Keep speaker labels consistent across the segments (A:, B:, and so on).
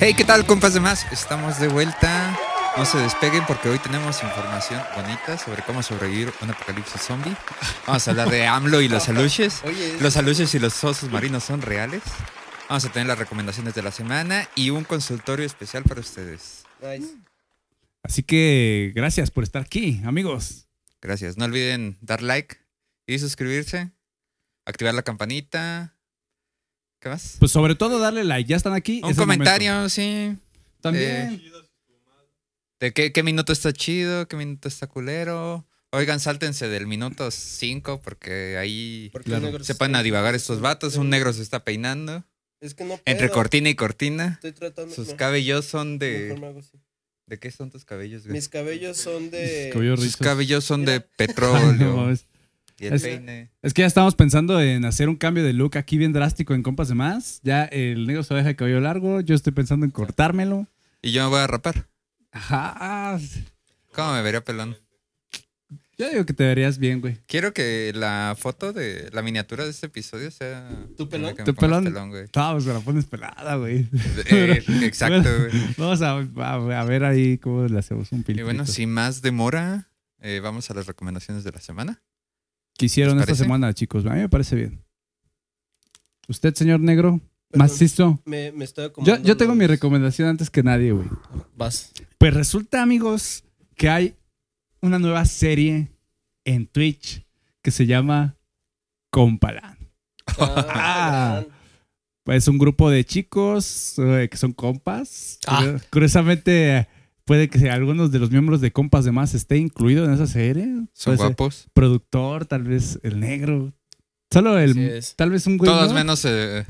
A: Hey, ¿qué tal, compas de más? Estamos de vuelta. No se despeguen porque hoy tenemos información bonita sobre cómo sobrevivir un apocalipsis zombie. Vamos a hablar de AMLO y los aluches.
B: Oye, es-
A: Los aluches y los osos marinos son reales. Vamos a tener las recomendaciones de la semana y un consultorio especial para ustedes.
B: Nice.
C: Así que gracias por estar aquí, amigos.
A: Gracias. No olviden dar like y suscribirse, activar la campanita. ¿Qué más?
C: Pues sobre todo darle like, ya están aquí.
A: Un
C: es el
A: comentario, eh,
C: momento.
A: sí.
C: También.
A: ¿De qué, qué minuto está chido? ¿Qué minuto está culero? Oigan, sáltense del minuto 5 porque ahí
B: ¿Por qué
C: Claro.
B: negros
A: se ponen a
B: están-
A: divagar estos vatos. Un negro se está peinando.
B: Es que no puedo.
A: Entre cortina y cortina.
B: Estoy tratando.
A: Sus
B: no,
A: cabellos son
B: mejor
A: de...
B: me hago así.
A: ¿De qué son tus cabellos? güey?
B: Mis cabellos son
C: Es
B: de.
C: que yo
A: Sus
C: rizo.
A: cabellos son de
C: Ay, no
A: petróleo.
C: mames.
A: y el
C: Es-
A: peine.
C: es que ya estamos pensando en hacer un cambio de look aquí bien drástico en compas de más. Ya el negro se deja el cabello largo. Yo estoy pensando en cortármelo.
A: Y yo me voy a rapar.
C: Ajá.
A: ¿Cómo me vería pelón?
C: Yo digo que te verías bien, güey.
A: Quiero que la foto de la miniatura de este episodio sea.
B: ¿Tu pelón?
A: en la que me
C: ¿Tu
A: pongas
C: pelón?
A: güey.
C: No, pues me la pones pelada, güey.
A: Eh, exacto, güey.
C: Vamos a, a- a ver ahí cómo le hacemos un
A: Y
C: filtrito.
A: Eh, bueno, sin más demora, eh, vamos a las recomendaciones de la semana.
C: que hicieron
A: ¿Les
C: esta
A: parece?
C: semana, chicos. A mí me parece bien. ¿Usted, señor negro?
B: Perdón,
C: Macizo.
B: Me, me estoy
C: Yo,
B: acomodando
C: yo tengo mi
B: los-
C: recomendación antes que nadie, güey.
B: Vas.
C: Pues resulta, amigos, que hay una nueva serie en Twitch que se llama Compalán.
B: Ah,
C: Es un grupo de chicos eh, que son compas.
B: Ah.
C: Curio- Curiosamente, puede que algunos de los miembros de compas de más esté incluido en esa serie.
A: Son
C: Puede ser
A: guapos.
C: productor, tal vez el negro. Solo el.
B: Así es.
C: Tal vez un güey.
A: Todos
C: ¿no?
A: menos. Eh,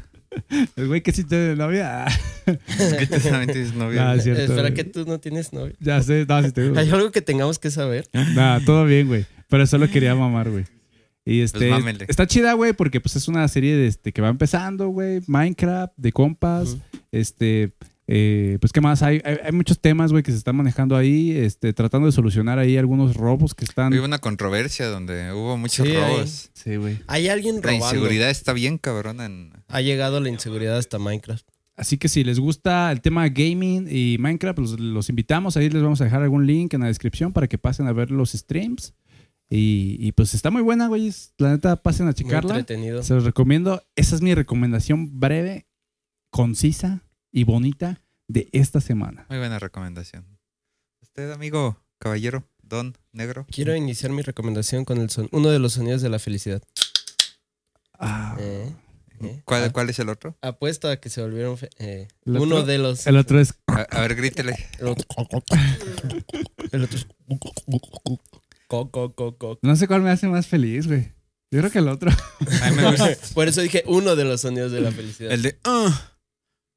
C: El güey que sí tiene novia. Ah,
A: que solamente es novio.
C: no, es
B: gran-
C: cierto.
B: Espera
C: güey.
B: que tú no tienes novio.
C: Ya sé, no, sí te digo.
B: Hay algo que tengamos que saber.
C: Nah, todo bien, güey. Pero solo quería mamar, güey. Y este.
A: Pues mámele.
C: está chida, güey, porque pues es una serie de, este, que va empezando, güey. Minecraft, de compas.
B: Ujú.
C: Este. eh, pues, ¿qué más? Hay, hay, hay muchos temas, güey, que se están manejando ahí, este, tratando de solucionar ahí algunos robos que están.
A: Hubo una controversia donde hubo muchos
B: Sí, ahí.
A: robos.
C: Sí, güey.
B: Hay alguien
A: La
B: robando.
A: inseguridad está bien cabrona. en-
B: Ha llegado la inseguridad hasta Minecraft.
C: Así que si les gusta el tema gaming y Minecraft, los, los invitamos. Ahí les vamos a dejar algún link en la descripción para que pasen a ver los streams. Y, y, pues está muy buena, güey. Es- La neta, pasen a
B: Muy
C: checarla.
B: entretenido.
C: Se los recomiendo. Esa es mi recomendación breve, concisa y bonita de esta semana.
A: Muy buena recomendación. Usted, amigo, caballero, don, negro.
B: Quiero iniciar mi recomendación con el son uno de los sonidos de la felicidad.
C: Ah,
B: Eh, eh.
A: ¿Cuál,
B: Ah,
A: cuál es el otro?
B: Apuesto a que se volvieron fe- eh,
C: El
B: uno
C: otro-
B: de los.
C: El otro es.
A: A, a ver, grítele.
B: El otro. El otro. Co, co, co, co.
C: No sé cuál me hace más feliz, güey. Yo creo que el otro.
A: A mí me gusta
B: Por eso dije uno de los sonidos de la felicidad.
A: El de "Ah",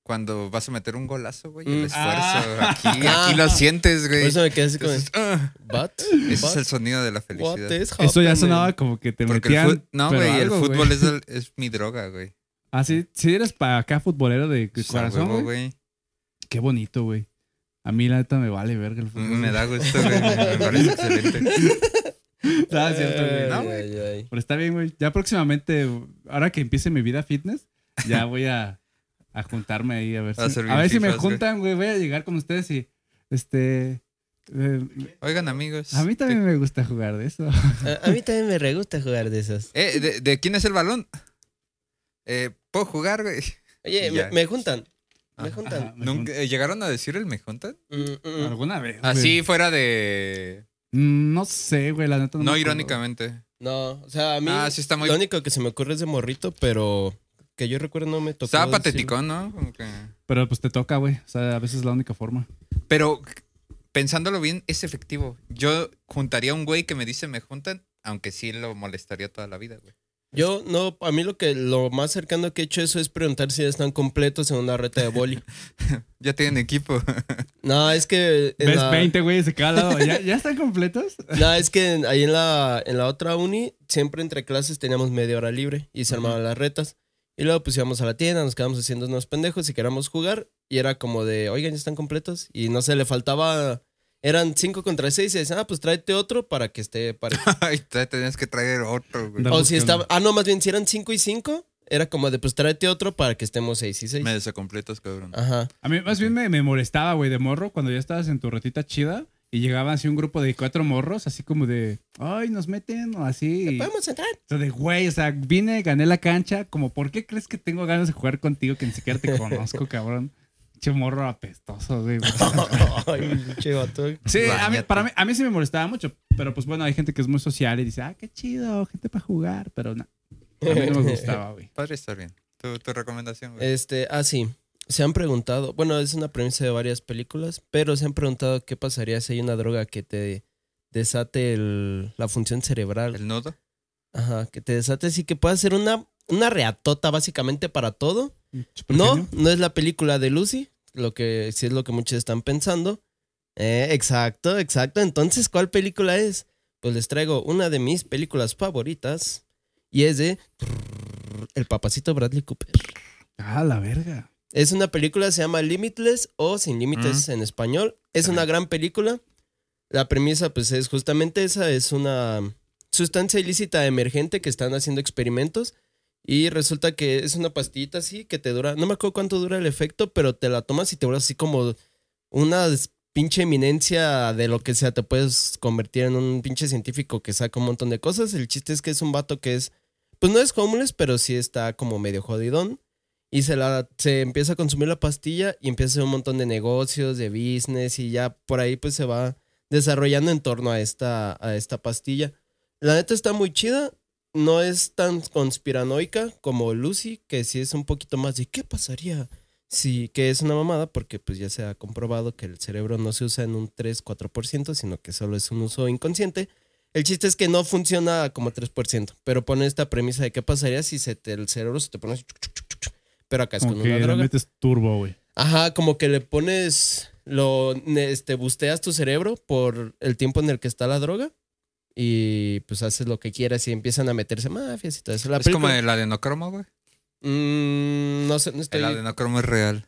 A: cuando vas a meter un golazo, güey, el
B: Mm.
A: esfuerzo
C: Ah.
A: aquí, aquí lo sientes,
B: Por
A: güey.
B: eso me quedé así como.
A: Entonces, "Ah",
B: But,
A: ese es
B: but,
A: el sonido de la
B: what
A: felicidad.
B: is
C: Eso ya
B: happening?
C: sonaba como que te
A: Porque el
C: metían.
A: fut- no,
C: pero
A: güey, el
C: algo, güey.
A: fútbol es, el- es mi droga, güey.
C: Ah, sí, sí eres para acá futbolero de de
A: Pues, a
C: corazón,
A: huevo,
C: güey.
A: güey.
C: Qué bonito, güey. A mí la neta me vale verga el fútbol.
A: Mm, Me da gusto, güey. Me parece excelente.
C: No, es Ah, cierto, güey. No,
B: Ay,
C: güey.
B: ay, ay.
C: Pero está bien, güey. Ya próximamente, ahora que empiece mi vida fitness, ya voy a, a juntarme ahí a ver si,
A: Va a ser
C: a
A: bien
C: ver si me
A: fifas, güey.
C: juntan, güey. Voy a llegar con ustedes y este eh,
A: Oigan, amigos.
C: a mí también me gusta jugar de eso.
B: A, a mí también me re gusta jugar de esas.
A: Eh, ¿de, de quién es el balón? Eh, ¿Puedo jugar, güey?
B: Oye,
A: Ya.
B: me, me juntan. Me
A: Ajá.
B: juntan.
C: Ajá, me
A: ¿Nunca, eh, ¿Llegaron a decir el me juntan?
B: Mm,
C: junto-
B: mm, mm.
C: alguna vez. güey.
A: Así fuera de...
C: Mm, No sé, güey, la neta no. me
A: No
C: acuerdo.
A: irónicamente.
B: No, o sea, a mí.
A: Ah, sí está muy...
B: Lo único que se me ocurre es de morrito, pero que yo recuerdo no me tocó.
A: Estaba
B: decir-
A: patético, ¿no? Como que...
C: Pero pues te toca, güey. O sea, a veces es la única forma.
A: Pero pensándolo bien, es efectivo. Yo juntaría a un güey que me dice me juntan, aunque sí lo molestaría toda la vida, güey.
B: Yo no, a mí lo que lo más cercano que he hecho eso es preguntar si ya están completos en una reta de boli.
A: Ya tienen equipo.
B: No, es que en
C: Ves
B: la,
C: 20, güey, se cada lado. ¿Ya, ya están completos?
B: no, es que en- ahí en la en la otra uni siempre entre clases teníamos media hora libre y se armaban las retas. Y luego pues íbamos a la tienda, nos quedamos haciendo unos pendejos y queríamos jugar y era como de, "Oigan, ya están completos." Y no sé, le faltaba eran 5 contra 6 y decían, "Ah, pues tráete otro para que esté para que
A: Ay, te tenías que traer otro, güey.
C: No.
B: O si
C: buscando.
B: estaba. Ah, no, más bien, si eran 5 y 5, era como de pues tráete otro para que estemos 6 y 6.
A: Me desacompletas, cabrón.
B: Ajá.
C: A mí más bien me, me molestaba, güey, de morro, cuando ya estabas en tu retita chida y llegaba así un grupo de cuatro morros, así como de, ay, nos meten o así. y- O
B: ¿Podemos entrar?
C: sea, de, güey, o sea, vine, gané la cancha, como, ¿por qué crees que tengo ganas de jugar contigo que ni siquiera te conozco, cabrón? Che morro apestoso, güey.
B: Ay, pinche vato.
C: Sí, a mí,
A: Báñate.
C: para mí, a mí sí me molestaba mucho, pero pues bueno, hay gente que es muy social y dice, ah, qué chido, gente para jugar, pero no. A mí no me gustaba, güey.
A: Padre, está bien. Tu, tu recomendación, güey.
B: Este, ah, sí. Se han preguntado, bueno, es una premisa de varias películas, pero se han preguntado qué pasaría si hay una droga que te desate el- la función cerebral.
A: El nudo.
B: Ajá, que te desate así que pueda ser una, una reatota básicamente para todo. No, no es la película de Lucy, lo que sí es lo que muchos están pensando. Eh, exacto, exacto. Entonces, ¿cuál película es? Pues les traigo una de mis películas favoritas y es de El papacito Bradley Cooper.
C: Ah, la verga.
B: Es una película, se llama Limitless o Sin Límites en español. Es una gran película. La premisa, pues, es justamente esa: es una sustancia ilícita emergente que están haciendo experimentos. Y resulta que es una pastillita así que te dura, no me acuerdo cuánto dura el efecto, pero te la tomas y te vuelves así como una des- pinche eminencia de lo que sea. Te puedes convertir en un pinche científico que saca un montón de cosas. El chiste es que es un vato que es, pues no es homeless, pero sí está como medio jodidón. Y se, la, se empieza a consumir la pastilla y empieza a hacer un montón de negocios, de business y ya por ahí pues se va desarrollando en torno a esta, a esta pastilla. La neta está muy chida, no es tan conspiranoica como Lucy, que sí es un poquito más de qué pasaría si que es una mamada porque pues ya se ha comprobado que el cerebro no se usa en un 3-4%, sino que solo es un uso inconsciente. El chiste es que no funciona como 3%, pero pone esta premisa de qué pasaría si se te- el cerebro se te pone así, chuc, chuc, chuc, chuc, chuc, pero acá es
C: Como
B: con
C: que
B: una
C: le
B: droga.
C: metes turbo, güey.
B: Ajá, como que le pones, lo, ne- este, busteas tu cerebro por el tiempo en el que está la droga y pues haces lo que quieras y empiezan a meterse mafias y todo eso. La
A: es como
B: película-
A: el adenocromo, güey.
B: Mm, no sé, no estoy...
A: El adenocromo es real.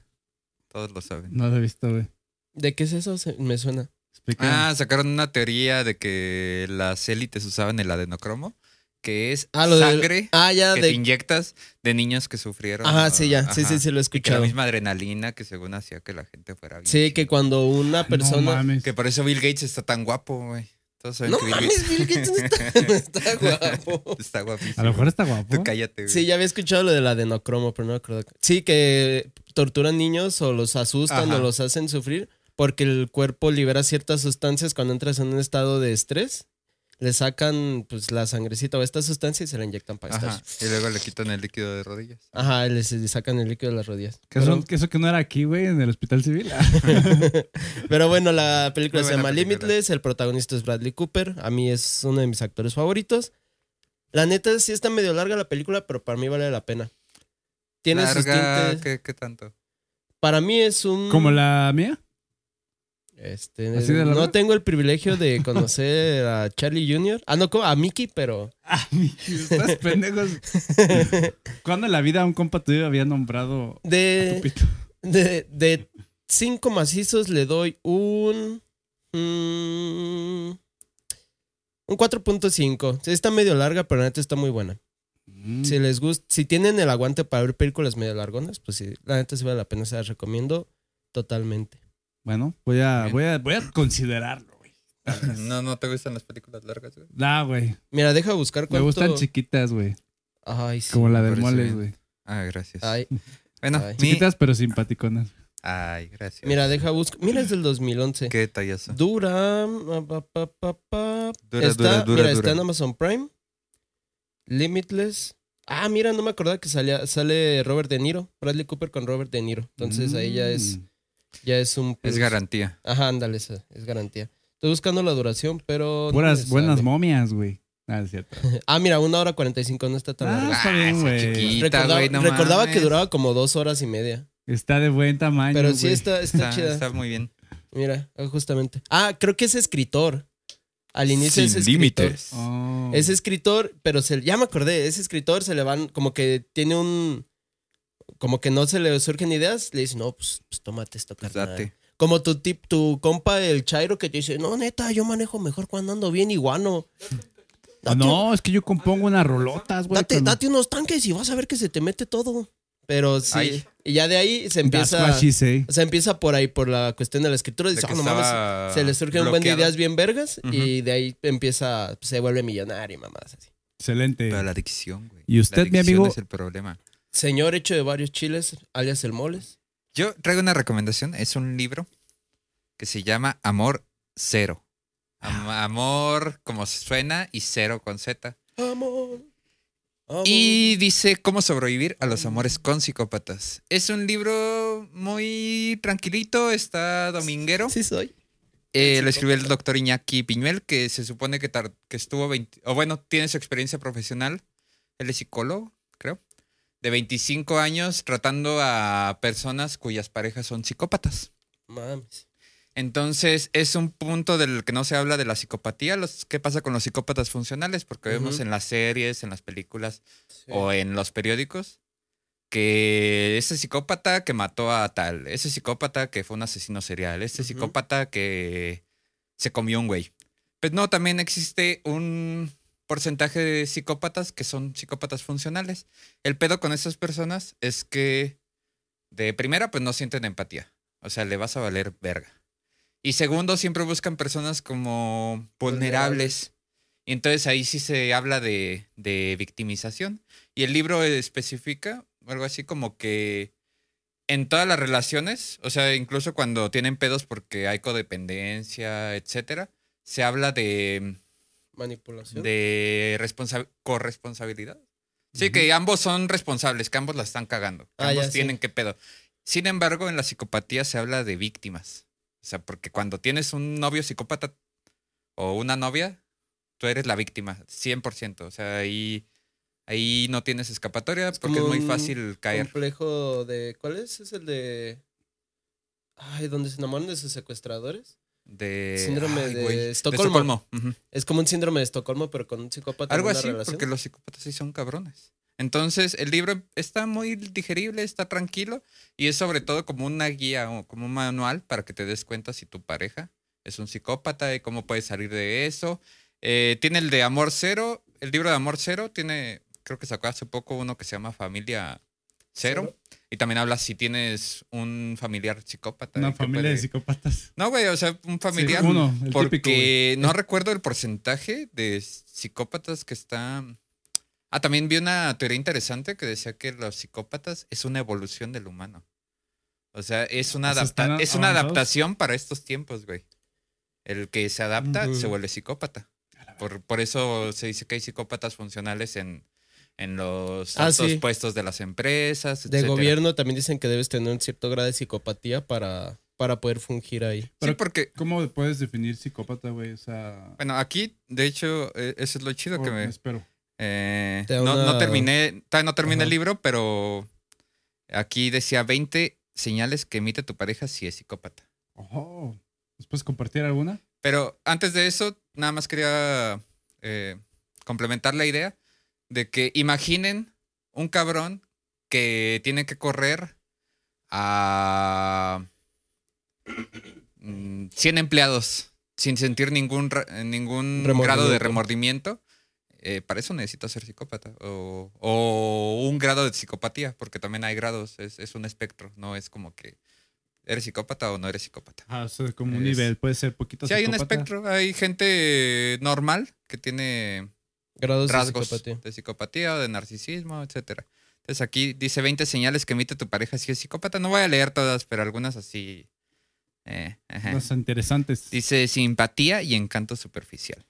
A: Todos lo saben.
C: No lo he visto, güey.
B: ¿De qué es eso? Se- me suena.
C: Explica.
A: Ah, sacaron una teoría de que las élites usaban el adenocromo, que es
B: Ah, lo de-
A: sangre
B: Ah, ya,
A: que te
B: de...
A: inyectas de niños que sufrieron.
B: Ajá,
A: ¿no?
B: sí, ya. Sí,
A: Ajá.
B: sí, sí, lo
A: Y que la
B: he escuchado.
A: misma adrenalina que según hacía que la gente fuera bien.
B: Sí, que
A: chingona.
B: cuando una
C: No
B: persona...
C: mames.
A: Que por eso Bill Gates está tan guapo, güey. Todos saben
B: No
A: que Bill
B: mames, Bill Gates no está, no está guapo.
A: está guapísimo.
C: A lo mejor está guapo.
A: Tú cállate, güey.
B: Sí, ya había escuchado lo del adenocromo, pero no me acuerdo. Sí, que torturan niños o los asustan
A: Ajá.
B: o los hacen sufrir porque el cuerpo libera ciertas sustancias cuando entras en un estado de estrés. Le sacan pues la sangrecita o esta sustancia y se la inyectan para
A: Ajá.
B: estar.
A: Y luego le quitan el líquido de rodillas.
B: Ajá, les, les sacan el líquido de las rodillas.
C: Que
B: Pero-
C: eso, que eso que no era aquí, güey, en el hospital civil.
B: Pero bueno, la película
A: Muy
B: se
A: buena
B: llama
A: película.
B: Limitless, el protagonista es Bradley Cooper, a mí es uno de mis actores favoritos. La neta sí está medio larga la película, pero para mí vale la pena. Tiene sus
A: Larga,
B: tintes.
A: ¿qué, qué tanto?
B: Para mí es un
C: Como la mía.
B: este,
C: ¿Así de larga?
B: no tengo el privilegio de conocer a Charlie Jr. Ah, no, ¿cómo? a Mickey, pero
C: Ah, mi- estás pendejos. ¿Cuándo en la vida un compa tuyo había nombrado a tu
B: de
C: pito?
B: de, de cinco macizos le doy un mm, un 4.5. Sí, está medio larga, pero la neta está muy buena.
C: Mm.
B: Si les gusta, si tienen el aguante para ver películas medio largonas, pues sí, la neta sí vale la pena, se las recomiendo totalmente.
C: Bueno, voy a, voy a, voy a considerarlo, güey.
A: No, no te gustan las películas largas, güey.
C: Nah, güey.
B: Mira, deja buscar
C: Me
B: cuánto.
C: gustan chiquitas, güey.
B: Ay, sí.
C: Como la
A: me
C: del
A: parece
C: Moles,
A: bien.
C: güey.
A: Ah, gracias.
B: Ay,
A: bueno,
B: ay.
A: mi-
C: Chiquitas, pero simpaticonas.
A: Ay, gracias.
B: mira, deja buscar. Mira, es del 2011.
A: Qué detallazo.
B: Dura, ah, pa, pa, pa, pa.
A: Dura,
B: está,
A: dura, dura,
B: mira, está
A: dura.
B: en Amazon Prime. Limitless. Ah, mira, no me acordaba que salía, sale Robert De Niro. Bradley Cooper con Robert De Niro. Entonces ahí ya es,
C: Mm.
B: ya es un.
A: Es
B: plus.
A: garantía.
B: Ajá, ándale, esa es garantía. Estoy buscando la duración, pero. no
C: Puras
B: me
C: buenas
B: sale.
C: momias, güey. Ah, es cierto.
B: Ah, mira, una hora 45 no está tan
C: Ah,
B: larga.
C: está bien, güey.
A: chiquita,
B: Recordaba,
A: Ah, güey, no
B: recordaba
A: mames.
B: que duraba como dos horas y media.
C: Está de buen tamaño.
B: Pero sí
C: güey.
B: está, está,
A: Está,
B: chida.
A: está muy bien.
B: Mira, ah, justamente. Ah, creo que es escritor. Al inicio es escritor.
C: Oh.
B: Es escritor, pero se, ya me acordé, es escritor, se le van, como que tiene un. Como que no se le surgen ideas, le dicen, no, pues, pues tómate esto,
A: Pues
B: carnal.
A: date.
B: Como tu tip, tu compa, el Chairo, que te dice, no, neta, yo manejo mejor cuando ando bien iguano.
C: Ah, No, es que yo compongo unas rolotas, güey.
B: Date,
C: cuando-
B: date unos tanques y vas a ver que se te mete todo. Pero sí.
A: Ay.
B: Y ya de ahí se
C: That's
B: empieza.
C: what she say.
B: O sea, empieza por ahí, por la cuestión de la escritura.
A: De
B: Dices,
A: que
B: "Ah, no mames,
A: estaba
B: se le surgen un buen de
A: bloqueado.
B: ideas bien vergas y
A: Ujú.
B: de ahí empieza, se vuelve millonario, mamás. Así.
C: Excelente.
A: Pero la adicción, güey.
C: ¿Y usted,
A: La
C: mi
A: adicción
C: amigo?
A: es el problema.
B: Señor hecho de varios chiles, alias el moles.
A: Yo traigo una recomendación. Es un libro que se llama Amor Cero. Am-
B: Ah.
A: amor como suena y cero con Z.
B: Amor. amor.
A: Y dice cómo sobrevivir a los amores con psicópatas. Es un libro muy tranquilito, está dominguero.
B: Sí soy.
A: Eh, lo escribió el doctor Iñaki Piñuel, que se supone que, tar- que estuvo 20, o bueno, tiene su experiencia profesional, él es psicólogo, creo, de 25 años tratando a personas cuyas parejas son psicópatas.
B: Mames.
A: Entonces es un punto del que no se habla de la psicopatía, los, qué pasa con los psicópatas funcionales, porque vemos
B: Ujú.
A: en las series, en las películas
B: Sí.
A: o en los periódicos que ese psicópata que mató a tal, ese psicópata que fue un asesino serial, este
B: Ujú.
A: psicópata que se comió un güey. Pues no, también existe un porcentaje de psicópatas que son psicópatas funcionales. El pedo con esas personas es que de primera pues no sienten empatía, o sea, le vas a valer verga. Y segundo, siempre buscan personas como vulnerables. Y entonces ahí sí se habla de, de victimización. Y el libro especifica algo así como que en todas las relaciones, o sea, incluso cuando tienen pedos porque hay codependencia, etcétera, se habla de,
B: Manipulación.
A: de responsa- corresponsabilidad. Sí, que ambos son responsables, que ambos la están cagando, que
B: Ah, ya,
A: ambos
B: sí.
A: tienen que pedo. Sin embargo, en la psicopatía se habla de víctimas. O sea, porque cuando tienes un novio psicópata o una novia, tú eres la víctima, 100%. O sea, ahí, ahí no tienes escapatoria porque es
B: como
A: muy
B: un-
A: fácil caer.
B: Complejo de. ¿Cuál es? Es el de. Ay, donde se enamoran de sus secuestradores.
A: De,
B: Síndrome de
A: güey,
B: Estocolmo.
A: Ujú.
B: Es como un síndrome de Estocolmo, pero con un psicópata. en
A: Algo
B: una
A: así,
B: relación.
A: porque los psicópatas sí son cabrones. Entonces, el libro está muy digerible, está tranquilo y es sobre todo como una guía o como un manual para que te des cuenta si tu pareja es un psicópata y cómo puedes salir de eso. Eh, tiene el de Amor Cero, el libro de Amor Cero, tiene, creo que sacó hace poco uno que se llama Familia Cero. Y también habla si tienes un familiar psicópata. y
C: Una
A: qué
C: familia de
A: puede-
C: psicópatas.
A: no, güey, o sea, un familiar.
C: Sí, uno, el
A: porque
C: típico, güey.
A: no recuerdo el porcentaje de psicópatas que está. Ah, también vi una teoría interesante que decía que los psicópatas es una evolución del humano. O sea, es una,
C: O sea,
A: adapta-
C: están
A: es una
C: avanzados.
A: adaptación para estos tiempos, güey. El que se
C: Mm,
A: adapta
B: Ujú.
A: se vuelve psicópata. Por, por eso se dice que hay psicópatas funcionales en, en los
B: Ah,
A: altos
B: sí.
A: puestos de las empresas.
B: De
A: etcétera.
B: gobierno también dicen que debes tener un cierto grado de psicopatía para, para poder fungir ahí.
A: Sí,
C: Pero-
A: porque,
C: ¿Cómo puedes definir psicópata, güey? O sea.
A: bueno, aquí, de hecho, eh, eso es lo chido que
C: oh,
A: me,
C: espero.
A: Eh,
B: Te da
A: no, no
B: una-
A: terminé, todavía no terminé el
B: Ajá.
A: libro, pero aquí decía 20 señales que emite tu pareja si es psicópata.
C: Ojo. Oh, ¿Nos puedes compartir alguna?
A: Pero antes de eso, nada más quería eh, complementar la idea de que imaginen un cabrón que tiene que correr a mm, 100 empleados sin sentir ningún, ra- ningún grado de
B: Remordimiento.
A: remordimiento. Eh, para eso necesita ser psicópata o, o un grado de psicopatía, porque también hay grados, es, es un espectro, no es como que eres psicópata o no eres psicópata.
C: Ah, o sea, como un
A: Es-
C: nivel. Puede ser poquito
A: Sí, hay un
C: psicópata.
A: espectro. Hay gente normal que tiene
B: Grados
A: rasgos
B: de psicopatía.
A: de psicopatía, de narcisismo, etcétera. Entonces aquí dice 20 señales que emite tu pareja si es psicópata. No voy a leer todas, pero algunas así. eh, ajá.
C: Unas interesantes.
A: Dice simpatía y encanto superficial.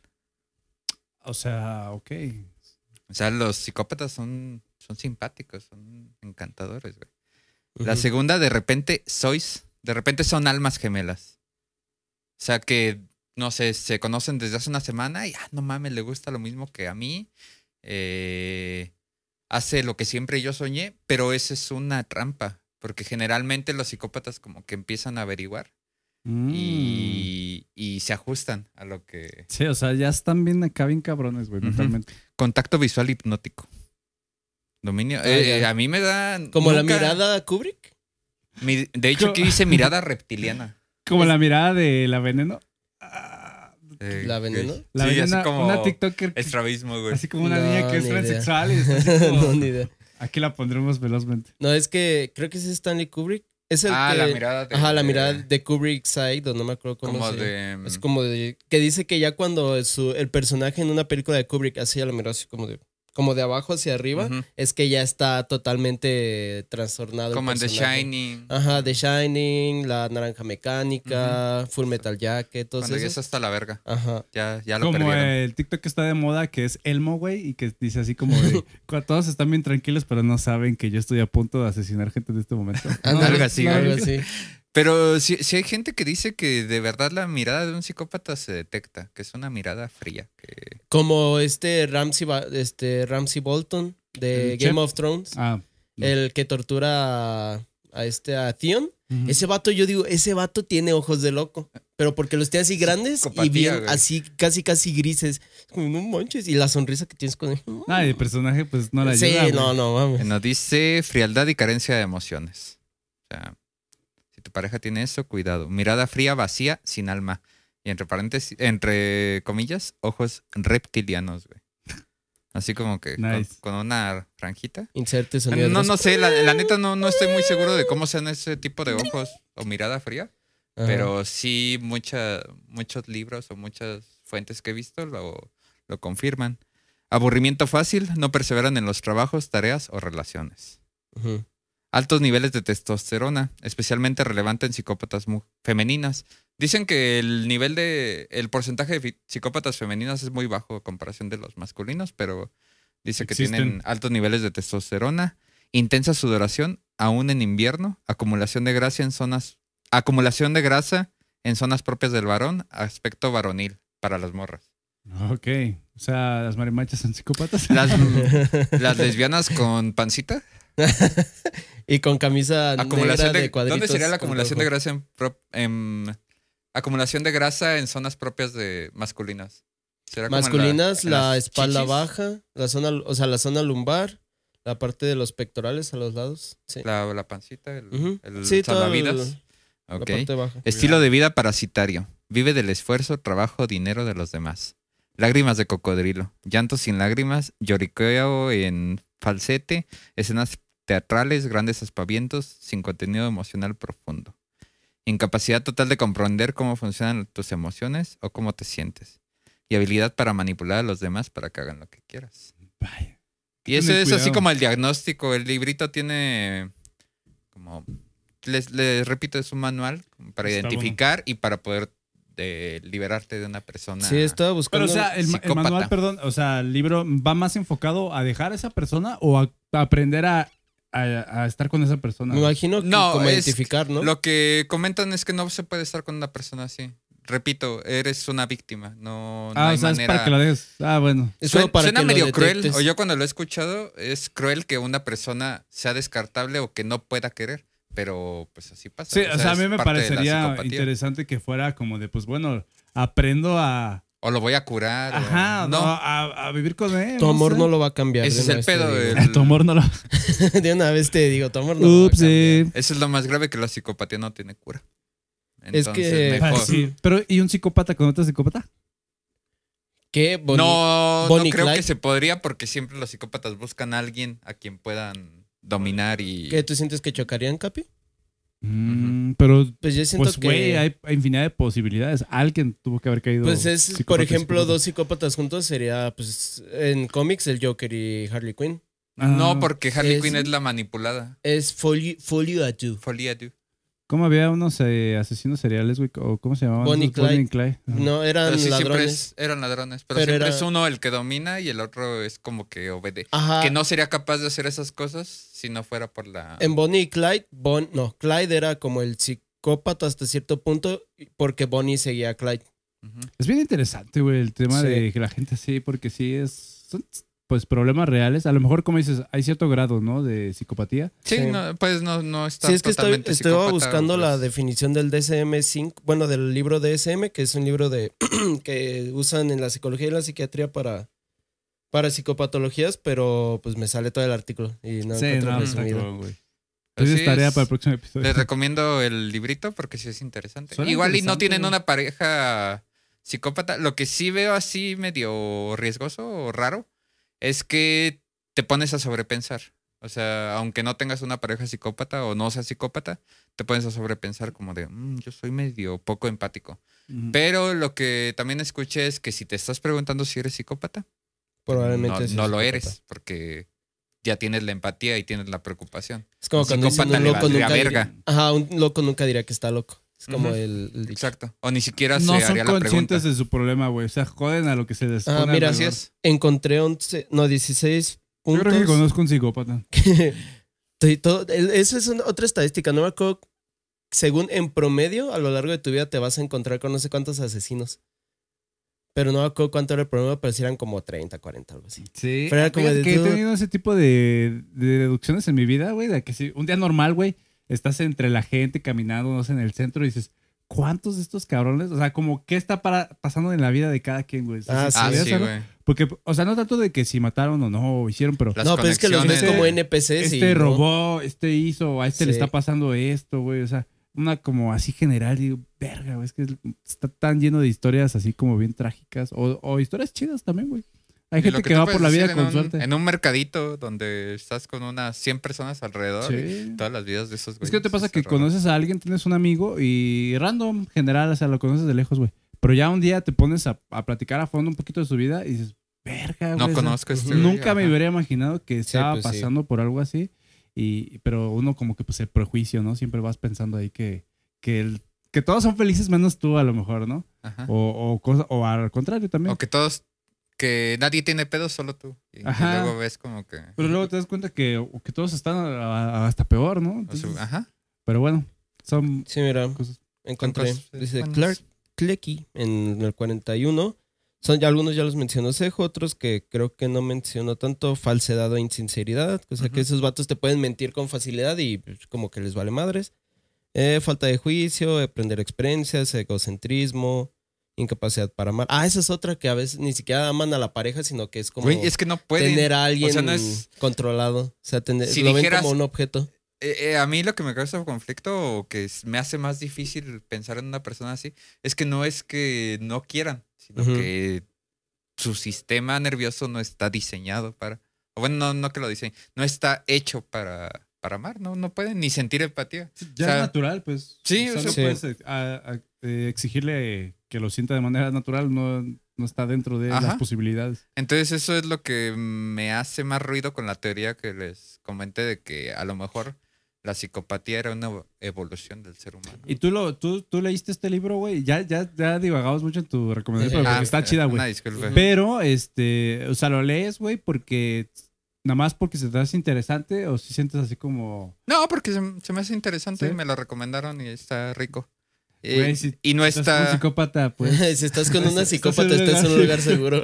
C: O sea, ok.
A: O sea, los psicópatas son, son simpáticos, son encantadores, güey. La
B: Ujú.
A: segunda, de repente sois, de repente son almas gemelas. O sea que, no sé, se conocen desde hace una semana y, ah, no mames, le gusta lo mismo que a mí. Eh, hace lo que siempre yo soñé, pero esa es una trampa. Porque generalmente los psicópatas como que empiezan a averiguar
C: Mm.
A: y, y se ajustan a lo que...
C: Sí, o sea, ya están bien acá, bien cabrones, güey,
A: Ujú.
C: mentalmente.
A: Contacto visual hipnótico. Dominio.
B: Ah,
A: eh,
B: ya.
A: a mí me da...
B: Como la
A: nunca-
B: mirada Kubrick.
A: mi- de hecho, aquí dice mirada reptiliana.
C: Como la mirada de la veneno. Ah,
A: Eh,
B: ¿La veneno?
A: gay.
C: La
A: sí,
C: veneno,
A: así como
C: una TikToker. que-
A: Estrabismo, güey.
C: Así como una
B: No,
C: niña que es
B: ni idea.
C: transexual. y está así como-
B: no, ni idea.
C: Aquí la pondremos velozmente.
B: No, es que creo que es Stanley Kubrick. Es el
A: Ah,
B: que-
A: la mirada. de-
B: Ajá, la
A: de-
B: mirada de Kubrick Side, o no me acuerdo cómo
A: Este, Como
B: se
A: de. mm,
B: Es como de, que dice que ya cuando su- el personaje en una película de Kubrick hacía la miró así como de, como de abajo hacia arriba,
A: Ujú.
B: es que ya está totalmente trastornado. el
A: Como en The
B: personaje. Ah,
A: Shining.
B: Ajá, The Shining, La Naranja Mecánica, Full Metal Jacket, todos
A: Cuando ya
B: esos.
A: está hasta la verga.
B: Ajá.
A: Ya, ya lo
C: Como
A: perdieron.
C: el TikTok que está de moda, que es Elmo, güey, y que dice así como de, "Cu- todos están bien tranquilos, pero no saben que yo estoy a punto de asesinar gente en este momento. No,
B: Ándale,
A: algo así,
C: no,
B: algo
C: no.
B: así.
A: Pero si, hay gente que dice que de verdad la mirada de un psicópata se detecta, que es una mirada fría. Que...
B: Como este Ramsey, Ba- este Ramsey Bolton de
C: El
B: Game
C: chef.
B: of Thrones,
C: Ah,
B: el que tortura a, a este a Theon.
C: ujú.
B: Ese vato, yo digo, ese vato tiene ojos de loco. Pero porque los tiene así grandes y
A: Psicopatía,
B: bien
A: güey.
B: así, casi, casi grises. Es como, no manches. Y la sonrisa que tienes con él.
C: Ah, y el personaje pues no la
B: sí,
C: ayuda.
B: no,
C: güey.
B: no, mames.
A: Nos dice frialdad y carencia de emociones. O sea, si tu pareja tiene eso, cuidado. Mirada fría, vacía, sin alma. Y entre paréntesis, entre comillas, ojos reptilianos, güey. Así como que con-
C: Nice.
A: con, una franjita.
B: Inserte sonido.
A: No,
B: de
A: no
B: voz.
A: sé, la, la neta no, no estoy muy seguro de cómo sean ese tipo de ojos o mirada fría.
B: Ajá.
A: Pero sí, mucha, muchos libros o muchas fuentes que he visto lo, lo confirman. Aburrimiento fácil, no perseveran en los trabajos, tareas o relaciones.
B: Ujú.
A: Altos niveles de testosterona, especialmente relevante en psicópatas mu- femeninas. Dicen que el nivel de, el porcentaje de fi- psicópatas femeninas es muy bajo a comparación de los masculinos, pero dice que
C: Existen.
A: tienen altos niveles de testosterona, intensa sudoración, aún en invierno, acumulación de grasa en zonas, acumulación de grasa en zonas propias del varón, aspecto varonil para las morras.
C: Ok, o sea, las marimachas son psicópatas.
A: Las, las lesbianas con pancita.
B: y con camisa
A: acumulación
B: negra
A: de,
B: de, cuadritos.
A: ¿Dónde sería la
B: con
A: acumulación de
B: rojo.
A: grasa en, pro- en- acumulación de grasa en zonas propias de masculinas? ¿Será como en la-
B: Masculinas,
A: en
B: la,
A: las
B: espalda
A: chichis?
B: baja, la zona, o sea, la zona lumbar, la parte de los pectorales a los lados. Sí,
A: La, la pancita, el,
B: Ujú.
A: el
B: Sí, toda la-
A: salvavidas.
B: la
A: Ok.
B: parte baja.
A: Estilo de vida parasitario. Vive del esfuerzo, trabajo, dinero de los demás. Lágrimas de cocodrilo. Llantos sin lágrimas. Lloriqueo en falsete. Escenas teatrales, grandes aspavientos, sin contenido emocional profundo. Incapacidad total de comprender cómo funcionan tus emociones o cómo te sientes. Y habilidad para manipular a los demás para que hagan lo que quieras.
C: Vaya.
A: Y ese
C: Tener
A: es así
C: cuidado.
A: como el diagnóstico. El librito tiene como... Les, les repito, es un manual como para
C: Está
A: identificar y para poder eh, liberarte de una persona.
B: Sí, estaba
C: Pero
B: buscando.
C: o sea, el, ma- el
A: Psicópata.
C: manual, perdón, o sea, el libro va más enfocado a dejar a esa persona o a, a aprender a, a- a estar con esa persona.
B: me imagino que
A: No,
B: como
A: es-
B: identificar, ¿no?
A: Lo que comentan es que no se puede estar con una persona así. Repito, eres una víctima. No, no
C: ah,
A: hay
C: o sea, es
A: manera...
C: para que la dejes. Ah, bueno.
B: Es
A: Suen-
B: como para
A: suena
B: que lo
A: medio cruel,
B: detectes.
A: o yo cuando lo he escuchado, es cruel que una persona sea descartable o que no pueda querer, pero pues así pasa.
C: Sí, o sea, a
A: es
C: mí
A: parte de
C: me
A: la
C: parecería
A: psicopatía.
C: interesante que fuera como de, pues bueno, aprendo a,
A: O lo voy a curar. o-
C: Ajá, no,
A: no.
C: a, a vivir con él.
B: Tu amor
C: sé.
B: no lo va a cambiar.
A: Ese
B: de
A: es
B: una
A: el
B: vez te
A: pedo.
B: digo.
A: el-
C: Ah, Tu amor no lo.
B: De una vez te digo, tu amor no lo va a
C: Ups, eh.
B: cambiar.
A: Eso es lo más grave que la psicopatía no tiene cura.
B: Es que- Ah,
A: Entonces, mejor-
C: Ah, Sí, Pero, ¿y un psicópata con otro psicópata?
B: Qué bonito.
A: No, no
B: Bonnie
A: creo
B: Clyde.
A: que se podría porque siempre los psicópatas buscan a alguien a quien puedan dominar y...
B: ¿Qué tú sientes que chocarían, Capi?
C: Mm, pero,
B: Pues yo siento
C: pues,
B: que.
C: güey, hay hay infinidad de posibilidades. Alguien tuvo que haber caído.
B: pues es,
C: psicópata,
B: por ejemplo,
C: psicópata.
B: dos psicópatas juntos sería, pues, en cómics, el Joker y Harley Quinn.
C: Ah,
A: No, porque Harley
B: Es-
A: Quinn es la manipulada.
B: Es Folio, folio a You.
A: Folía, dude.
C: ¿Cómo había unos eh, asesinos seriales, güey? ¿O ¿Cómo se llamaban?
B: Bonnie
C: esos? Bonnie
B: Clyde.
C: and Clyde. Ajá.
B: No, eran
A: Pero sí, siempre
B: ladrones.
A: es- eran ladrones. Pero,
B: Pero
A: siempre
B: era-
A: es uno el que domina y el otro es como que obedece.
B: Ajá.
A: Que no sería capaz de hacer esas cosas si no fuera por la...
B: En Bonnie y Clyde, Bon- no, Clyde era como el psicópata hasta cierto punto porque Bonnie seguía a Clyde.
A: Ujú.
C: Es bien interesante, güey, el tema
B: Sí.
C: de que la gente sí, porque sí es. Son, pues problemas reales. A lo mejor, como dices, hay cierto grado, ¿no? De psicopatía.
A: Sí,
B: Sí.
A: No, pues no, no está
B: Sí, es que estoy,
A: totalmente
B: estaba
A: psicópata,
B: buscando la
A: pues.
B: definición del DSM-5, bueno, del libro DSM, que es un libro de que usan en la psicología y la psiquiatría para, para psicopatologías, pero pues me sale todo el artículo y no
C: sí,
B: encuentro
C: no,
A: pues,
B: resumido.
C: exacto, Pues güey.
A: Así
C: Entonces, tarea
A: es.
C: para el próximo episodio.
A: Les recomiendo el librito porque sí es interesante.
C: Suena
A: Igual y no
C: interesante,
A: tienen
C: güey.
A: una pareja psicópata. Lo que sí veo así medio riesgoso o raro es que te pones a sobrepensar. O sea, aunque no tengas una pareja psicópata o no seas psicópata, te pones a sobrepensar como de, "Mm, yo soy medio poco empático.
C: Ujú.
A: Pero lo que también escuché es que si te estás preguntando si eres psicópata,
B: Probablemente
A: no,
B: seas
A: no lo
B: psicópata.
A: eres, porque ya tienes la empatía y tienes la preocupación.
B: Es como cuando dicen
A: Psicópata
B: un
A: le
B: loco
A: valdría
B: nunca diría-
A: verga.
B: Ajá, un loco nunca diría que está loco. Es como
A: Ujú.
B: el, el dicho.
A: Exacto. O ni siquiera
C: no
A: se
C: son
A: haría la pregunta.
C: conscientes de su problema, güey. O sea, joden a lo que se les
B: Ah,
C: pone
B: mira,
A: Así
C: alrededor.
A: es.
B: Encontré 11, no 16
C: Yo
B: puntos.
C: creo que conozco un psicópata.
B: Estoy todo- el- eso es una- otra estadística, no me acuerdo. Según en promedio, a lo largo de tu vida te vas a encontrar con no sé cuántos asesinos. Pero no me acuerdo cuánto era el promedio, pero sí eran como 30, 40, algo así.
C: Sí.
B: Pero era como de
C: que he
B: dude.
C: tenido ese tipo de, de deducciones en mi vida, güey. De que si un día normal, güey, estás entre la gente caminando, no sé, en el centro y dices, ¿cuántos de estos cabrones? O sea, como, ¿qué está para, pasando en la vida de cada quien, güey? O sea,
B: Ah,
C: si
A: Ah,
C: tuvieras
A: sí,
C: algo-
A: güey.
C: Porque, o sea, no tanto de que si mataron o no, o hicieron, pero
A: Las
B: no, pero es que los ves
A: conexiones.
B: como NPCs y.
C: este
B: ¿no?
C: robó, este hizo, a este le
B: Sí.
C: está pasando esto, güey. O sea, una como así general, digo, verga, güey, es que está tan lleno de historias así como bien trágicas. O, o historias chidas también, güey. Hay
A: Y lo
C: gente que,
A: tú
C: va por
A: puedes
C: la vida
A: decir
C: con
A: en un,
C: suerte.
A: En un mercadito donde estás con unas 100 personas alrededor. y
C: Sí.
A: Todas las vidas de esos güeyes.
C: Es que te pasa
A: está
C: que
A: raro.
C: conoces a alguien, tienes un amigo y random, general, o sea, lo conoces de lejos, güey. Pero ya un día te pones a, a platicar a fondo un poquito de su vida y dices, verga, güey.
A: No
C: o sea,
A: conozco a este güey,
C: Nunca me
A: ajá.
C: hubiera imaginado que estaba
B: pues, sí.
C: pasando por algo así. Y, pero uno como que pues el prejuicio, ¿no? Siempre vas pensando ahí que, que, el- que todos son felices menos tú a lo mejor, ¿no?
A: Ajá.
C: O, o, cosa- o al contrario también.
A: O que todos. Que nadie tiene pedos, solo tú. Y, que
C: Ajá.
A: luego ves como que.
C: Pero luego te das cuenta que, o que todos están a- a- hasta peor, ¿no?
A: o su-
C: Entonces,
A: ajá.
C: pero bueno, son
B: Sí, mira,
C: cosas.
B: encontré.
A: Son cosas-
B: Dice
A: bueno,
B: Clark
A: es-
B: Klecky en el 41. Son ya algunos ya los mencionó Sejo, otros que creo que no mencionó tanto falsedad o insinceridad. O sea que
A: Ujú.
B: esos vatos te pueden mentir con facilidad y pues, como que les vale madres. Eh, falta de juicio, aprender experiencias, egocentrismo, incapacidad para amar. Ah, esa es otra que a veces ni siquiera aman a la pareja, sino que es como
A: Güey, es que no pueden.
B: tener a alguien
A: O sea, no es-
B: controlado. O sea, tener,
A: Si
B: lo ven
A: dijeras-
B: como un objeto.
A: Eh, eh, a mí lo que me causa conflicto o que es- me hace más difícil pensar en una persona así es que no es que no quieran, sino
B: Ujú.
A: que su sistema nervioso no está diseñado para. o bueno, no, no que lo diseñe, no está hecho para, para amar, no, no pueden ni sentir empatía.
C: Ya
A: O sea,
C: es natural, pues.
A: sí,
C: o sea,
A: o
C: no
B: sea,
C: puedes eh, a- a- eh, exigirle que lo sienta de manera natural, no, no está dentro de las
A: Ajá.
C: posibilidades.
A: Entonces, eso es lo que me hace más ruido con la teoría que les comenté de que a lo mejor la psicopatía era una evolución del ser humano.
C: Y tú lo, tú, tú leíste este libro, güey. Ya, ya, ya divagamos mucho en tu recomendación, pero
A: Ah,
C: porque está chida,
A: Una
C: güey.
A: disculpa.
C: Pero, este, o sea, lo lees, güey, porque nada más porque se te hace interesante o si sientes así como.
A: No, porque se, se me hace interesante
C: ¿Sí?
A: y me lo recomendaron y está rico. Eh,
C: Güey, si
A: y no
C: estás un
A: está.
C: psicópata, pues.
B: si estás con una
C: Estás en
B: psicópata,
C: un
B: estás en un lugar
C: lugar
B: seguro.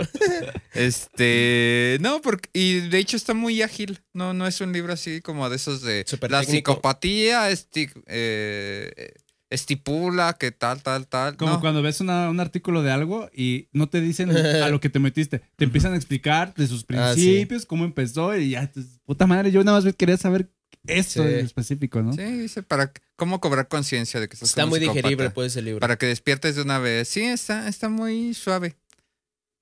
A: Este. No, porque. Y de hecho está muy ágil. No, no es un libro así como de esos de.
B: Súper
A: la
B: técnico.
A: psicopatía esti- eh, estipula que tal, tal, tal.
C: Como
A: No.
C: cuando ves una- un artículo de algo y no te dicen a lo que te metiste. Te empiezan a explicar de sus
B: Ah, sí.
C: principios, cómo empezó y ya, pues, puta madre, yo nada más quería saber esto
B: Sí.
C: en específico, ¿no?
A: Sí, dice para cómo cobrar conciencia de que estás
B: Está
A: con un
B: muy digerible,
A: psicópata.
B: pues, el libro.
A: Para que despiertes de una vez. Sí, está, está muy suave.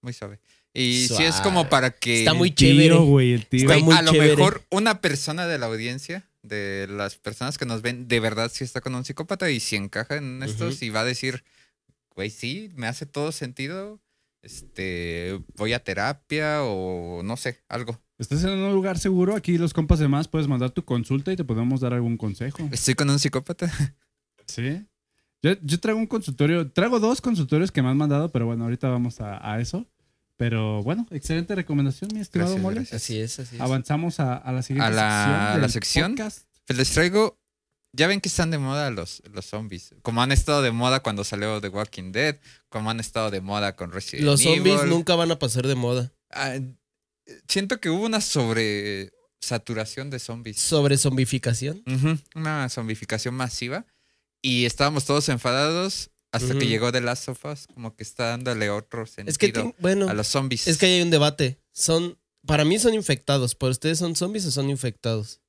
A: Muy suave. Y sí es como
B: Suave.
A: para que.
B: Está muy
C: El tío,
B: chévere.
C: güey, el tío.
B: Está
A: Güey,
B: muy
A: a lo
B: chévere.
A: mejor una persona de la audiencia, de las personas que nos ven, de verdad sí está con un psicópata y si encaja en estos
B: Ujú.
A: y va a decir, güey, sí, me hace todo sentido, este, voy a terapia o no sé, algo.
C: Estás en un lugar seguro, aquí los compas demás puedes mandar tu consulta y te podemos dar algún consejo.
A: Estoy con un psicópata.
C: Sí. Yo, yo traigo un consultorio, traigo dos consultorios que me han mandado, pero bueno, ahorita vamos a, a eso. Pero bueno, excelente recomendación, mi estimado
A: Gracias,
C: Mole.
A: gracias.
B: Así es,
C: Ah,
B: así es.
C: Avanzamos a, a la siguiente
A: A la-
C: sección.
A: a la
C: del
A: sección.
C: podcast.
A: Pues les traigo, ya ven que están de moda los, los zombies, como han estado de moda cuando salió The Walking Dead, como han estado de moda con Resident
B: Los zombies
A: Evil.
B: nunca van a pasar de moda.
A: Ah, siento que hubo una sobre saturación de zombies.
B: Sobre zombificación.
A: Ujú, Una zombificación masiva. Y estábamos todos enfadados hasta
B: Ujú.
A: que llegó The Last of Us, como que está dándole otro sentido
B: Es que, ti- bueno,
A: a los zombies.
B: es que ahí hay un debate. Son, para mí son infectados. ¿Para ustedes son zombies o son infectados?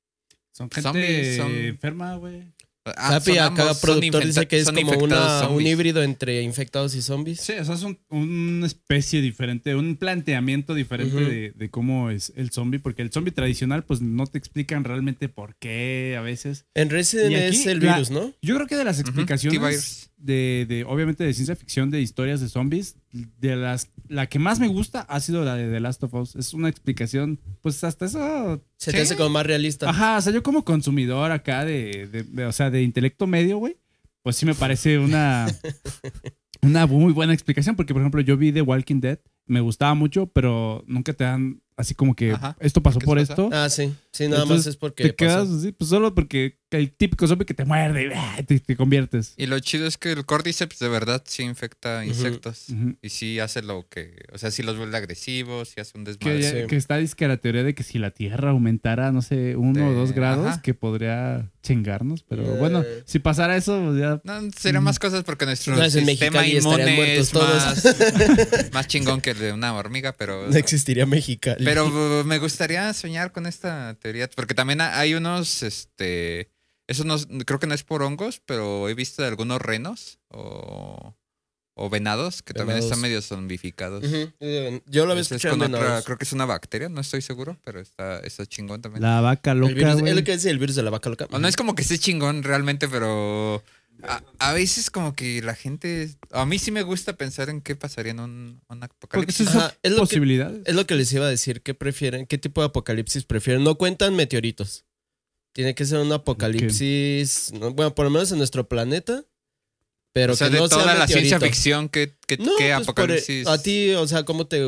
C: Son gente
A: Zombies son-
C: enferma, güey.
A: Ah,
B: Capi,
A: son
B: acá
A: ambos, son
B: productor dice
A: infecta-
B: que es
A: son
B: como
A: infectados
B: una- un
A: zombies.
B: híbrido entre infectados y zombies.
C: Sí, o sea, es un- una especie diferente, un planteamiento diferente
B: Ujú.
C: de, de cómo es el zombie, porque el zombie tradicional, pues no te explican realmente por qué a veces.
B: En Resident
C: Y aquí
B: es el
C: la-
B: virus, ¿no?
C: Yo creo que de las explicaciones
A: T-Virus.
C: de, de, obviamente, de ciencia ficción, de historias de zombies, de las, la que más me gusta ha sido la de The Last of Us. Es una explicación, pues hasta eso.
B: Se
A: Sí.
B: te hace como más realista.
C: Ajá, o sea, yo como consumidor acá de, de- de- o sea, de intelecto medio, güey, pues sí me parece una, una muy buena explicación, porque por ejemplo yo vi The Walking Dead, me gustaba mucho, pero nunca te dan así como que
A: Ajá.
C: esto pasó
A: ¿Qué
C: por
A: pasa?
C: esto.
B: Ah, sí. Sí, nada
C: Entonces,
B: más es porque
C: Te
B: pasó.
C: quedas así, pues solo porque el típico zombie que te muerde y ¡ah! te, te conviertes.
A: Y lo chido es que el Cordyceps de verdad sí infecta insectos.
C: Ujú.
A: Y sí hace lo que. O sea, sí los vuelve agresivos, sí hace un
C: Que,
A: desmadre.
B: sí.
C: que está dizque la teoría de que si la Tierra aumentara, no sé, uno o
A: De-
C: dos grados,
A: ajá.
C: que podría chingarnos. Pero
B: Eh.
C: bueno, si pasara eso, pues ya
A: No, serían más cosas porque nuestro
B: No, es en
A: sistema
B: Mexicali estarían
A: inmune
B: muertos
A: es
B: todos.
A: más, más chingón que el de una hormiga, pero.
B: No existiría Mexicali.
A: Pues, Pero uh, me gustaría soñar con esta teoría, porque también ha- hay unos, este, eso no, es- creo que no es por hongos, pero he visto de algunos renos o, o venados que también
B: Venados.
A: están medio zombificados.
B: Ujú. Eh, Yo lo había
A: Ese Pues es
B: escuchado
A: con
B: en
A: otra-
B: venados.
A: creo que es una bacteria, no estoy seguro, pero está, está chingón también.
C: la vaca
B: El
C: loca.
B: virus-
C: güey.
B: es lo que dice el virus de la vaca loca.
A: O Pues no es como que esté chingón realmente, pero a, a veces como que la gente, a mí sí me gusta pensar en qué pasaría en un, un
C: Porque
A: apocalipsis.
C: esas
B: Ajá,
C: son
B: es lo que- eh,
C: posibilidades.
B: Es lo que les iba a decir. ¿Qué prefieren? ¿Qué tipo de apocalipsis prefieren? No cuentan meteoritos. Tiene que ser un apocalipsis. no, Bueno, por lo menos en nuestro planeta. Pero
A: o sea,
B: que
A: de
B: no sea
A: toda la
B: meteorito.
A: ciencia ficción, ¿qué, qué,
B: No,
A: qué
B: pues, por-
A: apocalipsis?
B: a ti, o sea, ¿cómo te.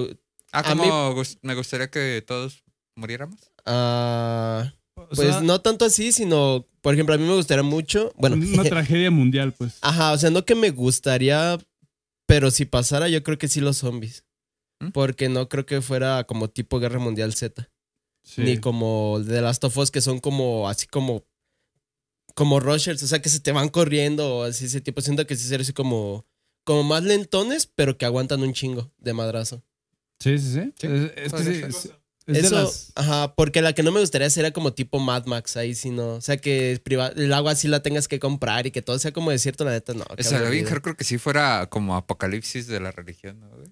A: Ah,
B: A
A: como
B: mí-
A: gus- me gustaría que todos muriéramos.
B: ah,
C: O
B: pues
C: sea,
B: no tanto así, sino. Por ejemplo, a mí me gustaría mucho. Bueno, Ah,
C: Una tragedia mundial, pues.
B: Ajá, o sea, no que me gustaría, pero si pasara, yo creo que sí los zombies.
A: ¿Mm?
B: Porque no creo que fuera como tipo Guerra Mundial Z,
C: Sí.
B: ni como The Last of Us, que son como así como como rushers, o sea, que se te van corriendo o así ese tipo. Siento que sí sería así como como más lentones, pero que aguantan un chingo de madrazo.
C: Sí, sí, sí.
A: Sí.
C: Es, es que sí,
A: Podría
C: es,
A: ser.
C: es de
B: Eso,
C: las...
B: ajá, porque la que no me gustaría sería como tipo Mad Max, ahí sí no. O sea, que priva- el agua sí la tengas que comprar y que todo sea como desierto, la neta, no. qué
A: O sea, lo bien,
B: aburrido.
A: creo que sí fuera como apocalipsis de la religión, ¿no, güey?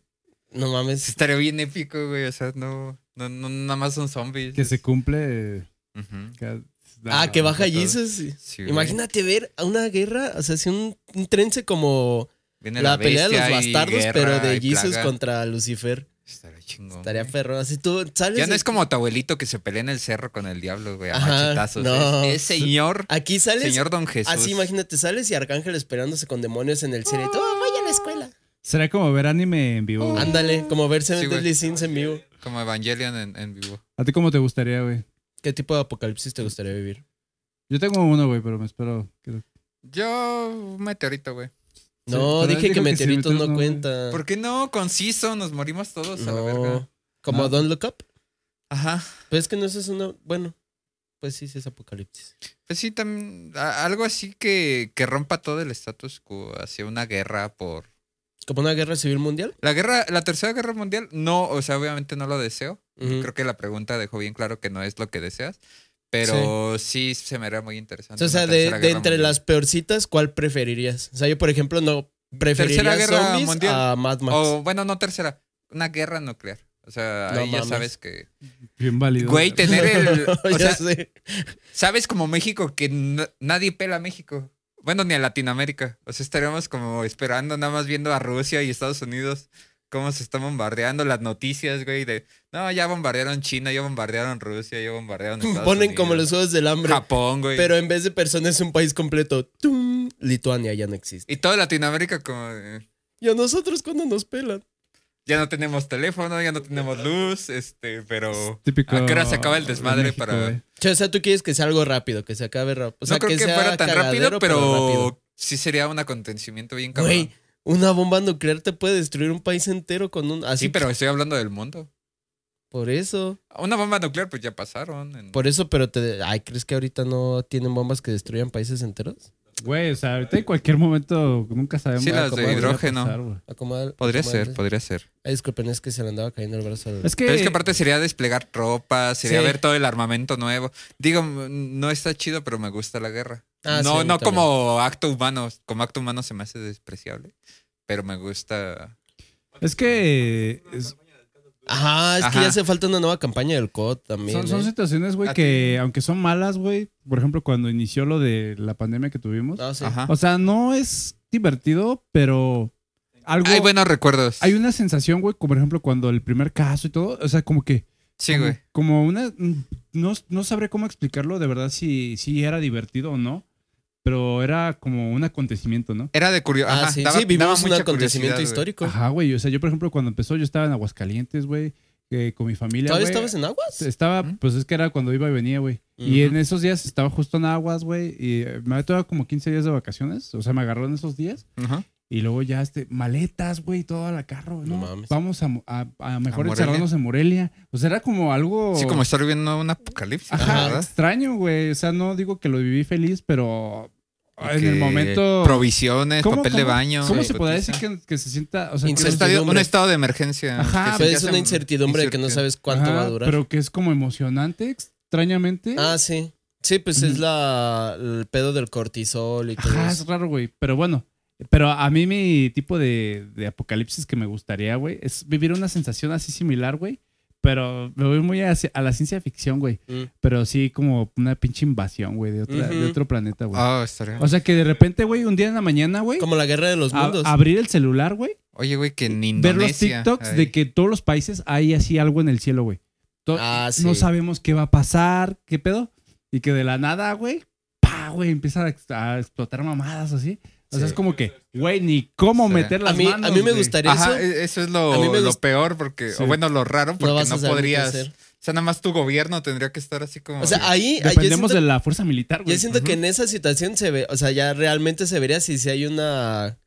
B: No mames.
A: Sí Estaría bien épico, güey. O sea, no, no, no nada más son zombies.
C: Que se cumple...
A: Ujú.
C: que-
B: Ah, que baja
A: todo.
B: Jesus. sí.
A: Sí, güey.
B: Imagínate ver a una guerra, o sea, si un, un trense como
A: Viene
B: la, pelea de los
A: bestia y
B: bastardos,
A: guerra
B: pero de
A: y
B: Jesus
A: plaga.
B: contra Lucifer.
A: Estaría chingón.
B: Estaría
A: güey.
B: perro. Así tú sales.
A: Ya no
B: de-
A: es como tu abuelito que se pelea en el cerro con el diablo, güey, a
B: Ajá,
A: machetazos.
B: no.
A: Es, es señor,
B: Aquí sales.
A: señor don Jesús.
B: así imagínate, sales y Arcángel esperándose con demonios en el cine. y tú, "Oh, voy a la escuela.
C: Será como ver anime en
B: Ah,
C: vivo. güey.
B: Ándale, como ver Seven
A: Oh. Sí, güey.
B: Deadly Sins en vivo.
A: Como Evangelion en, en vivo.
C: ¿A ti cómo te gustaría, güey?
B: ¿Qué tipo de apocalipsis te gustaría vivir?
C: Yo tengo uno, güey, pero me espero... que-
A: Yo, un meteorito, güey.
C: Sí,
B: no,
C: pero
B: dije
C: dijo
B: que
C: que si
B: meteoritos
C: meteoritos
B: no
C: no-
B: cuenta.
A: ¿Por qué no? Conciso, nos morimos todos a la verga.
B: Ah.
A: Ah.
B: No. Como
C: No.
B: Don't Look Up.
A: Ajá.
B: Pues es que no, eso es una. Bueno, pues sí, sí es apocalipsis.
A: Pues sí, también a- algo así que, que rompa todo el status quo hacia una guerra por...
B: Como una guerra civil mundial.
A: La guerra, la tercera guerra mundial, no, o sea, obviamente no lo deseo.
B: Ujú.
A: Creo que la pregunta dejó bien claro que no es lo que deseas, pero sí, se me haría muy interesante.
B: O sea,
A: una
B: de,
A: tercera
B: de
A: guerra
B: entre
A: mundial.
B: las peorcitas, ¿cuál preferirías? O sea, yo, por ejemplo, no preferiría
A: Tercera Guerra
B: zombies
A: Mundial.
B: a Mad Max.
A: O bueno, no tercera, una guerra nuclear. O sea,
B: No
A: ahí ya
B: mames.
A: sabes que...
C: Bien válido.
A: Güey, tener el...
B: Ya
A: O sea,
B: sé.
A: sabes como México que n- nadie pela a México. Bueno, ni a Latinoamérica. O sea, estaríamos como esperando, nada más viendo a Rusia y Estados Unidos cómo se están bombardeando las noticias, güey, de no, ya bombardearon China, ya bombardearon Rusia, ya bombardearon Estados
B: Ponen como los
A: Unidos,
B: juegos del hambre.
A: Japón, güey.
B: Pero en vez de personas es un país completo. ¡Tum! Lituania ya no existe.
A: Y toda Latinoamérica como eh,
B: ¿Y a nosotros cuándo nos pelan?
A: ya no tenemos teléfono, ya no tenemos luz, este, pero
C: Típico...
A: ¿A qué hora se acaba el desmadre
C: de México,
A: para-
C: güey.
B: O sea, tú quieres que sea algo rápido, que se acabe rápido. O sea,
A: no creo que,
B: sea
A: fuera tan
B: cagadero,
A: rápido, pero,
B: rápido.
A: sí sería un acontecimiento bien cabrón.
B: Güey, una bomba nuclear te puede destruir un país entero con un. Así,
A: sí, pero estoy hablando del mundo.
B: Por eso.
A: Una bomba nuclear pues ya pasaron en-
B: Por eso, pero te. Ay, ¿crees que ahorita no tienen bombas que destruyan países enteros?
C: Güey, o sea, ahorita en cualquier momento nunca sabemos.
A: Sí,
C: nada
B: las de
C: cómo va a
A: hidrógeno.
C: pasar, güey.
B: Acomoda-
A: Podría
B: acomoda-
A: ser, podría ser.
B: Ay, disculpen, es que se le andaba cayendo el brazo. al-
C: Es que,
A: Pero es que aparte sería desplegar tropas, sería
B: Sí.
A: ver todo el armamento nuevo. Digo, m- no está chido, pero me gusta la guerra.
B: Ah, sí, a
A: no
B: mí
A: no
B: también.
A: como acto humano, como acto humano se me hace despreciable, pero me gusta.
C: es que es-
B: Ajá, es que
A: Ajá.
B: ya hace falta una nueva campaña del COD también.
C: son, son
B: ¿eh?
C: situaciones, güey,
A: Ah,
C: que aunque son malas, güey, por ejemplo, cuando inició lo de la pandemia que tuvimos,
B: No, Ah, sí.
A: Ajá.
C: o sea, no es divertido, pero algo...
A: Hay buenos recuerdos.
C: Hay una sensación, güey, como por ejemplo cuando el primer caso y todo, o sea, como que...
A: Sí,
C: como-
A: güey.
C: Como una... mm, No, no sabré cómo explicarlo de verdad si, si era divertido o no, pero era como un acontecimiento, ¿no?
A: Era de curioso.
B: Ah, sí, sí, vivimos un acontecimiento histórico.
C: Ajá, güey. O sea, yo, por ejemplo, cuando empezó, yo estaba en Aguascalientes, güey, eh, con mi familia.
B: ¿Todavía
C: güey.
B: estabas en aguas?
C: Estaba,
A: ¿Mm?
C: pues es que era cuando iba y venía, güey. Y
B: Ujú.
C: en esos días estaba justo en Aguas, güey. Y eh, me había tomado como 15 días de vacaciones. O sea, me agarró en esos días. Y luego ya, este, maletas, güey, todo al carro,
B: No
C: ¿no?
B: mames.
C: Vamos a, mo- a, a mejor
A: ¿A Morelia?
C: encerrarnos en Morelia. O sea, era como algo.
A: Sí, como estar viviendo un apocalipsis,
C: Ajá,
A: ¿verdad?
C: extraño, güey. O sea, no digo que lo viví feliz, pero Ah, en el
A: Que
C: momento.
A: Provisiones,
C: ¿Cómo-
A: papel de
C: cómo-
A: baño.
C: ¿Cómo
A: sí,
C: se podría
A: putiza.
C: decir que, que se sienta? O sea, que-
A: Un estadio- un
B: Incertidumbre.
A: estado de emergencia.
C: Ajá, pues,
A: que
C: pero
A: sí,
B: Pero
A: ya
B: es
A: se-
B: una incertidumbre de que no
A: incertidumbre.
B: sabes cuánto
C: Ajá,
B: va a durar.
C: Pero que es como emocionante, extrañamente.
B: Ah, sí. Sí, pues es
C: Ujú.
B: la, el pedo del cortisol y todo
C: Ajá,
B: eso.
C: es raro, güey. Pero bueno. Pero a mí mi tipo de, de apocalipsis que me gustaría, güey, es vivir una sensación así similar, güey. Pero me voy muy hacia- a la ciencia ficción, güey.
B: Mm.
C: Pero sí como una pinche invasión, güey, de, otra-
B: Ujú.
C: de otro planeta, güey.
A: Ah, estaría-
C: O sea que de repente, güey, un día en la mañana, güey,
B: Como la guerra de los
C: a-
B: mundos.
C: abrir el celular, güey,
A: Oye, güey, que en
C: ver los
A: Indonesia.
C: TikToks
A: ay,
C: de que todos los países hay así algo en el cielo, güey. To- eh,
B: Ah,
C: No
B: sí.
C: sabemos qué va a pasar, qué pedo. Y que de la nada, güey, pa, güey, empieza a, ex- a explotar mamadas así. O sea,
B: Sí.
C: es como que, güey, ni cómo
A: Sí.
C: meter las
B: A mí- a
C: manos.
B: mí me
C: güey.
B: gustaría eso.
A: Ajá, e- eso es
B: A mí
A: lo,
B: me
A: lo
B: gust-
A: peor, porque,
C: Sí.
A: o bueno, lo raro, porque
B: vas a
A: no,
B: saber qué
A: podrías.
B: hacer.
A: O sea, nada más tu gobierno tendría que estar así como.
B: O sea, ahí, ahí yo
C: Dependemos
B: siento,
C: de la fuerza militar, güey.
B: yo siento que en esa situación se ve, o sea, ya realmente se vería si, si hay una,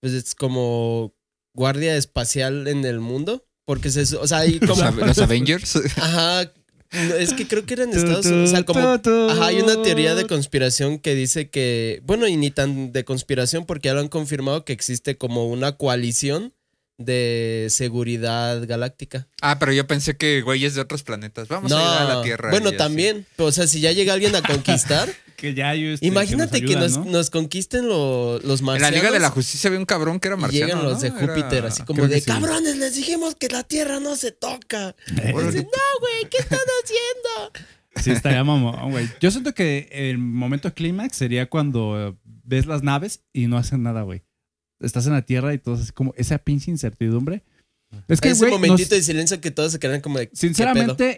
B: pues es como guardia espacial en el mundo, porque se, o sea, hay
A: los,
B: como,
A: Ave- los Avengers.
B: ajá, no, es que creo que era en
C: Tu,
B: Estados
C: tu,
B: Unidos, o sea, como
C: tu, tu.
B: Ajá, hay una teoría de conspiración que dice que, bueno, y ni tan de conspiración porque ya lo han confirmado que existe como una coalición de seguridad galáctica.
A: ah, pero yo pensé que güeyes de otros planetas. Vamos a ir a la Tierra. y
B: Bueno,
A: así.
B: también, pero, o sea, si ya llega alguien a conquistar,
C: Que ya hay, este,
B: imagínate que,
C: ayudan,
B: nos,
C: ¿no?
B: nos conquisten lo- los
A: En
B: marcianos.
A: la Liga de la Justicia había un cabrón que era
B: y
A: marciano.
B: llegan los de
A: ¿no?
B: Júpiter,
A: Era-
B: así como
C: creo que
B: de
C: sí.
B: cabrones, les dijimos que la Tierra no se toca.
C: Eh,
B: Y
A: Órale.
B: dicen, no, güey, ¿qué están haciendo?
C: Sí, estaría mamón, güey. Yo siento que el momento clímax sería cuando eh, ves las naves y no hacen nada, güey. Estás en la Tierra y todo es como esa pinche incertidumbre. Es que,
B: Ese
C: Eh, güey, nos-
B: momentito de silencio que todos se quedan como de. ¿qué pedo?
C: sinceramente,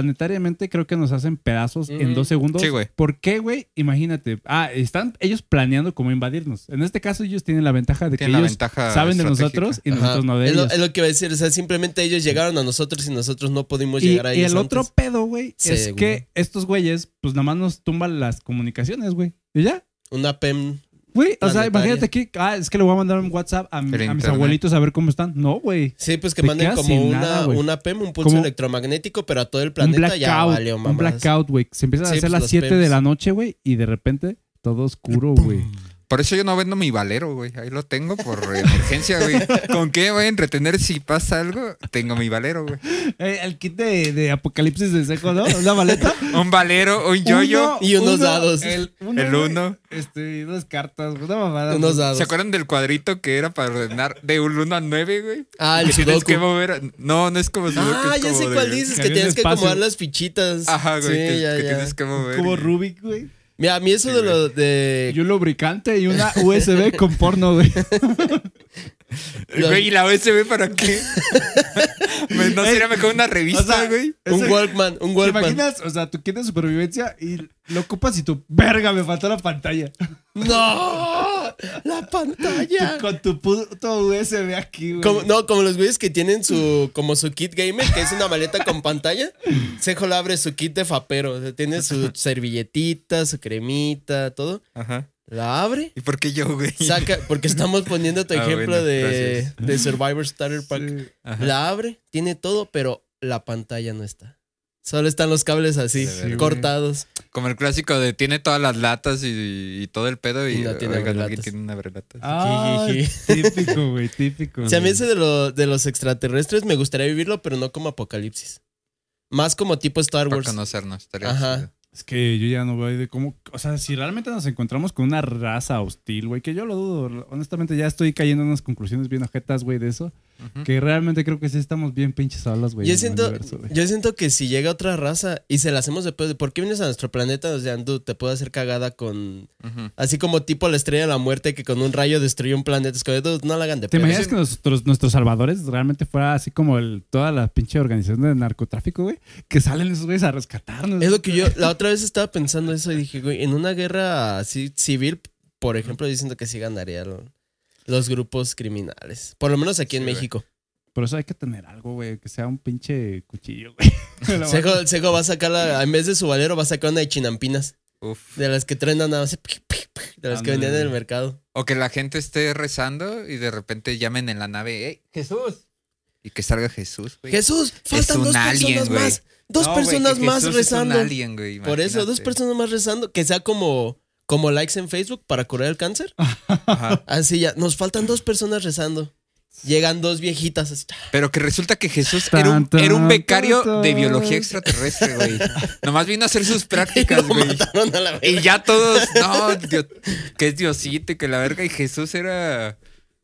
C: interplanetariamente, creo que nos hacen pedazos en
B: Ujú.
C: dos segundos.
A: Sí, güey.
C: ¿Por qué, güey? Imagínate. Ah, están ellos planeando cómo invadirnos. En este caso, ellos tienen la ventaja de que
A: Tiene la
C: ellos
A: ventaja.
C: saben de
A: estratégica.
C: nosotros y
B: Ajá.
C: nosotros no de
B: es, lo,
C: ellos.
B: es lo que iba a decir, o sea, simplemente ellos llegaron a nosotros y nosotros no pudimos
C: Y,
B: llegar a
C: y
B: ellos.
C: el otro
B: antes.
C: pedo, güey, es
B: Seguro.
C: que estos güeyes, pues nada más nos tumban las comunicaciones, güey. ¿Y ya?
B: Una E PEM.
C: Güey, o sea,
B: Planetaria.
C: imagínate aquí, ah, es que le voy a mandar un WhatsApp a, mi-
A: Pero
C: a mis
A: internet.
C: abuelitos a ver cómo están. No, güey.
B: Sí, pues que
C: Te
B: manden
C: quedas
B: como
C: sin
B: una,
C: nada, güey.
B: una PEM, un pulso
C: Como
B: electromagnético, pero a todo el
C: Un
B: planeta ya
C: blackout,
B: valió,
C: un
B: mamadas.
C: blackout, güey. Se empiezan
B: Sí,
C: a hacer
B: pues,
C: las
B: los
C: 7 de
B: pems.
C: la noche, güey, y de repente todo oscuro, güey.
A: Por eso yo no vendo mi valero, güey. Ahí lo tengo por emergencia, güey. ¿Con qué voy a entretener si pasa algo? Tengo mi valero, güey.
C: Eh, el kit de, de apocalipsis de seco, ¿no? Una maleta.
A: Un valero, un yoyo.
C: Uno,
B: Y unos dados.
C: El uno.
A: El
C: güey,
A: uno.
C: Este, unas cartas, una mamada.
B: Unos
C: güey.
B: dados.
A: ¿Se acuerdan del cuadrito que era para ordenar de un 1 a 9, güey?
B: Ah, el
A: Que tienes
B: sudoku.
A: que mover. a- No, no es como sudoku.
B: Ah,
A: es
B: ya
A: como
B: sé
A: de-
B: cuál dices,
C: que
B: que
C: había un
B: tienes que
C: espacio.
B: acomodar las fichitas.
A: Ajá, güey,
B: Sí,
A: que,
B: ya,
A: que
B: ya.
A: tienes que mover.
C: Como
A: y-
C: Rubik, güey.
B: Mira, a mí eso
A: Sí,
B: de
A: güey.
B: lo de...
C: Y un lubricante y una USB con porno, güey.
B: lo-
A: Güey, ¿y la USB para qué? Me- no sería mejor una revista,
C: o sea,
A: güey.
B: Un
C: ese-
B: Walkman, un
C: ¿Te
B: Walkman.
C: imaginas? O sea, tu kit de supervivencia y lo ocupas y tu verga, me faltó la pantalla.
B: ¡No! ¡La pantalla!
C: Tú Con tu puto USB aquí, güey.
B: Como- no, como los güeyes que tienen su como su kit gamer, que es una maleta con pantalla. Sejo le abre su kit de fapero. o sea, tiene su servilletita, su cremita, todo.
A: Ajá.
B: La abre,
A: ¿Y por qué yo, güey?
B: saca, porque estamos poniendo tu
A: Ah,
B: ejemplo
A: bueno,
B: de,
A: gracias.
B: de Survivor Starter Pack.
C: Sí.
A: Ajá.
B: La abre, tiene todo, pero la pantalla no está. Solo están los cables así,
A: Sí, güey.
B: cortados.
A: Como el clásico de tiene todas las latas y, y todo el pedo y,
B: Y no tiene
A: oigan, alguien
B: abrelatas.
A: tiene una abrelata.
C: Ah,
B: Jiji.
C: típico, güey, típico.
B: Si a mí
C: güey.
B: ese de, lo- de los extraterrestres me gustaría vivirlo, pero no como apocalipsis. Más como tipo Star
A: Para
B: Wars.
A: conocernos, estaría
B: Ajá.
A: chido.
C: Es que yo ya no veo de cómo. O sea, si realmente nos encontramos con una raza hostil, güey, que yo lo dudo. Honestamente, ya estoy cayendo en unas conclusiones bien ojetas, güey, de eso.
A: Ujú.
C: Que realmente creo que sí estamos bien pinches alas, güey. en
B: Yo
C: el
B: siento,
C: universo, güey.
B: yo siento que si llega otra raza y se la hacemos después de por qué vienes a nuestro planeta, nos dirán, "Dude, te puedo hacer cagada con.
A: Ujú.
B: Así como tipo la estrella de la muerte que con un rayo destruye un planeta. Es como, "Dude, no la hagan de
C: ¿Te
B: pedo".
C: imaginas que nuestros, nuestros salvadores realmente fuera así como el, toda la pinche organización de narcotráfico, güey? Que salen esos güeyes a rescatarnos.
B: Es lo que yo la otra vez estaba pensando eso y dije, güey, en una guerra así civil, por ejemplo, yo siento que sí ganarían lo- los grupos criminales. Por lo menos aquí
A: Sí,
B: en
A: güey.
B: México.
C: Por eso hay que tener algo, güey, que sea un pinche cuchillo, güey.
B: Seco, Seco va a sacar, la- en vez de su valero, va a sacar una de chinampinas.
A: Uf.
B: De las que traen nada más. De las que
C: Ándale,
B: vendían en el
C: güey.
B: mercado.
A: O que la gente esté rezando y de repente llamen en la nave, ¡Ey, Jesús! Y que salga Jesús, güey.
B: Jesús, faltan
A: un
B: dos
A: alien,
B: personas
A: güey.
B: más. Dos
A: No, güey, que
B: personas más
A: Jesús es un
B: rezando.
A: alien, güey,
B: Por eso, dos
A: imagínate.
B: personas más rezando. Que sea como, como likes en Facebook para curar el cáncer.
A: Ah. Ajá.
B: Así ya, nos faltan dos personas rezando. Llegan dos viejitas así.
A: Pero que resulta que Jesús era un,
C: Tan,
A: era un
C: tan,
A: becario
C: tan, tan.
A: de biología extraterrestre, güey. Nomás vino a hacer sus prácticas,
B: Lo
A: güey.
B: mataron a la
A: Y
B: verga.
A: ya todos, no, Dios- que es Diosito y que la verga. Y Jesús era,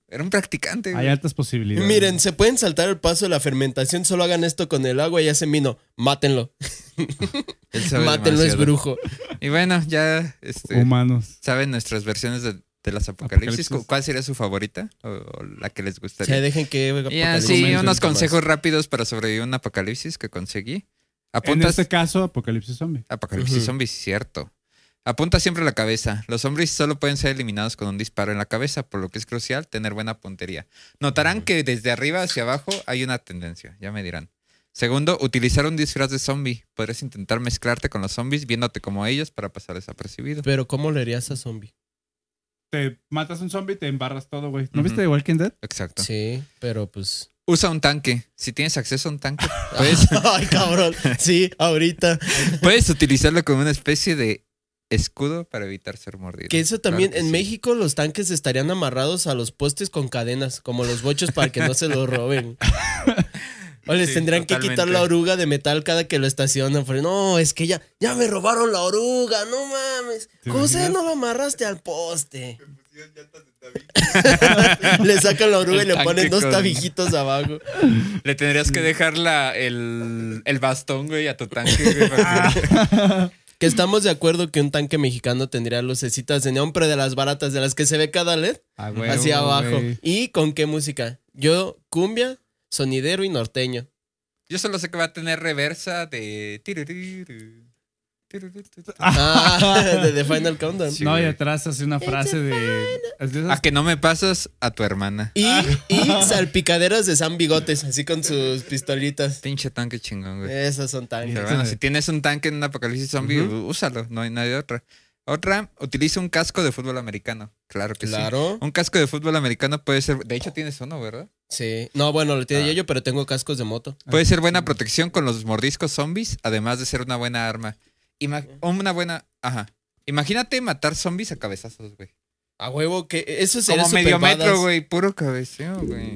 A: era un practicante,
C: Hay
A: güey.
C: altas posibilidades.
B: Este, Miren, se pueden saltar el paso de la fermentación, solo hagan esto con el agua y hacen vino. Mátenlo.
A: Él sabe
B: Mátenlo, es
A: demasiado.
B: brujo.
A: Y bueno, ya este,
C: humanos.
A: saben nuestras versiones de, de las apocalipsis.
C: Apocalipsis.
A: ¿Cuál sería su favorita? O, o la que les
B: O
A: gustaría.
B: sea, dejen que.
A: Y
B: apocalipsis
A: así,
B: comente
A: unos
B: más.
A: consejos rápidos para sobrevivir a un apocalipsis que conseguí.
C: En
A: Apuntas.
C: este caso, Apocalipsis Zombie.
A: Apocalipsis
B: Ujú.
A: zombies, cierto. Apunta siempre a la cabeza. Los zombies solo pueden ser eliminados con un disparo en la cabeza, por lo que es crucial tener buena puntería. Notarán que desde arriba hacia abajo hay una tendencia, ya me dirán. Segundo, utilizar un disfraz de zombie. Podrías intentar mezclarte con los zombies viéndote como ellos para pasar desapercibido.
B: Pero, ¿cómo le harías a zombie?
C: Te matas un zombie y te embarras todo, güey. ¿No
A: Ujú.
C: viste The Walking Dead?
A: Exacto.
B: Sí, pero pues.
A: Usa un tanque. Si tienes acceso a un tanque, puedes,
B: Ay, cabrón. Sí, ahorita.
A: puedes utilizarlo como una especie de escudo para evitar ser mordido.
B: Que eso
A: Claro
B: también,
A: que
B: en
A: sí.
B: México los tanques estarían amarrados a los postes con cadenas, como los bochos para que no se los roben. O les
A: Sí,
B: tendrían que quitar
A: totalmente.
B: la oruga de metal cada que lo estacionan. porque, no, es que ya, ya me robaron la oruga, no mames.
C: ¿Te
B: José,
C: imaginas?
B: no lo amarraste al poste. le sacan la oruga
A: El
B: y le
A: tanque
B: ponen dos
A: con-
B: tabijitos abajo.
A: Le tendrías
B: Mm.
A: que dejar la, el, el bastón, güey, a tu tanque, güey. para
B: Ah.
A: que-
B: Que estamos de acuerdo que un tanque mexicano tendría lucecitas de neón, pero de las baratas, de las que se ve cada LED.
C: Ah,
B: hacia abajo. ¿Y con qué música? Yo, cumbia, sonidero y norteño.
A: Yo solo sé que va a tener reversa de. tiruriru, tiruriru.
B: Ah, de The Final Countdown.
A: Sí,
C: no, y
A: güey.
C: atrás hace una frase de. es de esas-
A: A que no me pasas a tu hermana.
B: Y, y salpicaderas de San Bigotes, así con sus pistolitas.
A: Pinche tanque chingón, güey.
B: Esas son tan.
A: Pero bueno, si tienes un tanque en un apocalipsis zombie,
C: Ujú.
A: úsalo, no hay nadie otra. Otra, utiliza un casco de fútbol americano. Claro que
B: Claro.
A: sí. Un casco de fútbol americano puede ser. De hecho, tienes uno, ¿verdad?
B: Sí. No, bueno, lo
A: Ah.
B: tiene yo, pero tengo cascos de moto.
C: Ah.
A: Puede ser buena protección con los mordiscos zombies, además de ser una buena arma. Ima- una buena. Ajá. Imagínate matar zombies a cabezazos, güey.
B: A huevo, que eso sería
A: Como
B: super
A: medio metro,
B: badass.
A: güey. Puro cabeceo, güey.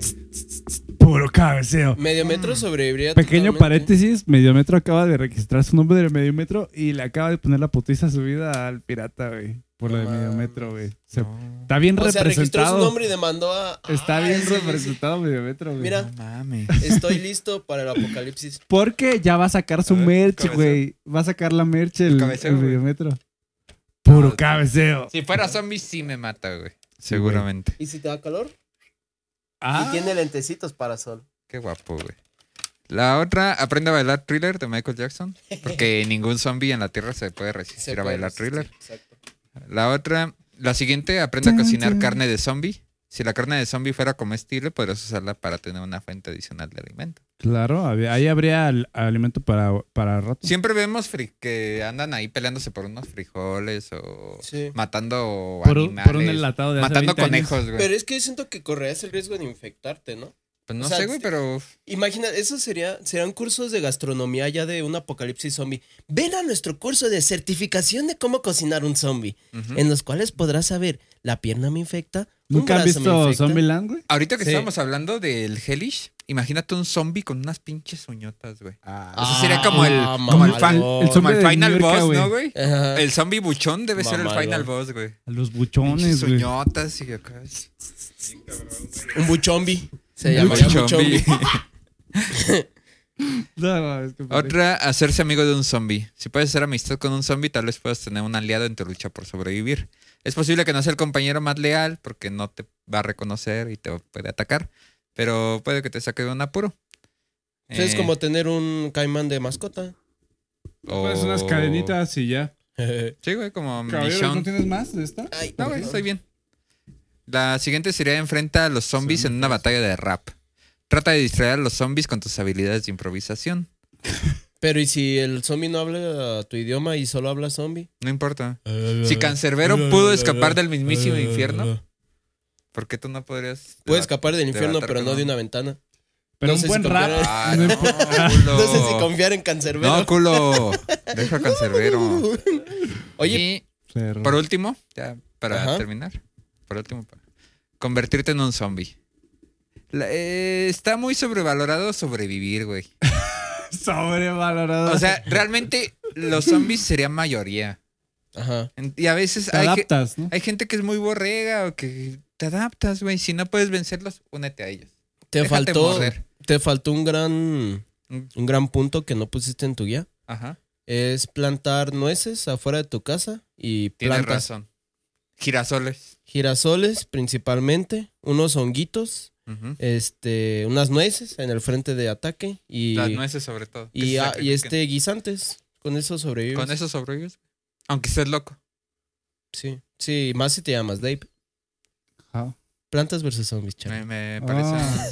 C: Puro cabeceo.
A: Mm.
B: Medio metro sobreviviría.
C: Pequeño
B: totalmente.
C: paréntesis, Mediometro acaba de registrar su nombre de Mediometro y le acaba de poner la putiza subida al pirata, güey. Por lo de
B: No
C: Mediometro, güey. Se-
A: No,
C: Está bien
B: O sea, registró su
C: representado.
B: nombre y demandó a.
C: Está
B: Ah,
C: bien
B: sí, sí, sí.
C: representado Mediometro, güey.
B: Mira.
A: no mames.
B: Estoy listo para el apocalipsis.
C: Porque ya va a sacar su
A: A ver,
C: merch,
A: cabeceo.
C: güey. Va a sacar la merch el,
A: cabeceo,
C: el
A: güey.
C: Mediometro. Puro
A: Ah,
C: cabeceo.
A: Si fuera zombie, sí me mata, güey.
C: Sí, güey.
A: Seguramente.
B: ¿Y si te da calor?
C: Ah,
B: Y tiene lentecitos para sol.
A: Qué guapo, güey. La otra, aprende a bailar thriller de Michael Jackson. Porque ningún zombie en la tierra se puede resistir
B: Se
A: a
B: puede
A: bailar
B: resistir,
A: thriller.
B: Exacto.
A: La otra, la siguiente, aprende a
C: Tan,
A: cocinar
C: tan.
A: carne de zombie. Si la carne de zombie fuera comestible, podrías usarla para tener una fuente adicional de alimento.
C: claro, había- ahí habría al- alimento para, para rato.
A: Siempre vemos fri- que andan ahí peleándose por unos frijoles o
B: Sí.
A: matando
C: Por, un-
A: animales.
C: por un enlatado de hace
A: matando
C: 20 años.
A: conejos, güey.
B: Pero es que yo siento que correrías el riesgo de infectarte, ¿no?
A: Pues no
B: O sea,
A: sé, güey, pero
B: Imagina, eso sería, serán cursos de gastronomía ya de un apocalipsis zombie. Ven a nuestro curso de certificación de cómo cocinar un zombie,
A: ujú.
B: en los cuales podrás saber la pierna me infecta, un
C: ¿Nunca han
B: brazo me
C: visto
B: infecta.
C: Zombieland, güey?
A: ahorita que
B: Sí.
A: estábamos hablando del Hellish, imagínate un zombie con unas pinches uñotas, güey.
C: Ah,
A: Eso sería como el,
B: Ah,
A: como el, fan-
B: mamalón.
A: como
C: el
A: el
C: Zombie de
A: final
C: New York,
A: boss,
C: güey.
A: ¿no, güey?
B: Ajá.
A: El zombie buchón debe ser el
B: Mamalón.
A: final boss, güey.
C: los
A: Pinches
C: buchones, güey.
A: uñotas y acá.
B: Un buchombi. Se
C: Un
B: llama buchombi.
A: Buchombi.
C: No, mames, qué padre.
A: Otra, hacerse amigo de un zombie. Si puedes hacer amistad con un zombie, tal vez puedas tener un aliado en tu lucha por sobrevivir. Es posible que no sea el compañero más leal porque no te va a reconocer y te puede atacar, pero puede que te saque de un apuro.
B: O sea, Es
A: Eh,
B: como tener un caimán de mascota.
A: o-
C: Pones unas cadenitas y ya.
A: Sí, güey, como
C: Caballero,
A: Michonne.
C: ¿no tienes más de esta?
B: Ay,
A: No, güey, estoy bien. La siguiente sería enfrenta a los zombies en una batalla de rap. Trata de distraer a los zombies con tus habilidades de improvisación.
B: Pero ¿y si el zombie no habla tu idioma y solo habla zombie?
A: No importa. Si Cancerbero pudo escapar del mismísimo infierno, ¿por qué tú no podrías?
B: Puede escapar del infierno,
A: Levantar
B: pero no
A: con-
B: de una ventana.
C: Pero
B: No
C: un
B: sé
C: buen
B: si
C: rap.
B: confiar-
A: Ah,
C: No
A: no, culo.
B: No sé si confiar en Cancerbero.
A: No, culo. Deja Cancerbero.
B: Oye,
C: Pero-
A: Y por último, ya para
B: Ajá.
A: terminar, por último, pa- convertirte en un zombie. La- eh, está muy sobrevalorado sobrevivir, güey.
C: Sobrevalorado.
A: O sea, realmente los zombies serían mayoría.
B: ajá.
A: En- Y a veces
C: te
A: hay, ge-
C: adaptas, ¿no?
A: hay gente que es muy borrega o que te adaptas, güey. Si no puedes vencerlos, únete a ellos.
B: Te
A: Déjate
B: faltó,
A: morder.
B: te faltó un gran, un gran punto que no pusiste en tu guía.
A: Mm, Ajá,
B: Es plantar nueces afuera de tu casa y
A: tienes
B: plantas
A: razón. Girasoles.
B: girasoles principalmente, unos honguitos,
A: Ujú.
B: este, unas nueces en el frente de ataque y,
A: Las nueces sobre todo. que
B: y,
A: se
B: ah, y
A: sacrifican.
B: este guisantes. Con eso sobrevives.
A: Con eso sobrevives. Aunque estés loco.
B: Sí, sí, más si te llamas Dave.
C: Ajá.
B: Plantas versus zombies, chaval.
A: Me, me parece.
C: Ah.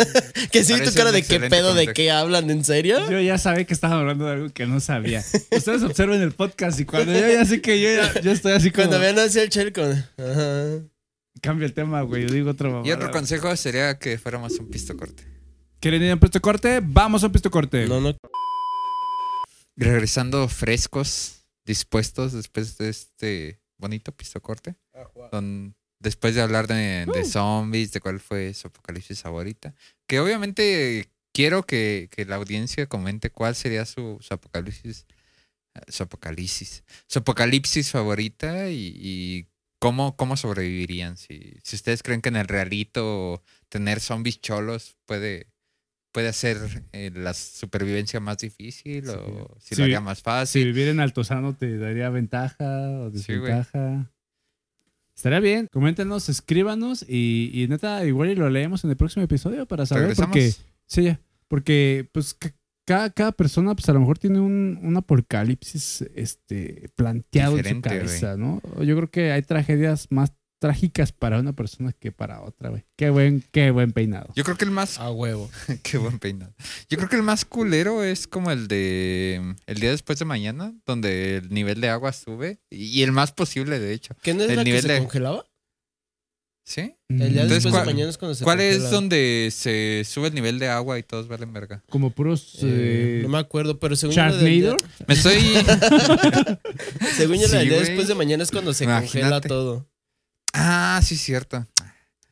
B: Que sí, tu
A: Parece
B: cara
A: un
B: de qué
A: excelente
B: pedo, de
A: consejo.
B: qué hablan, ¿en serio?
C: Pues Yo ya sabía que estaba hablando de algo que no sabía. Ustedes observen el podcast y cuando yo ya sé que yo, ya- yo estoy así como...
B: Cuando vean así el chel con. Ajá.
C: Cambia el tema, güey. Yo digo otra mamada.
A: Y otro consejo sería que fuéramos un pisto corte.
C: ¿Quieren ir a un puesto corte? Vamos a un puesto corte.
B: No, no.
A: Regresando frescos, dispuestos después de este bonito pisto corte. Don- después de hablar de, de zombies, de cuál fue su apocalipsis favorita. Que obviamente quiero que, que la audiencia comente cuál sería su, su apocalipsis. Su apocalipsis. Su apocalipsis favorita y, y cómo, cómo sobrevivirían. Si, si ustedes creen que en el realito tener zombies cholos puede, puede hacer eh, la supervivencia más difícil o si
C: Sí.
A: lo haría más
C: Si
A: fácil.
C: vivir en Altozano te daría ventaja o
A: Sí, güey.
C: desventaja. Estaría bien. Coméntenos, escríbanos y, y neta, igual y lo leemos en el próximo episodio para saber por
A: Regresamos.
C: qué. Sí, ya. Porque, pues, ca- cada, cada persona, pues, a lo mejor tiene un, un apocalipsis este, planteado
A: Diferente,
C: en su cabeza, ¿no? Yo creo que hay tragedias más trágicas para una persona que para otra, güey. Qué buen, qué buen peinado.
A: Yo creo que el más
C: Ah,
B: A huevo.
A: Qué buen peinado. Yo creo que el más culero es como el de el día después de mañana, donde el nivel de agua sube y y el más posible, de hecho.
B: ¿Qué no es
A: El
B: la que
A: nivel
B: se
A: de-
B: congelaba?
A: ¿Sí?
B: El
C: Mm.
B: día
A: Entonces,
B: después
A: ¿cuál-
B: de mañana es cuando se
A: ¿Cuál es
B: congela.
A: donde se sube el nivel de agua y todos valen verga?
C: Como puros...
B: Eh,
C: eh,
B: no me acuerdo, pero según yo, la del día,
C: Sharknado.
A: Me estoy.
B: según yo la del
A: Sí,
B: día
A: güey.
B: después de mañana es cuando se congela
A: Imagínate.
B: todo.
A: Ah, sí, cierto.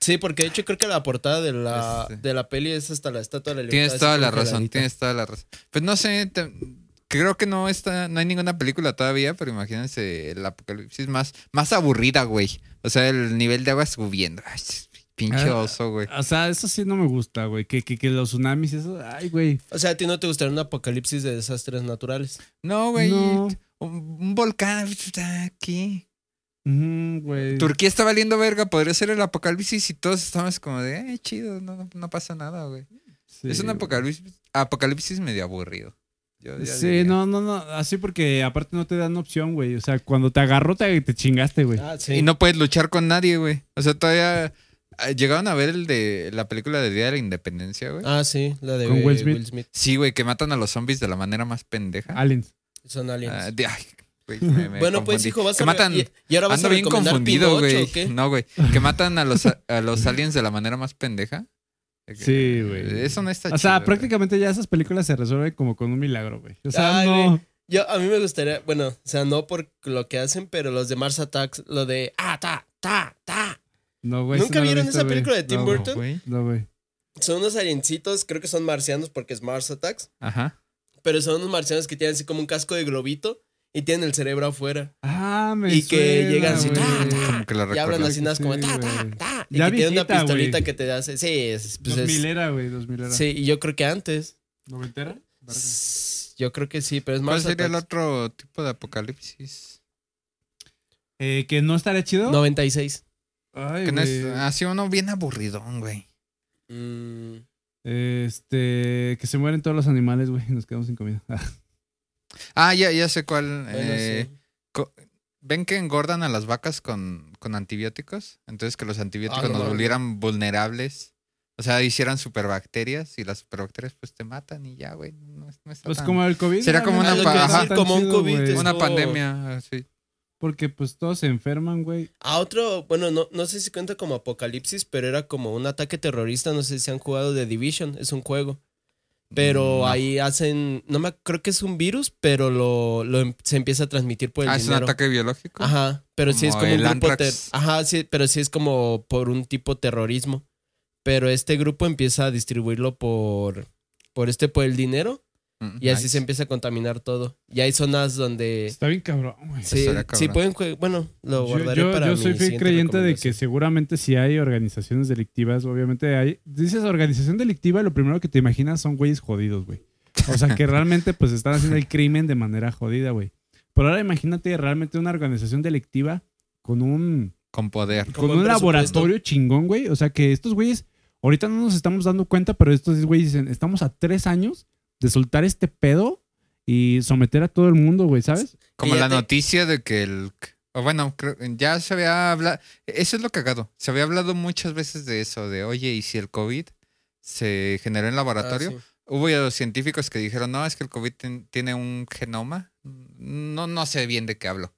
B: Sí, porque de hecho creo que la portada de la,
A: Este.
B: de la peli es hasta la estatua de la libertad.
A: Tienes
B: así
A: toda la
B: congeladita.
A: razón, tienes toda la razón. Pues no sé, te- creo que no está, no hay ninguna película todavía, pero imagínense el apocalipsis más, más aburrida, güey. O sea, el nivel de agua subiendo. Ay, pinche
C: Ah.
A: oso, güey.
C: O sea, eso sí no me gusta, güey. Que, que, que los tsunamis, eso. Ay, güey.
B: O sea, a ti no te gustaría un apocalipsis de desastres naturales.
A: No, güey.
C: No.
A: Un, un volcán está aquí.
C: Ujú, Mm, güey.
A: Turquía está valiendo verga, podría ser el apocalipsis y todos estamos como de, ay, chido, no, no- no pasa nada, güey.
C: Sí,
A: es un
C: güey.
A: apocalipsis, apocalipsis medio aburrido. Yo ya
C: Sí,
A: diría.
C: no, no, no. Así porque aparte no te dan opción, güey. O sea, cuando te agarró, te, te chingaste, güey.
B: Ah, sí.
A: Y no puedes luchar con nadie, güey. O sea, todavía eh, llegaron a ver el de la película de Día de la Independencia, güey.
B: Ah, sí, la de
C: Con
B: eh,
C: Will Smith.
A: Sí, güey, que matan a los zombies de la manera más pendeja.
C: Aliens.
B: Son Ah, aliens.
A: Ah, de- ay, güey, me- me
B: bueno, pues,
A: confundí.
B: hijo, vas
A: que
B: a.
A: matan,
B: y, y ahora vas
A: Ando
B: a
A: bien
B: recomendar
A: confundido,
B: Pinocho,
A: güey.
B: ¿o qué?
A: No, güey. Que matan a los, a los aliens de la manera más pendeja. Eh,
C: Sí, güey.
A: Eso no está
C: O sea,
A: chido, güey.
C: prácticamente ya esas películas se resuelven como con un milagro, güey. O sea,
B: Ay,
C: no.
B: güey. Yo, a mí me gustaría, bueno, o sea, no por lo que hacen, pero los de Mars Attacks, lo de ah, ta, ta, ta.
C: No, güey.
B: ¿Nunca
C: eso no lo he
B: vieron
C: visto,
B: esa
C: güey.
B: película de Tim
C: No, güey.
B: Burton?
A: Güey.
C: No, güey.
B: Son unos aliencitos, creo que son marcianos porque es Mars Attacks,
A: Ajá.
B: pero son unos marcianos que tienen así como un casco de globito y tienen el cerebro afuera.
C: Ah, me
B: Y que
C: suena,
B: llegan así,
C: güey.
B: ta, ta.
A: Como que la
B: y hablan
A: recuerdo.
B: así nada más como
C: Sí,
B: ta, ta,
C: güey.
B: ta. Y
C: Ya
B: que tienen una
C: viejita,
B: pistolita
C: güey.
B: que te hace. Sí, es- pues
C: Dos
B: es.
C: milera, güey, dos milera.
B: Sí, y yo creo que antes.
C: ¿Noventera?
B: S- Yo creo que sí, pero es
A: ¿Cuál
B: Mars
A: sería el
B: Attacks.
A: otro tipo de apocalipsis?
C: Eh, que no estaría chido.
B: 96.
C: Ay,
A: Que no es,
B: ah.
C: güey.
A: así uno bien aburridón, güey.
B: Mm,
C: Este, que se mueren todos los animales, güey, y nos quedamos sin comida.
A: Ah, ya, ya sé cuál.
B: bueno,
A: eh,
B: sí.
A: co- ¿Ven que engordan a las vacas con, con antibióticos? Entonces que los antibióticos
B: Ah, no
A: nos
B: mames.
A: volvieran vulnerables. O sea, hicieran superbacterias y las superbacterias pues te matan y ya, güey. No, es- no está
C: Pues
A: tan-
C: como el COVID.
A: Sería
C: güey,
A: como
C: no
A: una
C: está
A: pa-
C: tan
A: ajá.
B: como un
C: chido,
B: COVID,
C: güey.
B: es-
A: una
B: estuvo-
A: pandemia, así.
C: Porque pues todos se enferman, güey.
B: A otro, bueno, no, no sé si cuenta como apocalipsis, pero era como un ataque terrorista. No sé si han jugado The Division, es un juego. Pero
A: Mm, No.
B: ahí hacen, no me ac- creo que es un virus, pero lo, lo em- se empieza a transmitir por el
A: Ah, es un
B: dinero.
A: ataque biológico.
B: Ajá, pero sí es
A: Como
B: como un
A: el
B: grupo ter-
A: Anthrax.
B: Ajá, sí, pero sí es como por un tipo terrorismo. Pero este grupo empieza a distribuirlo por por este por el dinero
A: Mm,
B: y así
A: nice.
B: se empieza a contaminar todo. Y hay zonas donde
C: Está bien cabrón, güey.
B: sí,
A: estaría cabrón.
B: sí pueden jue- bueno, lo
C: Yo,
B: guardaré
C: yo-
B: para
C: yo
B: mi
C: soy fiel
B: siguiente
C: creyente de que
B: recomendación.
C: seguramente si hay organizaciones delictivas, obviamente hay... Dices organización delictiva, lo primero que te imaginas son güeyes jodidos, güey. O sea, que realmente pues están haciendo el crimen de manera jodida, güey. Pero ahora imagínate realmente una organización delictiva con un...
A: Con poder.
B: Con
C: con
B: buen
C: un
B: presupuesto.
C: laboratorio chingón, güey. O sea que estos güeyes, ahorita no nos estamos dando cuenta, pero estos güeyes dicen, estamos a tres años de soltar este pedo y someter a todo el mundo, güey, ¿sabes?
A: Como la
B: Fíjate.
A: noticia de que el. o bueno, creo- ya se había hablado. Eso es lo cagado. Se había hablado muchas veces de eso, de oye, ¿y si el COVID se generó en
B: Ah,
A: laboratorio?
B: sí.
A: Hubo ya científicos que dijeron, no, es que el COVID ten- tiene un genoma. No, no sé bien de qué hablo.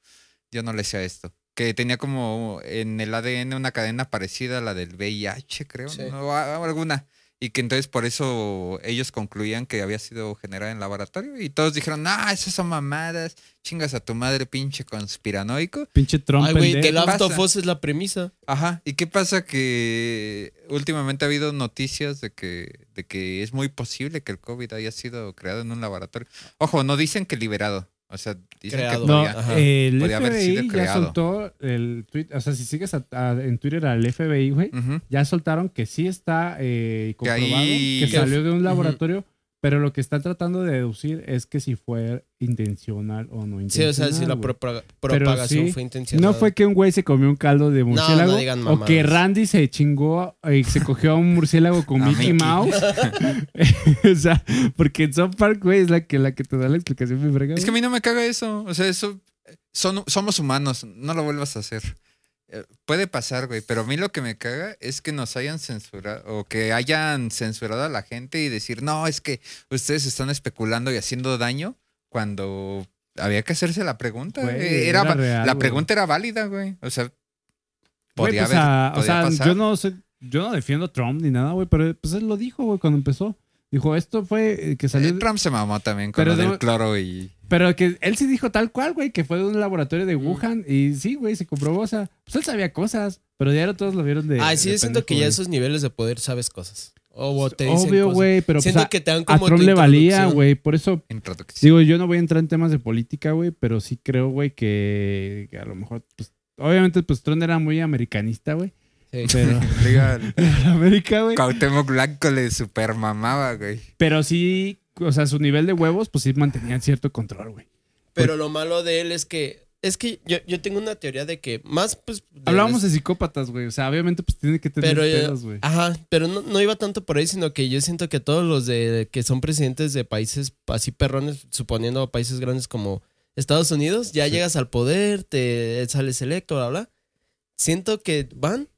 A: Yo no le sé a esto. Que tenía como en el ADN una cadena parecida a la del VIH, creo,
B: Sí.
A: ¿no? o a- o alguna. Y que entonces por eso ellos concluían que había sido generada en laboratorio. Y todos dijeron, ah, esas son mamadas. Chingas a tu madre, pinche conspiranoico.
C: Pinche Trump.
B: Ay, güey,
C: pendejo.
B: que Last
A: pasa?
B: of Us es la premisa.
A: Ajá. ¿Y qué pasa? Que últimamente ha habido noticias de que, de que es muy posible que el COVID haya sido creado en un laboratorio. Ojo, no dicen que liberado. O sea, dicen
B: Creado.
A: que
C: No,
A: podía.
B: Ajá.
C: el
A: Podía haber sido
C: FBI ya
A: creado.
C: soltó el tweet. O sea, si sigues a- a- en Twitter al FBI, güey,
A: Ujú.
C: ya soltaron que sí está
A: Mm.
C: eh,
A: Que
C: comprobado, que,
A: ahí- que-
C: salió de un
B: Ujú.
C: laboratorio, pero lo que están tratando de deducir es que si fue intencional o no intencional.
B: Sí, o sea, si la
C: güey.
B: propaga- propagación
C: sí,
B: fue intencional.
C: No fue que un güey se comió un caldo de murciélago
B: no digan
C: o que
B: mamadas.
C: Randy se chingó y se cogió a un murciélago con
A: A
C: Mickey
A: Mickey.
C: Mouse. o sea, porque en South Park, güey, es la que, la que te da la explicación, mi verga.
A: Es que a mí no me caga eso. O sea, eso. Son, somos humanos. No lo vuelvas a hacer. Eh, Puede pasar, güey, pero a mí lo que me caga es que nos hayan censurado o que hayan censurado a la gente y decir, no, es que ustedes están especulando y haciendo daño cuando había que hacerse la pregunta.
C: Güey,
A: eh, era,
C: era
A: va-
C: real,
A: la
C: güey.
A: pregunta era válida, güey. O sea,
C: Güey,
A: podía
C: pues,
A: haber.
C: a- o
A: podía
C: sea,
A: pasar.
C: yo no sé, yo no defiendo a Trump ni nada, güey, pero pues él lo dijo, güey, cuando empezó. Dijo, esto fue eh, que
A: Eh,
C: salió.
A: Trump se mamó también con
C: Pero
A: lo del
C: debo-
A: cloro y.
C: Pero que él sí dijo tal cual, güey, que fue de un laboratorio de
B: Mm.
C: Wuhan. Y sí, güey, se comprobó. O sea, pues él sabía cosas, pero ya todos lo vieron de.
B: Ah, sí,
C: de
B: yo siento
C: pendejo,
B: que ya
C: güey.
B: esos niveles de poder sabes cosas. O te dicen
C: Obvio,
B: cosas.
C: güey, pero pues,
B: siento
C: a,
B: que te dan
C: a
B: como
C: Trump
B: tu
C: le valía,
B: introducción.
C: güey. Por eso,
A: Introducción.
C: digo, yo no voy a entrar en temas de política, güey, pero sí creo, güey, que, que a lo mejor, pues, obviamente, pues Trump era muy americanista, güey.
B: Sí.
C: Pero.
A: Digan,
C: América, güey.
A: Cuauhtémoc Blanco le supermamaba, güey.
C: Pero sí, o sea, su nivel de huevos, pues sí mantenían cierto control, güey. pues
B: Pero lo malo de él es que. Es que yo, yo tengo una teoría de que más, pues. de
C: Hablábamos
B: las-
C: de psicópatas, güey. O sea, obviamente, pues tiene que tener
B: Pero, eh,
C: pedos, güey.
B: Ajá, pero no, no iba tanto por ahí, sino que yo siento que todos los de que son presidentes de países así perrones, suponiendo países grandes como Estados Unidos, ya llegas al poder, te sales electo, bla, bla. Siento que van,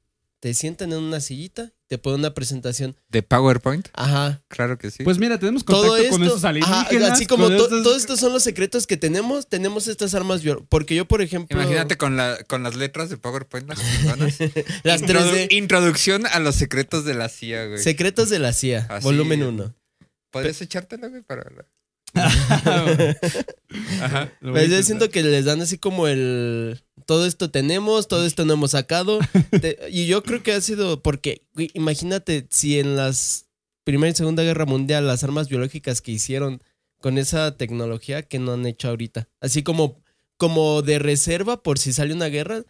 B: te sientan en una sillita, te ponen una presentación.
A: ¿De PowerPoint?
B: Ajá.
A: Claro que sí.
C: Pues mira, tenemos contacto
B: Todo esto,
C: con esos
B: ajá,
C: alienígenas.
B: así como
C: con
B: to-
C: estos-
B: todos estos son los secretos que tenemos, tenemos estas armas bio- Porque yo, por ejemplo,
A: Imagínate con, la, con las letras de PowerPoint, las chingonas.
B: las
A: Introdu-
B: 3D,
A: Introducción a los secretos de la CIA, güey.
B: secretos de la CIA,
A: Así,
B: volumen 1.
A: ¿Podrías echártela, güey? Para... Ajá.
C: Lo voy a
B: Pues yo
C: intentar.
B: siento que les dan así como el. Todo esto tenemos, todo esto no hemos sacado. Te- y yo creo que ha sido porque, güey, imagínate si en las Primera y Segunda Guerra Mundial las armas biológicas que hicieron con esa tecnología que no han hecho ahorita. Así como, como de reserva por si sale una guerra.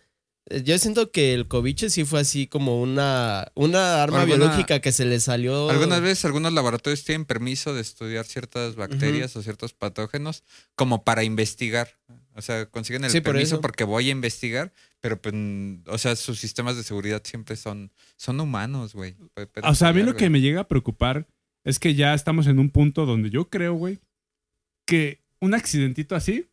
B: Eh, Yo siento que el cobiche sí fue así como una, una arma
A: Alguna-
B: biológica que se le salió.
A: Algunas veces algunos laboratorios tienen permiso de estudiar ciertas bacterias o ciertos patógenos como para investigar. O sea, consiguen el
B: Sí, por
A: permiso
B: eso.
A: porque voy a investigar, pero pues, mm, o sea, sus sistemas de seguridad siempre son, son humanos, güey. Pe- pero
C: O sea, a mí
A: genial,
C: lo que
A: güey.
C: me llega a preocupar es que ya estamos en un punto donde yo creo, güey, que un accidentito así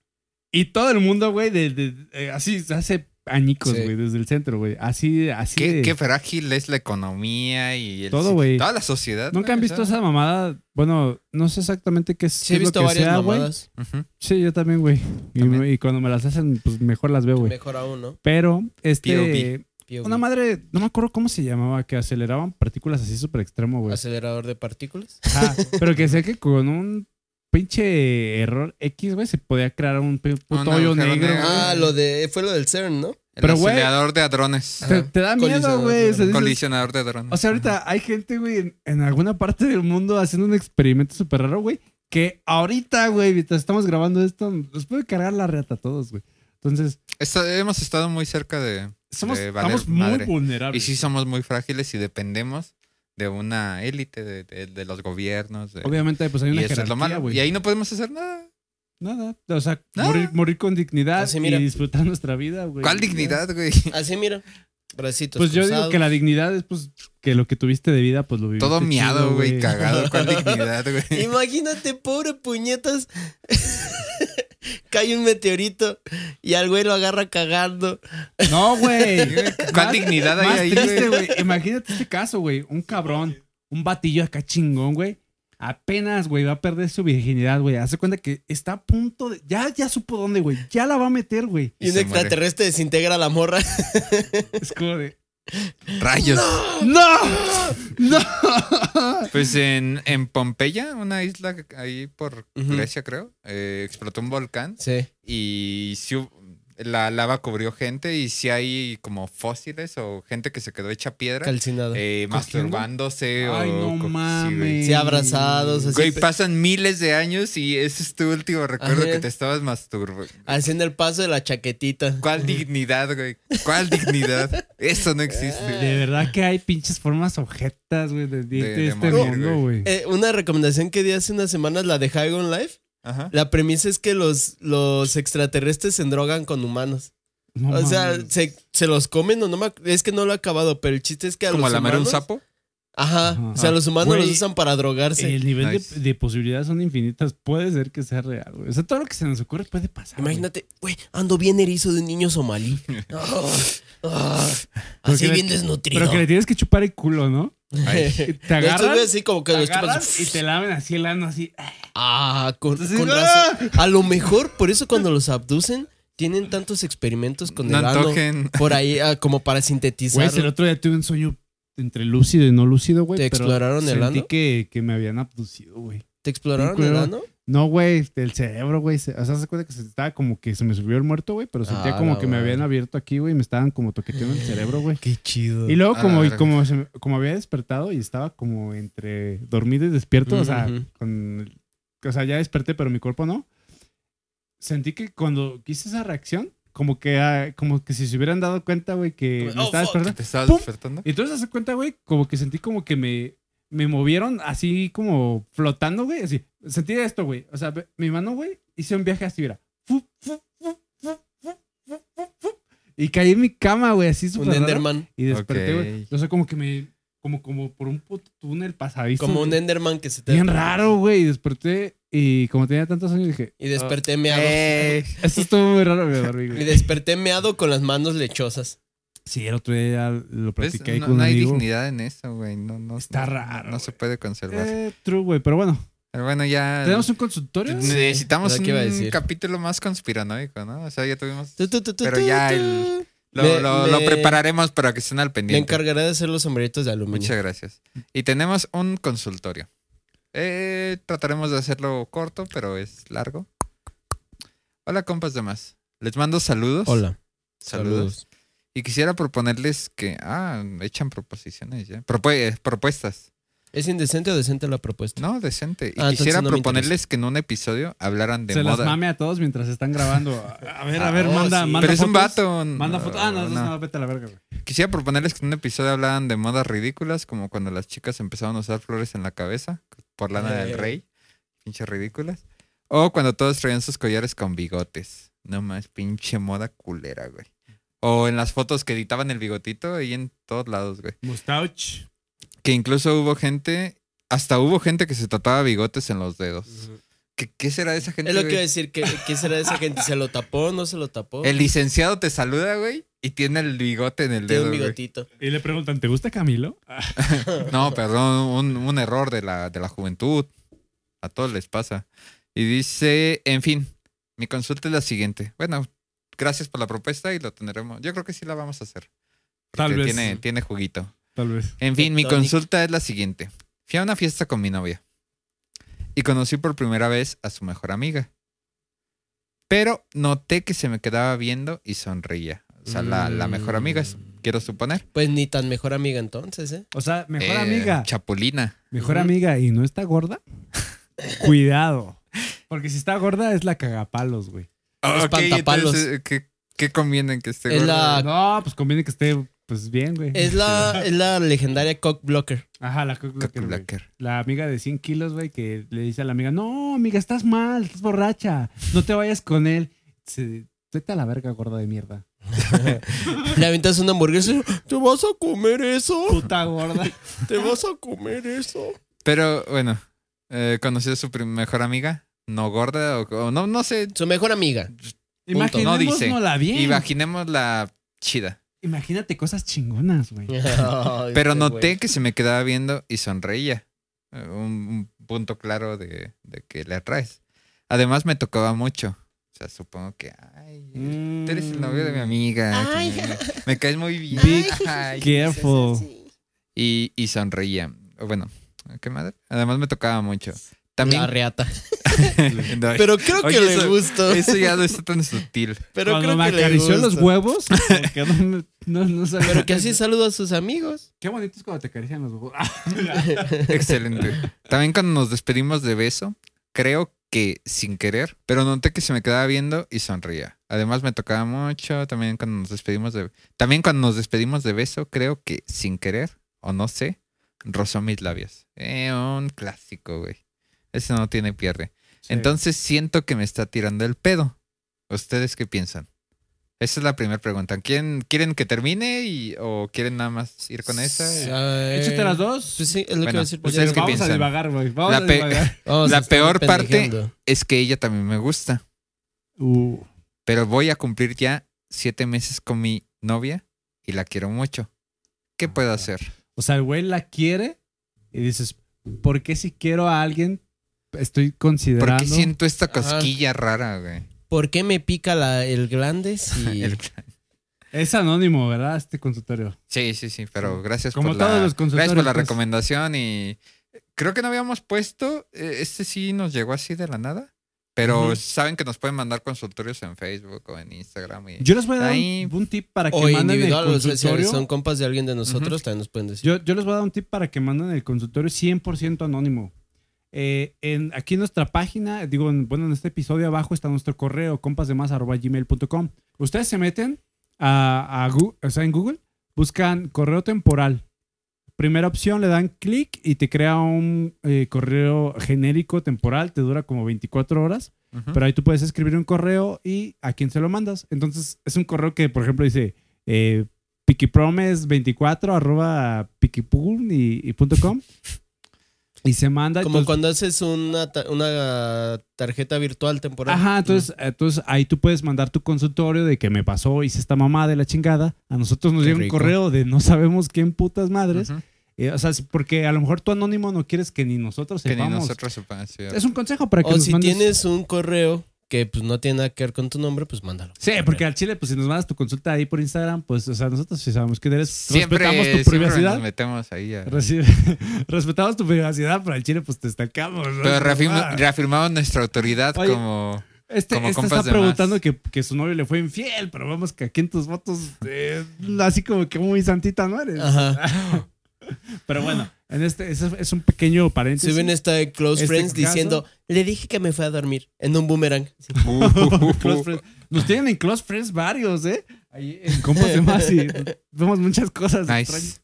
C: y todo el mundo, güey, de, de- eh, así hace añicos,
B: Sí.
C: güey, desde el centro, güey. Así, así.
A: Qué,
C: de-
A: qué frágil es la economía y el-
C: Todo, güey.
A: toda la sociedad.
C: Nunca han
A: güey, o
C: visto
A: sea.
C: esa mamada. Bueno, no sé exactamente qué es
B: Sí, he
C: qué es
B: visto
C: lo que
B: varias
C: sea, güey.
B: mamadas.
A: Ujú.
C: Sí, yo también, güey. Y,
A: También.
C: y cuando me las hacen, pues mejor las veo, güey.
B: Mejor aún, ¿no?
C: Pero, este.
B: POV.
C: Una madre, no me acuerdo cómo se llamaba, que aceleraban partículas así súper extremo, güey.
B: acelerador de partículas.
C: Ajá, pero que sea que con un pinche error X, güey, se podía crear un pe- puto hoyo
A: agujero
C: negro.
A: negro.
C: güey.
B: Ah, lo de. Fue lo del CERN, ¿no?
A: El
C: Pero, güey-
A: acelerador de hadrones.
C: te, te da miedo,
B: Colisionador,
C: güey. O sea, dices-
A: Colisionador de hadrones.
C: o sea, ahorita hay gente, güey, en, en alguna parte del mundo haciendo un experimento súper raro, güey, que ahorita, güey, mientras estamos grabando esto, nos puede cargar la reata a todos, güey. Entonces,
A: Está- hemos estado muy cerca de,
C: somos,
A: De valer
C: estamos muy
A: madre. Y
C: vulnerables.
A: sí somos muy frágiles y dependemos de una élite, de, de- de los gobiernos. de-
C: Obviamente, pues hay
A: y
C: una
A: eso es lo
C: jerarquía,
A: malo.
C: güey.
A: Y ahí no podemos hacer nada.
C: Nada, o sea,
A: Nada.
C: Morir, morir con dignidad
B: Así,
C: y
B: mira.
C: disfrutar nuestra vida, güey.
A: ¿Cuál
C: Ya.
A: dignidad, güey?
B: Así, mira. Bracitos.
C: Pues yo digo
B: cruzados.
C: que la dignidad es, pues, que lo que tuviste de vida, pues lo viviste.
A: Todo
C: chido,
A: miado, güey, cagado. ¿Cuál dignidad, güey?
B: Imagínate, pobre puñetas. Cae un meteorito y al güey lo agarra cagando.
C: No, güey.
A: ¿Cuál
C: Más-
A: dignidad hay
C: Más
A: ahí,
C: triste,
A: güey?
C: güey. Imagínate este caso, güey. Un cabrón, un batillo acá chingón, güey. Apenas, güey, va a perder su virginidad, güey. Hace cuenta que está a punto de. Ya, ya supo dónde, güey. Ya la va a meter, güey.
B: Y,
A: Y
B: un
A: se
B: extraterrestre desintegra a la morra.
C: Es como de.
A: Rayos.
C: ¡No! ¡No!
A: Pues en, en Pompeya, una isla ahí por
B: Ujú.
A: Grecia, creo, eh, explotó un volcán
B: Sí.
A: y sí hub- la lava cubrió gente y si hay como fósiles o gente que se quedó hecha piedra.
B: Calcinado.
A: eh,
C: ¿Cogiendo?
A: masturbándose o
C: Ay, no
A: co- sí, güey.
C: mames.
B: Sí, abrazados, así.
A: Güey, pasan miles de años y ese es tu último recuerdo
B: Ajá.
A: que te estabas masturbando.
B: Haciendo el paso de la chaquetita.
A: ¿Cuál dignidad, güey? ¿Cuál dignidad? Eso no existe.
C: De verdad que hay pinches formas objetas, güey, de, de-
A: De-
C: de
A: de
C: este
A: morir,
C: mundo, güey.
B: Eh, una recomendación que di hace unas semanas, la de High on Life.
A: Ajá.
B: La premisa es que los, los extraterrestres se drogan con humanos.
C: No
B: O sea,
C: mames.
B: se, se los comen o no me ac- Es que no lo he acabado, pero el chiste es que a
A: Como
B: los
A: lamer un
B: humanos.
A: sapo.
B: Ajá.
C: Ajá.
B: O sea, los humanos
C: Güey,
B: los usan para drogarse.
C: El nivel de-
A: Nice.
C: de, posibilidades son infinitas. Puede ser que sea real, güey. O sea, todo lo que se nos ocurre puede pasar. güey.
B: Imagínate, güey, ando bien erizo de un niño somalí. Ah, ah,
C: Pero
B: así
C: que le-
B: bien desnutrido.
C: Pero que le tienes que chupar el culo, ¿no?
A: Ay.
C: Y Te
B: Estos
C: agarran,
B: güeyes así como que
C: te
B: los chupan,
C: agarran y te laven así el ano, así.
B: Ah, con,
C: Entonces,
B: con
C: ¡ah!
B: razón. A lo mejor, por eso cuando los abducen, tienen tantos experimentos con
A: No
B: el ano.
A: antojen.
B: Por ahí, ah, como para
C: Güey,
B: sintetizar.
C: el otro día tuve un sueño entre lúcido y no lúcido, güey.
B: ¿Te
C: pero
B: exploraron el
C: sentí
B: ano?
C: que, que me habían abducido, güey.
B: ¿Te exploraron
C: Un
B: el
C: cuero.
B: ano?
C: No, güey, el cerebro, güey. se- O sea, se acuerda que se estaba como que se me subió el muerto, güey, pero sentía
B: Ah,
C: como
B: la
C: que me
B: madre.
C: habían abierto aquí, güey, y me estaban como toqueteando el cerebro, güey.
B: Qué chido.
C: Y luego
A: A la
C: como, y
A: verga.
C: como, se me- como había despertado y estaba como entre dormido y despierto, o sea,
B: Ujú.
C: con, el- o sea, ya desperté, pero mi cuerpo no. Sentí que cuando hice esa reacción, como que, ah, como que si se hubieran dado cuenta, güey, que
B: Como,
C: me
B: "Oh,
C: estaba
B: fuck".
C: despertando.
A: ¿Te estabas
C: ¡Pum!
A: despertando?
C: Y entonces hace cuenta, güey, como que sentí como que me, me movieron así como flotando, güey, así. Sentí esto, güey. O sea, ve- mi mano, güey, hice un viaje así, mira. Fu, fu, fu, fu, fu, fu, fu, fu. Y caí en mi cama, güey, así súper
B: Un
C: raro.
B: Enderman.
C: Y desperté, güey.
A: Ok.
C: O sea, como que me. Como, como por un puto túnel pasadizo.
B: Como un
C: güey.
B: Enderman que se te.
C: Bien raro, güey. Y desperté. Y como tenía tantos años, dije.
B: Y
C: Ah,
B: desperté meado.
A: Ey.
C: eh. Esto estuvo muy raro, me dormí,
B: Y
C: güey.
B: desperté meado con las manos lechosas.
C: Sí, el otro día lo
A: ¿Ves?
C: platiqué
A: No,
C: con un
A: no hay
C: amigo.
A: dignidad en eso, güey. No, no,
C: Está
A: no-
C: raro,
A: No, se puede conservar.
C: Eh, true, güey, pero bueno.
A: Pero bueno, ya.
C: ¿Tenemos un consultorio?
B: Sí,
A: Necesitamos
B: Pues, ¿verdad
A: un
B: que iba a decir?
A: capítulo más conspiranoico, ¿no? O sea, ya tuvimos.
B: Tu, tu, tu, tu,
A: Pero
B: tu,
A: ya
B: tu.
A: el- Lo,
B: Me-
A: lo- lo
B: me-
A: prepararemos para que estén al
B: Me
A: pendiente.
B: encargaré de hacer los sombreritos de aluminio.
A: Muchas gracias. Y tenemos un consultorio. Eh, trataremos de hacerlo corto, pero es largo. Hola, compas de más. Les mando saludos.
B: Hola.
A: Saludos. Y quisiera proponerles que. Ah, echan proposiciones ya. Propu- eh, propuestas.
B: ¿Es indecente o decente la propuesta?
A: No, decente. Y
B: Ah, entonces
A: quisiera
B: no me
A: proponerles que en un episodio hablaran de
C: Se las
A: moda.
C: mame a todos mientras están grabando. A ver, a
B: Ah,
C: ver,
B: oh,
C: manda,
B: sí.
C: manda
A: Pero es un
C: fotos.
A: vato.
C: Manda
A: no,
C: fotos. Ah, no, no,
A: no.
C: no, vete a la verga, güey.
A: Quisiera proponerles que en un episodio hablaran de modas ridículas, como cuando las chicas empezaron a usar flores en la cabeza por lana
B: Ay.
A: del rey. Pinches ridículas. O cuando todos traían sus collares con bigotes. No más, pinche moda culera, güey. O en las fotos que editaban el bigotito ahí en todos lados, güey.
C: Mustauch.
A: Que incluso hubo gente, hasta hubo gente que se tatuaba bigotes en los dedos. ¿Qué, qué será de esa gente?
B: Es lo que
A: güey?
B: iba a decir. ¿Qué, qué será de esa gente? ¿Se lo tapó? ¿No se lo tapó?
A: El licenciado te saluda, güey, y tiene el bigote en el
B: Tiene
A: dedo.
B: un
A: güey.
B: bigotito.
C: Y le preguntan, ¿te gusta Camilo?
A: No, perdón, un, un error de la, de la juventud. A todos les pasa. Y dice, en fin, mi consulta es la siguiente. Bueno, gracias por la propuesta y lo tendremos. Yo creo que sí la vamos a hacer.
C: Tal
A: Porque
C: vez.
A: Tiene, tiene juguito.
C: Tal vez.
A: En fin, mi
B: Tectónica.
A: consulta es la siguiente. Fui a una fiesta con mi novia y conocí por primera vez a su mejor amiga. Pero noté que se me quedaba viendo y sonreía. O sea, la, la mejor amiga, su-
C: Mm.
A: quiero suponer.
B: Pues ni tan mejor amiga entonces, ¿eh?
C: O sea, mejor
A: Eh,
C: amiga.
A: Chapulina.
C: Mejor
B: Ujú.
C: amiga y no está gorda. Cuidado. Porque si está gorda es la cagapalos, güey.
A: Ah, ok,
B: Espantapalos.
A: entonces, ¿qué, qué conviene que esté
B: Es
A: gordo?
B: la- Ah.
C: No, pues conviene que esté pues bien, güey.
B: Es la, es la legendaria cock blocker.
C: Ajá, la Cock
A: Cock
C: Blocker, güey.
A: blocker.
C: La amiga de 100 kilos, güey, que le dice a la amiga, no, amiga, estás mal, estás borracha, no te vayas con él. Se, Vete a la verga, gorda de mierda.
B: Le aventas una hamburguesa y ¿te vas a comer eso?
C: Puta gorda.
B: ¿Te vas a comer eso?
A: Pero bueno, eh, conocí a su prim- mejor amiga, no gorda, o, o no, no sé.
B: Su mejor amiga.
A: No dice.
C: Imaginémosla bien.
A: Imaginemos la chida.
C: Imagínate cosas chingonas, güey.
B: Ay,
A: Pero
B: este
A: noté
B: güey.
A: que se me quedaba viendo y sonreía. Eh, Un, un punto claro de, de que le atraes. Además, me tocaba mucho. O sea, supongo que. Ay, Mm. tú eres el novio
C: Mm.
A: de mi amiga. que
D: Ay.
A: me, me caes muy bien.
C: Be
A: Ay.
C: Careful.
A: y, y sonreía. O Bueno, qué madre. Además me tocaba mucho.
B: La
A: También.
B: reata.
A: No,
B: Pero creo que
A: Oye,
B: le
A: eso-
B: gustó.
A: Eso ya no está tan sutil.
B: Pero
C: Cuando
B: creo
C: me
B: que le
C: acarició los
B: gustó.
C: huevos, como que no, no, no sabía.
B: Pero que así saluda a sus amigos.
C: Qué bonito es cuando te acarician los huevos.
A: Excelente. También cuando nos despedimos de beso, creo que sin querer, pero noté que se me quedaba viendo y sonreía. Además me tocaba mucho. También cuando nos despedimos de. También cuando nos despedimos de beso, creo que sin querer, o no sé, rozó mis labios. Eh, un clásico, güey. Ese no tiene pierde. Entonces siento que me está tirando el pedo. ¿Ustedes qué piensan? Esa es la primera pregunta. ¿Quién, ¿Quieren que termine y, o quieren nada más ir con esa? eh.
B: Ay.
C: Échate las dos.
B: Pues sí, es lo
A: Bueno,
B: que iba a decir.
A: pues
B: Ya
A: es
B: no
A: que
C: vamos
B: vamos-
A: piensan?
C: a divagar, güey. Vamos
A: La
C: a
A: pe-
C: divagar.
B: vamos a
A: la
B: estar
A: peor parte-
B: pendejando.
A: Es que ella también me gusta,
C: Uh,
A: pero voy a cumplir ya siete meses con mi novia y la quiero mucho. ¿Qué puedo hacer?
C: o sea, el güey la quiere y dices, ¿por qué si quiero a alguien estoy
A: ¿Por
C: considerando?
A: qué siento esta
B: Ajá.
A: cosquilla rara, güey?
B: ¿Por qué me pica la- el glande si
A: El-
C: Es anónimo, ¿verdad? Este consultorio.
A: Sí, sí, sí, pero gracias
C: Como
A: por
C: todos
A: la,
C: los consultorios,
A: gracias por la
C: pues.
A: recomendación y creo que no habíamos puesto, eh, este sí nos llegó así de la nada, pero
C: Ujú.
A: saben que nos pueden mandar consultorios en Facebook o en Instagram y
C: Yo les voy a dar
A: Eh, Ahí-
C: un, un tip para que
B: o
C: manden el
B: individual o sea, si
C: consultorio.
B: son compas de alguien de nosotros, también nos pueden decir.
C: Yo, yo les voy a dar un tip para que manden el consultorio 100% anónimo. Eh, en, aquí en nuestra página, digo, en- bueno, en este episodio abajo está nuestro correo, compasdemas.gmail.com. Ustedes se meten a, a Gu- o sea, en Google, buscan correo temporal. Primera opción, le dan clic y te crea un eh, correo genérico temporal, te dura como 24 horas.
A: Ujú.
C: Pero ahí tú puedes escribir un correo y a quién se lo mandas. Entonces, es un correo que, por ejemplo, dice eh, piquipromes24 arroba piquipugn y, y punto com. Y se manda.
B: Como
C: entonces-
B: cuando haces una, ta- una tarjeta virtual temporal.
C: Ajá, entonces, entonces ahí tú puedes mandar tu consultorio de que me pasó, hice esta mamá de la chingada. A nosotros nos
B: Qué
C: llega un
B: rico.
C: correo de no sabemos quién putas madres.
A: Ujú.
C: Eh, o sea, es porque a lo mejor tú anónimo no quieres que ni nosotros
A: Que ni
C: sepamos.
A: nosotros sepamos. sí.
C: Es un consejo para que
B: O
C: nos
B: si
C: mandes-
B: tienes un correo que pues no tiene nada que ver con tu nombre, pues mándalo.
C: Sí, porque al chile, pues si nos mandas tu consulta ahí por Instagram, pues, o sea, nosotros sí sabemos quién eres.
A: Siempre,
C: respetamos tu
A: siempre
C: privacidad.
A: nos metemos ahí. a-
C: Reci- respetamos tu privacidad, pero al chile, pues te destacamos. ¿no?
A: Pero reafirma-
C: Ah,
A: reafirmamos nuestra autoridad
C: Oye,
A: como...
C: Este,
A: como
C: este
A: compas de
C: está
A: más.
C: preguntando que, que su novio le fue infiel, pero vamos que aquí en tus fotos, eh, así como que muy santita no eres.
B: Ajá.
C: Pero bueno, en este, ese es un pequeño paréntesis.
B: Suben esta de Close
C: Este
B: Friends
C: caso-
B: diciendo, le dije que me fue a dormir en un boomerang. Sí.
A: Uh,
C: Close friends. Nos tienen en Close Friends varios, ¿eh? Ahí en compas de más y vemos muchas cosas
A: uh. Nice.
C: extrañas.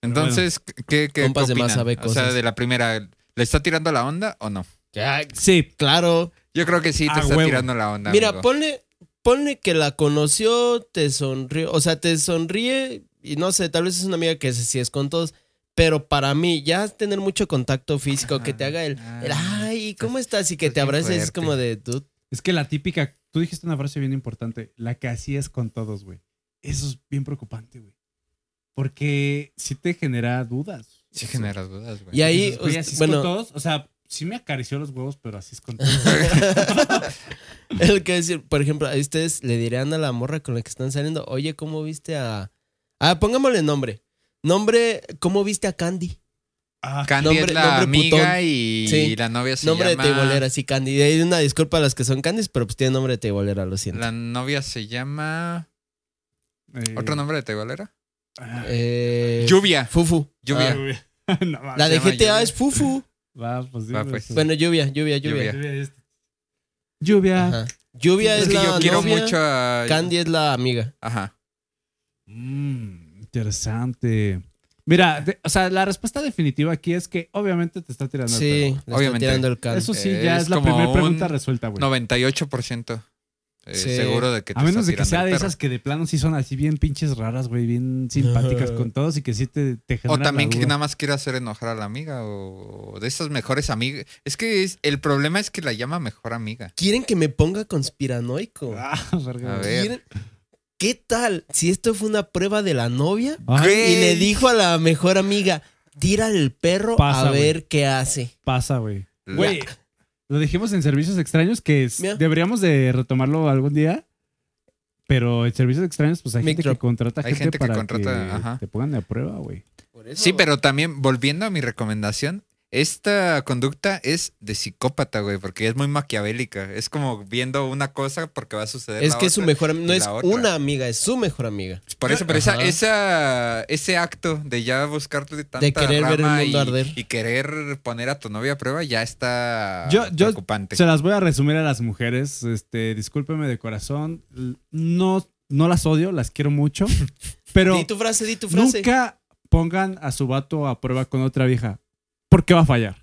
A: Entonces, ¿qué, qué
B: Compas
A: qué
B: de más
A: opinan?
B: sabe
A: O sea,
B: cosas.
A: de la primera, ¿le está tirando la onda o no?
B: Ya,
C: Sí,
B: claro.
A: Yo creo que sí te
C: A
A: está
C: Ah, huevo.
A: tirando la onda.
B: Mira,
A: amigo.
B: ponle, ponle que la conoció, te sonrió, o sea, te sonríe y no sé, tal vez es una amiga que sí es con todos, pero para mí ya tener mucho contacto físico que te haga el, el, ay, ¿cómo estás? Y que
A: Estás
B: te
A: bien
B: abraces es
A: fuerte.
B: como de, dude,
C: es que la típica, tú dijiste una frase bien importante, la que así es con todos, güey. Eso es bien preocupante, güey. Porque sí te genera dudas.
A: Sí generas dudas, güey.
B: Y ahí-
C: Dices, güey,
B: us-
C: así es
B: bueno.
C: con todos. O sea, sí me acarició los huevos, pero así es con todos.
B: el que decir, por ejemplo, a ustedes le dirán a la morra con la que están saliendo, oye, ¿cómo viste a... Ah, pongámosle nombre. Nombre, ¿cómo viste a Candy?
C: Ah,
A: Candy
B: nombre-
A: es la
B: nombre
A: amiga
B: putón.
A: y
B: Sí.
A: la novia se
B: nombre
A: llama...
B: de teibolera, sí, Candy. De ahí una disculpa a las que son Candies, pero pues tiene nombre de teibolera, lo siento.
A: La novia se llama...
C: eh,
A: ¿Otro nombre de tebalera?
C: ah,
B: Eh,
A: Lluvia.
B: Fufu.
A: Lluvia.
B: Ah,
C: no mames.
B: la de
A: llama
B: GTA
A: lluvia.
B: es Fufu.
C: Va, pues,
A: Va,
C: dime,
A: pues.
C: o sea,
B: Bueno, lluvia, lluvia, lluvia.
A: Lluvia.
C: Lluvia. es-
B: Ajá.
C: Lluvia.
B: Lluvia,
C: Ya
A: Es
B: es
A: que
B: la
A: yo quiero
B: novia,
A: mucho a...
B: Candy es la amiga.
A: Ajá.
C: Mm, interesante. Mira, de- o sea, la respuesta definitiva aquí es que obviamente te está tirando. el
B: sí, le está
A: Obviamente.
B: tirando el
C: pedo.
B: can.
C: Eso sí,
A: Eh,
C: ya
A: es
C: es, la
A: como
C: primera
A: un
C: pregunta resuelta, güey.
A: 98% eh,
B: Sí.
A: seguro de que te
C: A
A: está
C: menos de que
A: tirando
C: sea
A: el
C: de
A: perro.
C: esas que de plano sí son así bien pinches raras, güey, bien simpáticas con todos y que sí te, te
A: O
C: generan la
A: también que
C: duda.
A: nada más quiera hacer enojar a la amiga o de esas mejores amigas. Es que es- el problema es que la llama mejor amiga.
B: Quieren que me ponga conspiranoico.
C: Ah, verga,
A: A
C: güey.
A: ver.
B: ¿Quieren- ¿Qué tal si esto fue una prueba de la novia?
C: Ay,
A: Güey.
B: Y le dijo a la mejor amiga, tira el perro
C: Pasa,
B: a
C: güey.
B: ver qué hace.
C: pasa, güey.
A: La-
C: Güey, lo dijimos en servicios extraños que es-
B: Mira.
C: deberíamos de retomarlo algún día. Pero en servicios extraños, pues hay gente
B: Micro.
C: que contrata
A: Hay
C: gente,
A: gente que
C: para
A: contrata,
C: que
A: ajá.
C: te pongan a prueba, güey.
A: Sí, pero también, volviendo a mi recomendación, esta conducta es de psicópata, güey, porque es muy maquiavélica. Es como viendo una cosa porque va a suceder.
B: Es
A: la
B: que es su
A: otra.
B: mejor amiga. No
A: y
B: es
A: la otra.
B: una amiga, es su mejor amiga.
A: Por eso, pero esa,
B: Ajá.
A: esa, ese acto de ya buscarte tanta
B: querer ver el
A: rama
B: mundo
A: y,
B: arder.
A: y querer poner a tu novia a prueba ya está
C: Yo- yo-
A: preocupante.
C: Se las voy a resumir a las mujeres. Este, discúlpeme de corazón. l- No, no las odio, las quiero mucho. Pero
B: Di tu frase, di tu frase.
C: nunca pongan a su vato a prueba con otra vieja. Porque va a fallar.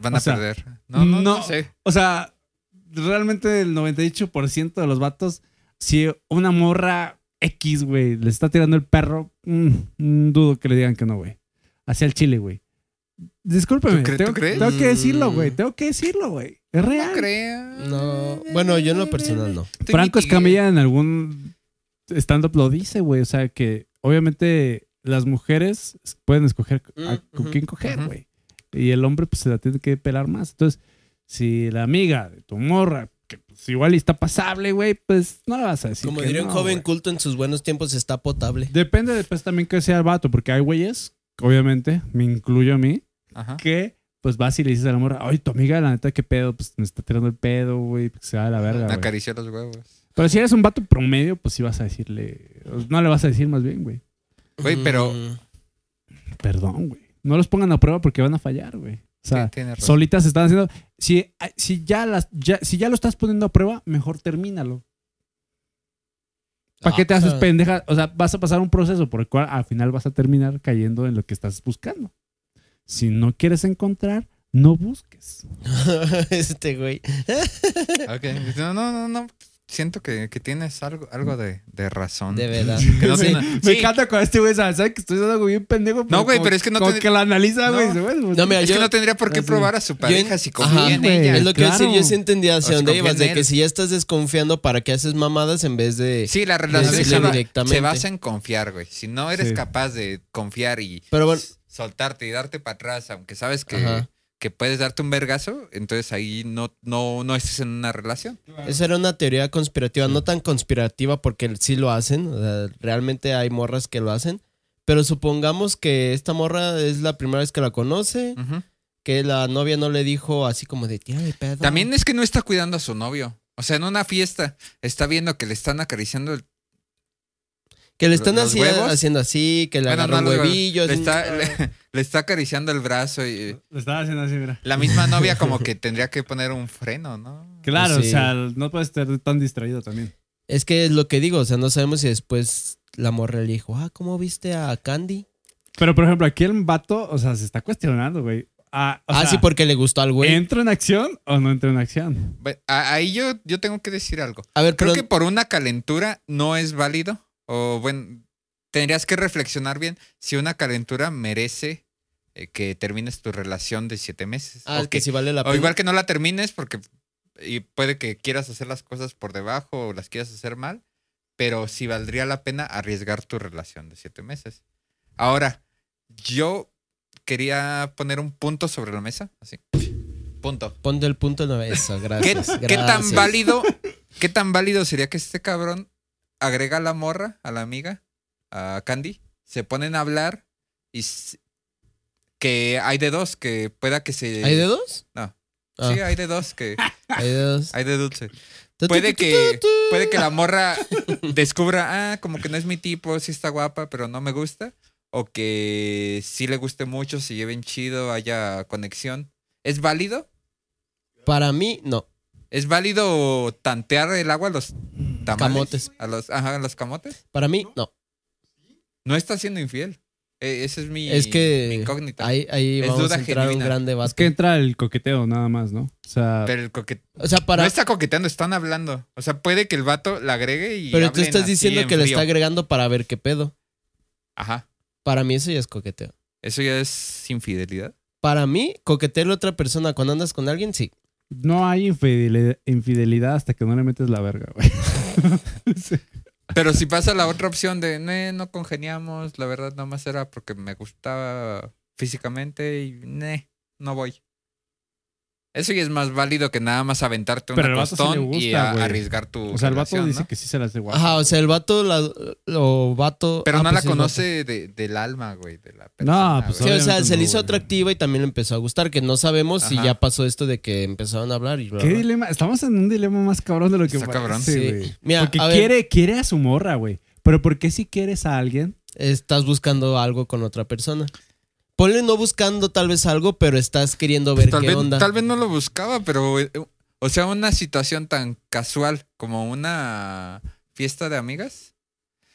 A: Van
C: o
A: a
C: sea,
A: perder. No, no, no
C: no.
A: sé.
C: O sea, realmente el 98% de los vatos, si una morra X, güey, le está tirando el perro, mm, mm, dudo que le digan que no, güey. Hacia el chile, güey. Discúlpeme.
A: ¿Tú cre-
C: tengo,
A: tú crees?
C: tengo que decirlo,
B: Mm.
C: güey. Tengo que decirlo, güey. Es
A: No
C: real.
A: creo.
B: No, bueno, yo en lo personal no.
A: Estoy mitigado.
C: Franco Escamilla en algún stand-up lo dice, güey. O sea, que obviamente las mujeres pueden escoger a-
B: Mm,
C: con
B: ujú,
C: quién coger,
A: ujú.
C: güey. Y el hombre, pues, se la tiene que pelar más. Entonces, si la amiga de tu morra, que pues, igual y está pasable, güey, pues, no le vas a decir
B: Como
C: que
B: diría un
C: no,
B: joven
C: güey.
B: culto en sus buenos tiempos, está potable.
C: Depende después también que sea el vato, porque hay güeyes, obviamente, me incluyo a mí,
A: Ajá.
C: que... Pues vas y le dices a la morra, ay, tu amiga, la neta, qué pedo, pues me está tirando el pedo, güey, que se va a la verga.
A: Me
C: güey.
A: acarició los huevos.
C: Pero si eres un vato promedio, pues sí vas a decirle. pues, No le vas a decir más bien, güey.
A: Güey, pero-
B: Mm,
C: Perdón, güey. No los pongan a prueba porque van a fallar, güey. O sea,
A: Sí, tienes razón.
C: solitas están haciendo. Si, si, ya las, ya- si ya lo estás poniendo a prueba, mejor termínalo. ¿Para qué te
B: Ah,
C: haces
B: ah.
C: pendeja? O sea, vas a pasar un proceso por el cual al final vas a terminar cayendo en lo que estás buscando. Si no quieres encontrar, no busques.
B: este güey.
A: Ok. No, no, no, no. siento que, que tienes algo, algo de, de razón.
D: De verdad.
A: Que no
D: Sí.
A: tiene-
E: Me
A: sí,
E: encanta con este güey, ¿sabes? ¿Sabes que estoy dando algo bien pendejo?
A: güey,
E: como-
A: pero es que no
E: como
A: te-
E: que la analiza, güey.
A: No.
E: dice, bueno,
B: No, mira,
A: es
B: yo,
A: que no tendría por qué
E: Así.
A: probar a su pareja si confía
B: Ajá,
A: en
E: güey.
A: ella.
B: es lo que yo, sí,
E: claro.
B: yo sí entendía
A: O
B: hacia
A: sea,
B: dónde
A: confía
B: ibas,
A: en
B: de que
A: él.
B: si ya estás desconfiando, ¿para qué haces mamadas en vez de...
A: Sí, la relación
B: decirle
A: se, va-
B: directamente.
A: se basa en confiar, güey. Si no eres
C: Sí.
A: capaz de confiar y
B: Pero bueno,
A: s- soltarte y darte para atrás, aunque sabes que,
B: Ajá.
A: que puedes darte un vergazo, entonces ahí no, no, no estás en una relación.
B: esa era una teoría conspirativa,
C: Mm.
B: no tan conspirativa porque sí lo hacen, o sea, realmente hay morras que lo hacen, pero supongamos que esta morra es la primera vez que la conoce,
A: Ujú.
B: que la novia no le dijo así como de tírale pedo.
A: También es que no está cuidando a su novio. O sea, en una fiesta está viendo que le están acariciando el...
B: Que le están
A: ¿Los
B: así-
A: huevos?
B: haciendo así, que le
A: Bueno,
B: agarran
A: no, los-
B: huevillos.
A: le, está, le, le está acariciando el brazo y
C: Lo estaba haciendo así, mira.
A: la misma novia como que tendría que poner un freno, ¿no?
C: Claro,
B: Sí.
C: o sea, no puedes estar tan distraído también.
B: Es que es lo que digo, o sea, no sabemos si después la morra le dijo, ah, ¿cómo viste a Candy?
C: Pero, por ejemplo, aquí el vato, o sea, se está cuestionando, güey. Ah, o
B: ah,
C: sea,
B: sí, porque le gustó al güey.
C: ¿Entro en acción o no entro en acción?
A: Ve- a- Ahí yo, yo tengo que decir algo.
B: A ver,
A: Creo
B: pero
A: que por una calentura no es válido. O bueno, tendrías que reflexionar bien si una calentura merece eh, que termines tu relación de siete meses.
B: ah,
A: o,
B: que
A: que-
B: si vale la
A: o
B: pena.
A: igual que no la termines porque y puede que quieras hacer las cosas por debajo o las quieras hacer mal, pero si valdría la pena arriesgar tu relación de siete meses. Ahora, yo quería poner un punto sobre la mesa, así. Punto.
B: Ponte el punto no eso,
A: ¿Qué,
B: gracias.
A: qué tan
B: gracias.
A: válido, qué tan válido sería que este cabrón agrega a la morra, a la amiga, a Candy, se ponen a hablar y s- que hay de dos, que pueda que se...
B: ¿Hay de dos?
A: No.
B: Ah,
A: Sí, hay de dos, que
B: hay de dos.
A: hay de dulce.
B: Tu, tu,
A: Puede
B: tu,
A: que,
B: tu, tu.
A: puede que la morra descubra, ah, como que no es mi tipo, sí está guapa, pero no me gusta. O que sí le guste mucho, se lleven chido, haya conexión. ¿Es válido?
B: Para mí, no.
A: ¿Es válido tantear el agua a los tamales?
B: Camotes.
A: A los, ajá, a los camotes.
B: Para mí, no.
A: No está siendo infiel. E- ese es mi,
B: Es que
A: mi incógnita.
B: Ahí, ahí
A: Es
B: vamos a
A: duda
B: entrar a un
A: genuina.
B: gran
C: Es
B: debate.
C: que entra el coqueteo nada más, ¿no? O sea,
A: Pero el coque-
B: o sea, para...
A: no está coqueteando, están hablando. O sea, puede que el vato la agregue y.
B: pero tú
A: hablen
B: estás
A: así
B: diciendo
A: en
B: que le
A: frío.
B: está agregando para ver qué pedo.
A: Ajá.
B: Para mí eso ya es coqueteo.
A: Eso ya es infidelidad.
B: Para mí, coquetear a otra persona cuando andas con alguien, sí.
C: no hay infideli- infidelidad hasta que no le metes la verga, güey.
A: Pero si pasa la otra opción de "Ne, no congeniamos, la verdad nada más era porque me gustaba físicamente y "Ne, no voy. Eso ya es más válido que nada más aventarte un
C: Pero al vato sí le
A: costón y
C: gusta,
A: a-
C: güey.
A: arriesgar tu.
C: O sea, el vato
A: relación,
C: dice
A: ¿no?
C: que sí se las de guapo.
B: Ajá, o sea, el vato, la, lo vato...
A: Pero
B: ah,
A: no
B: pues
A: la
B: es vato.
A: conoce de- del alma, güey, de la persona.
C: pues,
B: Sí,
A: güey.
B: o sea,
C: Obviamente
B: se le
C: no,
B: hizo
C: güey.
B: atractiva y también le empezó a gustar, que no sabemos si
A: Ajá.
B: ya pasó esto de que empezaron a hablar y bla,
C: ¿Qué
B: bla.
C: dilema? Estamos en un dilema más cabrón de lo que
A: Está
C: parece,
A: cabrón.
B: Sí.
C: güey.
B: Mira,
C: Porque
B: a ver.
C: quiere, quiere a su morra, güey. Pero ¿por qué si quieres a alguien?
B: estás buscando algo con otra persona. Ponle no buscando tal vez algo, pero estás queriendo ver
A: Pues tal,
B: qué
A: vez,
B: onda.
A: tal vez no lo buscaba, pero. eh, O sea, una situación tan casual como una fiesta de amigas.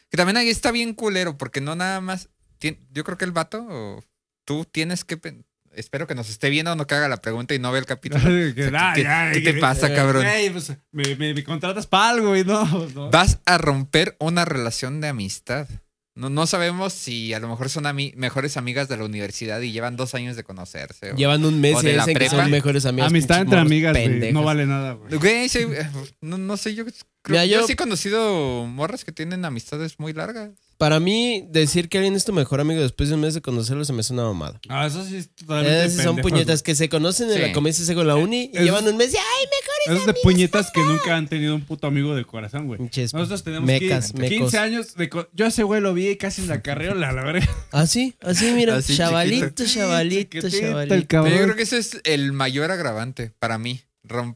A: Que también ahí está bien culero, porque no nada más. tien- Yo creo que el vato, o tú tienes que. pen- Espero que nos esté viendo, no que haga la pregunta y no vea el capítulo.
C: Que,
A: O sea,
C: ah,
A: ¿qué-
C: ya,
A: ¿Qué te
C: que-
A: pasa, cabrón?
C: Güey, pues, me, me- me contratas para algo, güey, no. no.
A: Vas a romper una relación de amistad. No, no sabemos si a lo mejor son ami- mejores amigas de la universidad y llevan dos años de conocerse. o-
B: Llevan un mes
A: O
B: y
A: de la
B: dicen que
A: prepa.
B: son mejores amigos.
C: Amistad
B: pinches
C: entre
B: morros
C: amigas, güey.
B: pendejas.
C: No vale nada, güey.
A: Güey, sí, eh, no, no sé, yo creo
B: Mira,
A: yo,
B: yo-
A: sí he conocido morras que tienen amistades muy largas.
B: Para mí, decir que alguien es tu mejor amigo después de un mes de conocerlo se me hace una mamada.
C: Ah, eso sí es totalmente
B: Esas son
C: pendejos,
B: puñetas que se conocen en
A: Sí.
B: la comienza con la uni y
C: Eso-
B: llevan un mes y ¡ay,
C: Esos de puñetas que nunca han tenido un puto amigo de corazón, güey.
B: Pinches
C: Nosotros tenemos
B: mecas,
C: 15,
B: mecos.
C: 15 años de co- Yo a ese güey lo vi casi en la carriola, la verga.
B: me... Así, así, ah, mira.
A: Así,
B: chavalito,
A: chiquito.
B: chavalito,
C: Chiquitito, el
B: chavalito.
A: Pero yo
C: cabrón.
A: creo que ese es el mayor agravante para mí. Rom-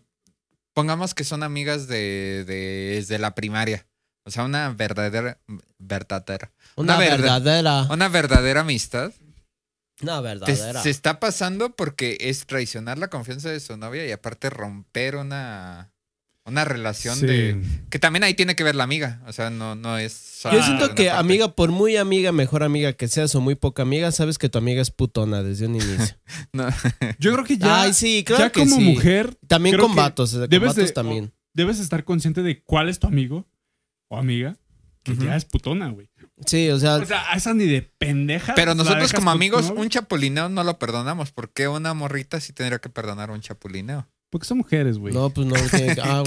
A: Pongamos que son amigas de, de- desde la primaria. O sea, una verdadera, verdadera,
B: Una
A: Una verdad-
B: verdadera.
A: una verdadera amistad
B: Una
A: te-
B: verdadera.
A: se está pasando porque es traicionar la confianza de su novia y aparte romper una, una relación
C: Sí.
A: de... Que también ahí tiene que ver la amiga. O sea, no, no es...
B: Yo
A: solamente
B: siento
A: una
B: que
A: parte.
B: amiga, por muy amiga, mejor amiga que seas o muy poca amiga, sabes que tu amiga es putona desde un inicio.
A: No.
C: Yo creo que ya,
B: Ay, sí, claro
C: ya
B: que
C: como
B: sí.
C: mujer
B: También
C: creo
B: con
C: que
B: vatos, eh, con
C: debes
B: vatos
C: de-
B: también.
C: debes estar consciente de cuál es tu amigo o amiga que
A: Ujú.
C: ya es putona, güey.
B: Sí, o sea,
C: O sea, a esa ni de pendeja.
A: Pero
C: la
A: nosotros
C: dejas
A: como amigos,
C: putona, güey.
A: un chapulineo no lo perdonamos. ¿Por qué una morrita sí tendría que perdonar un chapulineo?
F: Porque son mujeres, güey.
B: no, pues no lo tiene que. Ah,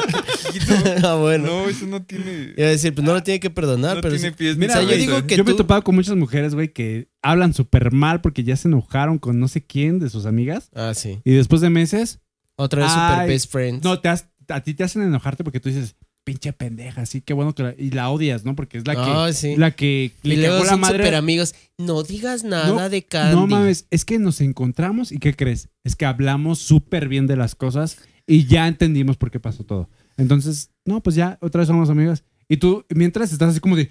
B: bueno. ah, bueno.
A: eso no tiene...
B: Iba a decir, pues no lo tiene que perdonar, pero. sí-
A: pies.
C: Mira,
B: o sea, yo
C: güey,
B: digo que
C: yo me he
B: tú.
C: topado con muchas mujeres, güey, que hablan súper mal porque ya se enojaron con no sé quién de sus amigas.
B: Ah, sí.
C: Y después de meses,
B: Otra vez super
C: Ay,
B: best friends.
C: no, te has- a ti te hacen enojarte porque tú dices, pinche pendeja, sí, qué bueno que la... Y la odias, ¿no? Porque es la que...
B: Ah, sí.
C: La que
B: y
C: le
B: luego
C: cagó la
B: son super
C: madre.
B: amigos. No digas nada
C: No,
B: de Candy.
C: No mames, es que nos encontramos y ¿qué crees? Es que hablamos súper bien de las cosas y ya entendimos por qué pasó todo. Entonces, no, pues ya, otra vez somos amigas. Y tú, mientras estás así como de,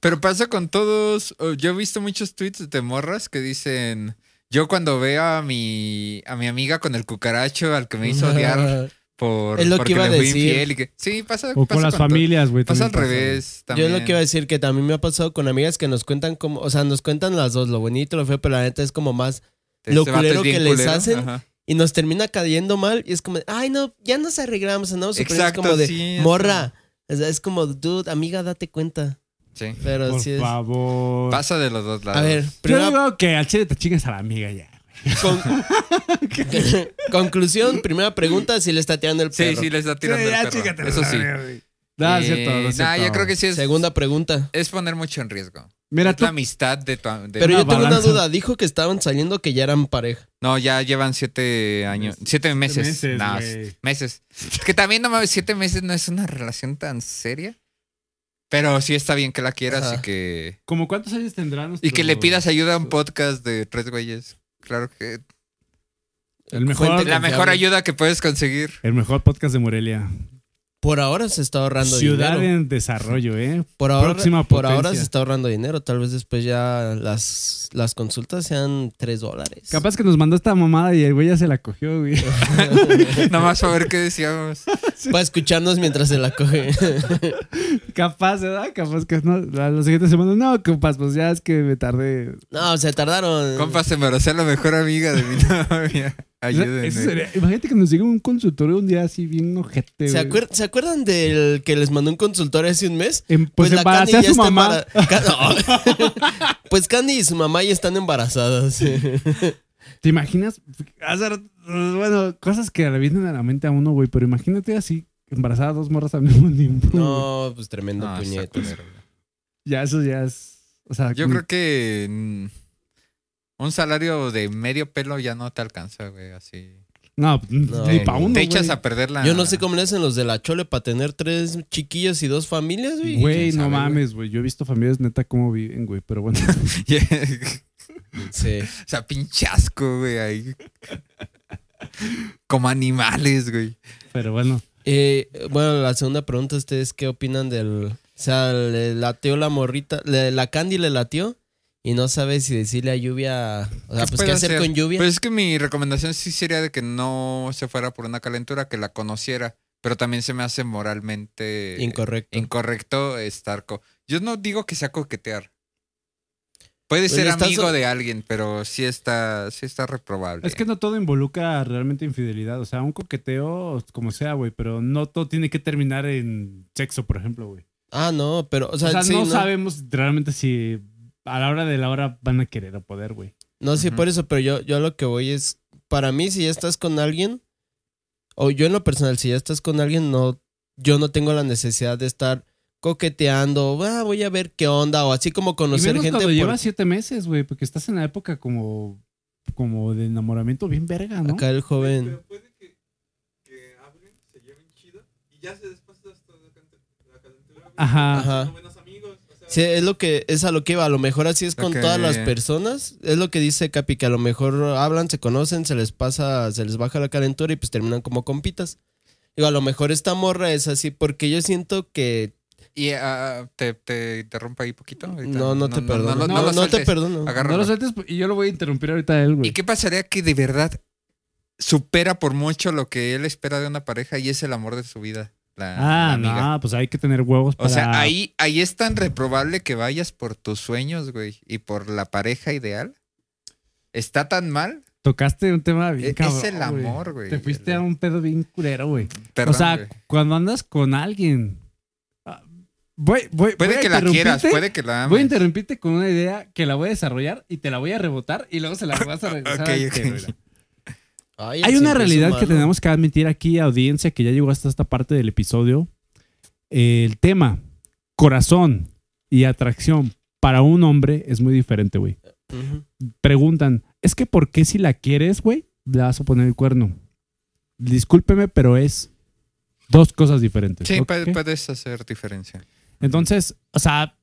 A: Pero pasa con todos. oh, Yo he visto muchos tweets de morras que dicen. Yo cuando veo a mi, a mi amiga con el cucaracho al que me hizo odiar por
B: Es lo que
A: porque
B: iba a
A: le fui
B: decir.
A: infiel y que- sí, pasa,
C: o
A: pasa
C: con las
A: todo.
C: familias, güey.
A: Pasa al
C: también
A: revés
B: Yo
A: también.
B: lo que iba a decir que también me ha pasado con amigas que nos cuentan como, o sea, nos cuentan las dos, lo bonito, lo feo, pero la neta es como más lo
A: Este vato
B: culero
A: es bien
B: que les
A: culero,
B: hacen.
A: ajá.
B: y nos termina cayendo mal y es como, ay no, ya nos arreglamos, andamos super bien", es
A: Exacto,
B: como de
A: sí, es
B: morra, o sea, es como dude, amiga, date cuenta,
A: Sí.
B: pero
C: Por
B: sí es.
C: favor.
A: Pasa de los dos lados.
B: A ver,
C: Yo
B: primera
C: digo que al chile te chingas a la amiga ya.
B: con- conclusión, primera pregunta, si le está tirando el
A: Sí,
B: perro.
A: sí, les da tirando el perro. Eso sí.
C: No, es
A: Eh,
C: cierto, no es
A: nah,
C: cierto.
A: yo creo que sí es,
B: Segunda pregunta.
A: es poner mucho en riesgo.
C: Mira,
A: Es
C: tú,
A: la amistad de tu. de-
B: Pero yo
C: una
B: tengo una
C: balanza.
B: duda, dijo que estaban saliendo que ya eran pareja.
A: No, ya llevan siete años. Siete meses.
C: meses,
A: No,
C: güey.
A: meses. Que también, no mames, siete meses no es una relación tan seria. Pero sí está bien que la quieras
B: Ajá.
A: y que.
C: ¿como cuántos años tendrán?
A: Y que le
C: nuestros-
A: pidas ayuda a un podcast de tres güeyes. Claro que.
C: El mejor,
B: Fuente
A: La
B: confiable.
A: mejor ayuda que puedes conseguir.
C: el mejor podcast de Morelia.
B: Por ahora se está ahorrando
C: Ciudad
B: dinero.
C: en desarrollo, ¿eh?
B: Por ahora,
C: próxima
B: por ahora
C: potencia.
B: se está ahorrando dinero. Tal vez después ya las, las consultas sean 3 dólares.
C: Capaz que nos mandó esta mamada y el güey ya se la cogió, güey.
A: Nada más para ver qué decíamos.
B: Para escucharnos mientras se la coge.
C: Capaz, ¿verdad? Capaz que no. La, la siguiente semana, no, compas, pues ya es que me tardé.
B: No, se tardaron.
A: Compas, embaracé a la mejor amiga de mi novia.
C: Eso
A: Ayúdenme.
C: sería- imagínate que nos llegue un consultorio un día así bien ojete,
B: ¿Se,
C: güey.
B: acuer- ¿Se acuerdan del que les mandó un consultorio hace un mes?
C: En- pues
B: la
C: embaracé
B: Candy
C: a su
B: está
C: mamá.
B: embara- Ca- no. pues Candy y su mamá ya están embarazadas.
C: ¿Te imaginas? Hacer, bueno, cosas que le vienen a la mente a uno, güey, pero imagínate así, embarazada dos morras al mismo tiempo. güey.
B: no, pues tremendo
A: No, está
B: puñetas.
A: culero, güey.
C: Ya eso ya es. O sea,
A: Yo
C: como-
A: creo que mm, un salario de medio pelo ya no te alcanza, güey, así.
C: No, ni
B: No,
C: pa' uno.
A: te echas
C: güey.
A: a perder la...
B: Yo no sé cómo le hacen los de la Chole para tener tres chiquillos y dos familias, güey.
C: Güey,
A: quién
C: no
A: sabe, güey.
C: mames, güey. Yo he visto familias neta cómo viven, güey, pero bueno.
A: o
B: Sí.
A: sea, pinchasco, güey, ahí. Como animales, güey.
C: pero bueno.
B: Eh, bueno, la segunda pregunta, ¿ustedes qué opinan del... O sea, le lateó la morrita, le- la Candy le latió y no sabe si decirle a Lluvia... O sea, pues qué
A: puedo
B: hacer con Lluvia.
A: Pues es que mi recomendación sí sería de que no se fuera por una calentura, que la conociera, pero también se me hace moralmente
B: Incorrecto.
A: incorrecto estar co- Yo no digo que sea coquetear. Puede
B: Pues
A: ser
B: estás-
A: amigo de alguien, pero sí está, sí está reprobable.
C: Es que no todo involucra realmente infidelidad. O sea, un coqueteo, como sea, güey, pero no todo tiene que terminar en sexo, por ejemplo, güey.
B: ah, no, pero... O
C: O
B: sea,
C: sea,
B: sí,
C: no,
B: no,
C: sabemos realmente si a la hora de la hora van a querer o poder, güey.
B: No, sí,
A: Ujú.
B: por eso, pero yo, yo a lo que voy es... Para mí, si ya estás con alguien, o yo en lo personal, si ya estás con alguien, no... Yo no tengo la necesidad de estar coqueteando, "Ah, voy a ver qué onda, o así como
C: Y menos
B: conocer gente.
C: cuando
B: por-
C: llevas siete meses, güey, porque estás en la época como, como de enamoramiento bien verga, ¿no?
B: Acá el joven...
A: puede que, hablen, se lleven chido y ya se despasa hasta la calentura.
C: Ajá.
B: Ajá. son
A: buenos amigos.
B: Sí, es lo que es a lo que iba. A lo mejor así es con
A: Ok.
B: todas las personas. Es lo que dice Capi, que a lo mejor hablan, se conocen, se les pasa, se les baja la calentura y pues terminan como compitas. Digo, a lo mejor esta morra es así porque yo siento que
A: Y ah, te, te interrumpo ahí poquito. ahorita.
B: no, no te perdono.
A: lo-
B: No, no,
A: lo
B: te
A: sueltes.
B: perdono.
A: Agárralo.
C: No lo sueltes y yo lo voy a interrumpir ahorita a él, güey.
A: ¿Y qué pasaría que de verdad supera por mucho lo que él espera de una pareja y es el amor de su vida? La, la
C: Ah,
A: amiga.
C: no, pues hay que tener huevos
A: O
C: para...
A: sea, ahí, ahí es tan reprobable que vayas por tus sueños, güey, y por la pareja ideal. Está tan mal
C: Tocaste un tema bien
A: E-
C: cabrón.
A: es el amor, güey.
C: Te fuiste a un pedo bien culero, güey.
A: Perdón,
C: O sea,
A: güey.
C: cuando andas con alguien. ah, Voy, voy, voy
A: puede
C: a
A: que la quieras,
C: interrumpirte-
A: puede que la ames.
C: Voy a interrumpirte con una idea que la voy a desarrollar y te la voy a rebotar y luego se la vas a regresar.
A: Ok,
C: al
A: ok.
C: que, güey.
B: Ay,
C: Hay
B: el
C: una
B: simple
C: realidad que
B: humano.
C: tenemos que admitir aquí, audiencia, que ya llegó hasta esta parte del episodio. El tema corazón y atracción para un hombre es muy diferente, güey.
B: Ujú.
C: Preguntan, es que ¿por qué si la quieres, güey, le vas a poner el cuerno? Discúlpeme, pero es dos cosas diferentes.
A: Sí, pues, puede-
C: ¿ok?
A: puedes hacer diferencia.
C: Entonces, o sea,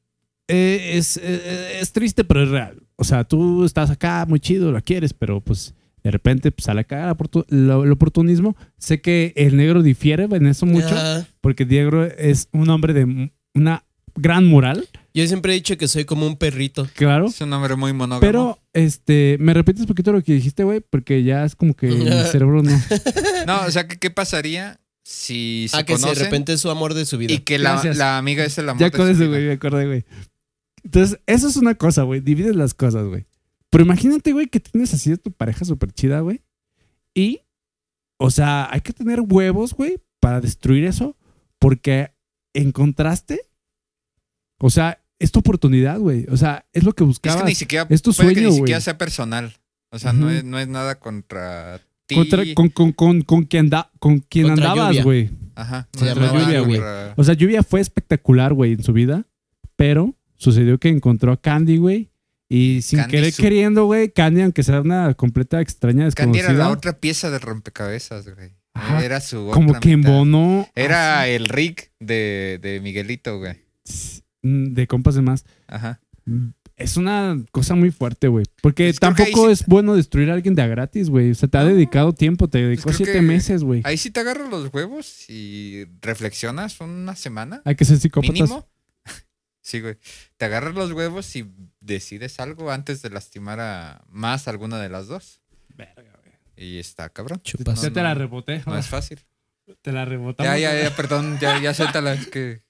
C: eh, es, eh, es triste, pero es real. O sea, tú estás acá muy chido, la quieres, pero pues de repente pues, sale acá el oportu- lo- el oportunismo. Sé que el negro difiere en eso mucho,
B: Ajá.
C: porque el negro es un hombre de m- una gran moral,
B: Yo siempre he dicho que soy como un perrito.
C: claro.
A: Es un hombre muy monógamo.
C: Pero, este, ¿me repites un poquito lo que dijiste, güey? Porque ya es como que mi cerebro no.
A: No, o sea, ¿qué, qué pasaría si se
B: ah, que si de
A: conocen
B: repente es su amor de su vida.
A: y que la,
C: Gracias.
A: la amiga es el amor
C: Ya
A: de
C: con
A: su
C: eso,
A: vida?
C: güey, me acordé, güey. Entonces, eso es una cosa, güey. Divides las cosas, güey. Pero imagínate, güey, que tienes así a tu pareja súper chida, güey. Y, o sea, hay que tener huevos, güey, para destruir eso. Porque encontraste, o sea, es tu oportunidad, güey. O sea, es lo que
A: Es
C: buscabas.
A: que ni siquiera,
C: Es tu
A: puede que
C: sueño,
A: ni
C: güey.
A: siquiera sea personal. O sea, no,
C: Ujú.
A: es, no es nada contra ti.
C: Contra- con, con, con, con quien, anda- con quien
B: Contra
C: andabas,
B: lluvia.
C: güey.
A: Ajá.
B: Se
A: no es
B: llama
A: nada
C: lluvia, güey.
A: contra-
C: O sea, Lluvia fue espectacular, güey, en su vida, pero sucedió que encontró a Candy, güey, y sin
A: Candy
C: querer
A: su-
C: queriendo, güey, Candy, aunque sea una completa extraña
A: Candy
C: desconocida,
A: era la otra pieza del rompecabezas, güey.
C: Ajá.
A: Era su
C: como Ah,
A: otra
C: que
A: mitad.
C: embonó
A: Era el Rick de, de Miguelito, güey.
C: así, mm, de compas de más.
A: Ajá.
C: Mm, Es una cosa muy fuerte, güey, porque
A: Pues creo que ahí
C: tampoco
A: sí-
C: es bueno destruir a alguien de a gratis, güey. O sea, te ha
A: No. Pues
C: dedicado tiempo, te dedicó
A: creo
C: siete
A: que-
C: meses, güey,
A: Ahí sí te agarras los huevos y reflexionas una semana
C: hay que ser psicópatas.
A: mínimo. Sí, güey. Te agarras los huevos y decides algo antes de lastimar a más alguna de las dos. Y está cabrón.
B: Chupas.
A: Ya te la
C: reboté,
A: No es fácil.
C: te la rebotamos.
A: Ya, ya, ya, perdón. Ya, ya suéltala. Es que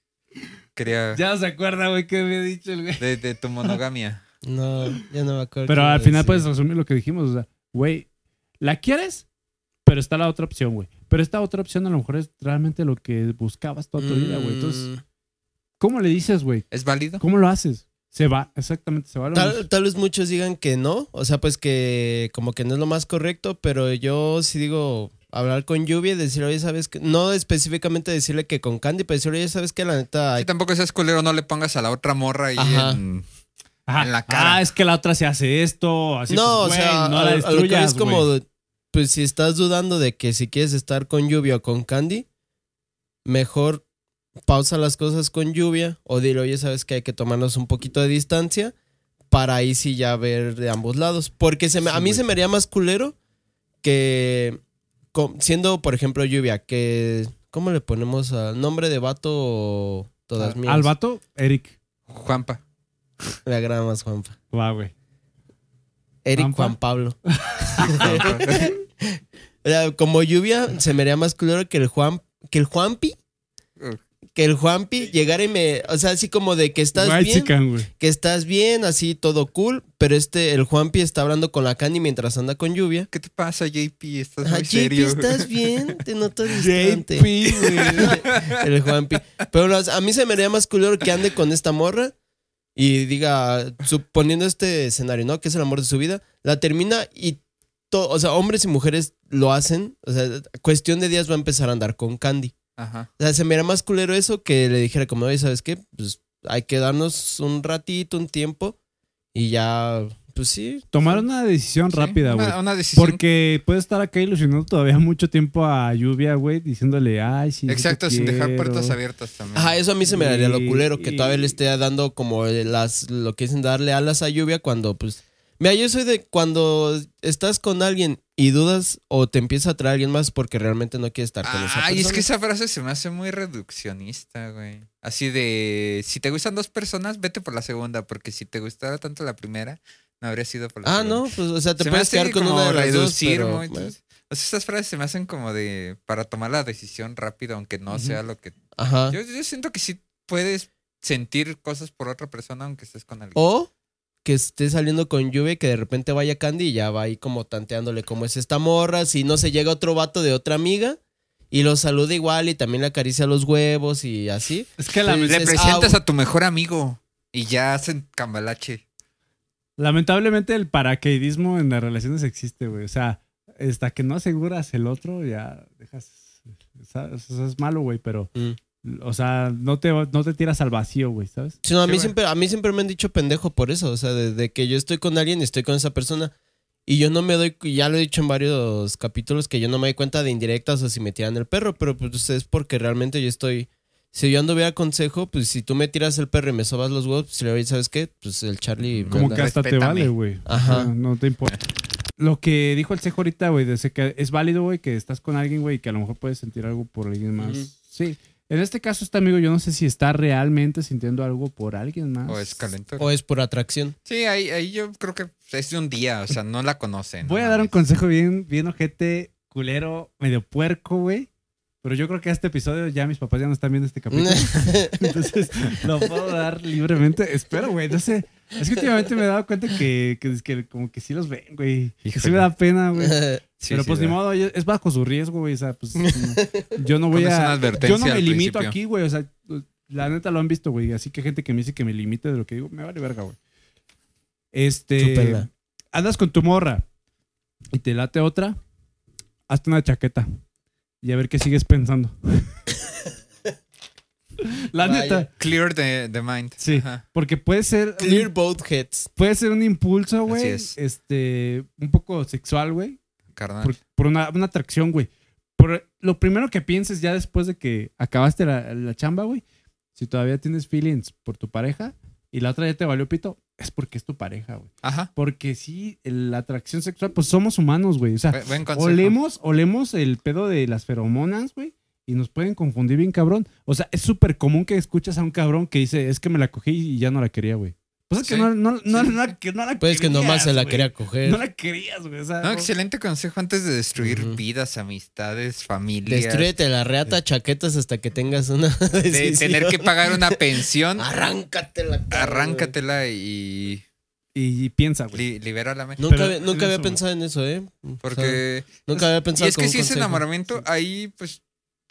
A: quería...
C: Ya se acuerda, güey, que había dicho el güey.
A: De, de tu monogamia.
B: No, ya no me acuerdo.
C: Pero
B: qué iba a
C: al final
B: decir.
C: puedes resumir lo que dijimos. O sea, güey, la quieres, pero está la otra opción, güey. Pero esta otra opción a lo mejor es realmente lo que buscabas toda tu vida, güey. Entonces,
B: Mm,
C: ¿cómo le dices, güey?
A: ¿Es válido?
C: ¿Cómo lo haces? Se va, exactamente, se va. lo mismo.
B: Tal, tal vez muchos digan que no, o sea, pues que como que no es lo más correcto, pero yo sí digo hablar con lluvia y decir, oye, sabes que no específicamente decirle que con Candy, pero decirle, oye, sabes que la neta,
A: Sí, tampoco seas culero, no le pongas a la otra morra ahí
B: Ajá.
A: en-
C: Ajá.
A: en la cara.
C: Ah, es que la otra se hace esto, así
B: no,
C: pues,
B: o sea,
C: güey, no
B: a-
C: la
B: a lo que voy
C: destruyas,
B: es como, pues si estás dudando de que si quieres estar con lluvia o con Candy, mejor pausa las cosas con lluvia o dile, oye, sabes que hay que tomarnos un poquito de distancia para ahí sí ya ver de ambos lados. Porque se me-
C: Sí,
B: a mí
C: güey.
B: se me haría más culero que co- siendo, por ejemplo, lluvia, que, ¿cómo le ponemos al nombre de vato o todas
C: güey.
B: mías?
C: Ah, Al vato, Eric.
A: Juanpa.
B: La gran más Juanpa.
C: Va, güey.
B: Eric
C: Juanpa.
B: Juan Pablo.
A: Juanpa.
B: O sea, como lluvia, se me haría más culero que el Juan, que el Juanpi, que el Juanpi llegara y me, o sea, así como de que estás
C: White
B: bien,
C: chican, güey.
B: que estás bien, así todo cool, pero este, el Juanpi está hablando con la Candy mientras anda con lluvia.
A: ¿Qué te pasa, JP? Estás
B: Ah,
A: muy
B: JP,
A: serio.
B: ¿estás bien? Te noto distante.
C: JP, güey.
B: el Juanpi. Pero las- a mí se me haría más culero que ande con esta morra y diga, suponiendo este escenario, ¿no? Que es el amor de su vida, la termina y, to- o sea, hombres y mujeres lo hacen. O sea, cuestión de días va a empezar a andar con Candy.
A: Ajá.
B: O sea, se me haría más culero eso que le dijera como, oye, ¿sabes qué? Pues hay que darnos un ratito, un tiempo y ya, pues sí.
C: Tomar una decisión
A: Sí,
C: rápida, güey.
A: Una, una decisión.
C: Porque puede estar acá ilusionando todavía mucho tiempo a Lluvia, güey, diciéndole, ay, sí. sí te
A: Exacto, sin dejar
C: quiero".
A: puertas abiertas también.
B: Ajá, eso a mí se me daría lo
C: Y-
B: culero, que
C: y-
B: todavía le esté dando como las, lo que dicen, darle alas a lluvia cuando, pues... Mira, yo soy de cuando estás con alguien y dudas o te empieza a traer alguien más porque realmente no quieres estar con esa persona.
A: Ah, Ay, es que esa frase se me hace muy reduccionista, güey. Así de, si te gustan dos personas, vete por la segunda, porque si te gustara tanto la primera, no habría sido por la
B: Ah,
A: segunda.
B: no, pues, o sea, te
A: Se me
B: puedes
A: hace
B: quedar con
A: como
B: una de las dos,
A: reducir
B: pero,
A: muy-
B: bueno.
A: O sea, esas frases se me hacen como de, para tomar la decisión rápido, aunque no
C: Ujú.
A: sea lo que...
B: Ajá.
A: Yo, yo siento que sí puedes sentir cosas por otra persona, aunque estés con alguien.
B: O que esté saliendo con lluvia y que de repente vaya Candy y ya va ahí como tanteándole cómo es esta morra. Si no se llega otro vato de otra amiga y lo saluda igual y también le acaricia los huevos y así.
G: Es que
B: la-
A: Le
B: Dices,
A: presentas
B: "Ah,
A: a tu mejor amigo y ya hacen cambalache.
C: Lamentablemente el paracaidismo en las relaciones existe, güey. O sea, hasta que no aseguras el otro, ya dejas... ¿sabes? O sea, es malo, güey, pero...
B: Mm.
C: O sea, no te, no te tiras al vacío, güey, ¿sabes?
B: Sí, no, a,
A: Sí,
B: mí
A: güey.
B: siempre, a mí siempre me han dicho pendejo por eso. O sea, desde que yo estoy con alguien y estoy con esa persona y yo no me doy, ya lo he dicho en varios capítulos, que yo no me doy cuenta de indirectas o si me tiran el perro, pero pues es porque realmente yo estoy... Si yo anduviera consejo, pues si tú me tiras el perro y me sobas los huevos, pues le voy a decir, ¿sabes qué? Pues el Charlie...
A: Como
C: Como
B: ¿verdad?
C: que hasta te
A: Respétame.
C: vale, güey.
B: Ajá.
C: O sea, No te importa. Lo que dijo el cejo ahorita, güey, de ese que es válido, güey, que estás con alguien, güey, que a lo mejor puedes sentir algo por alguien más.
B: Ujú.
C: Sí. En este caso, este amigo, yo no sé si está realmente sintiendo algo por alguien más.
A: O es calentura.
B: Ah. O es por atracción.
A: Sí, ahí, ahí yo creo que es de un día, o sea, no la conocen.
C: Voy
A: no
C: a dar un
A: mames.
C: consejo bien, bien ojete, culero, medio puerco, güey. Pero yo creo que este episodio ya mis papás ya no están viendo este capítulo. Entonces lo puedo dar libremente. Espero, güey. No sé. Es que últimamente me he dado cuenta que, que, que como que sí los ven, güey. Que sí
A: Híjole.
C: me da pena, güey.
A: Sí,
C: Pero
A: sí,
C: pues
A: da.
C: ni modo, yo- es bajo su riesgo, güey. O sea, pues no- yo no voy
A: Con eso una
C: a.
A: advertencia
C: Yo no me
A: al
C: limito
A: principio.
C: aquí, güey. O sea, la neta lo han visto, güey. Así que gente que me dice que me limite de lo que digo, me vale verga, güey. Este.
B: Chúpala.
C: Andas con tu morra y te late otra, hazte una chaqueta y a ver qué sigues pensando. la
B: Vaya.
C: neta.
A: Clear the, the mind.
C: Sí.
A: Ajá.
C: Porque puede ser. un
B: Clear both heads.
C: Puede ser un impulso,
A: Así
C: güey.
A: es.
C: Este, un poco sexual, güey.
A: Carnal.
C: Por, por una, una atracción, güey. Por lo primero que pienses ya después de que acabaste la, la chamba, güey. Si todavía tienes feelings por tu pareja y la otra ya te valió pito, es porque es tu pareja, güey.
A: Ajá.
C: Porque sí, el- la atracción sexual, pues somos humanos, güey. O sea,
A: Bu- Buen Eh, consejo.
C: olemos, olemos el pedo de las feromonas, güey. Y nos pueden confundir bien cabrón. O sea, es súper común que escuchas a un cabrón que dice, es que me la cogí y ya no la quería, güey. Pues es que
A: Sí.
C: no, no, no,
A: Sí.
C: no- que no la
B: Pues es que nomás se la
C: querías,
B: quería
C: güey.
B: coger.
C: No la querías, güey. O sea,
A: No,
C: no-
A: excelente consejo antes de destruir
B: Ujú.
A: vidas, amistades, familias.
B: Destruyete la reata, chaquetas hasta que tengas una
A: de
B: decisión.
A: tener que pagar una pensión.
B: Ah, Arráncatela. cara,
A: Arráncatela y
C: y, y piensa, güey.
A: li- libérala.
B: güey. Nunca,
C: Pero
B: había- nunca
C: en
B: había
C: eso,
B: pensado en eso, ¿eh? O sea,
A: Porque.
B: nunca había pensado
A: Y es que
B: como
A: si es
B: consejo.
A: enamoramiento, ahí pues.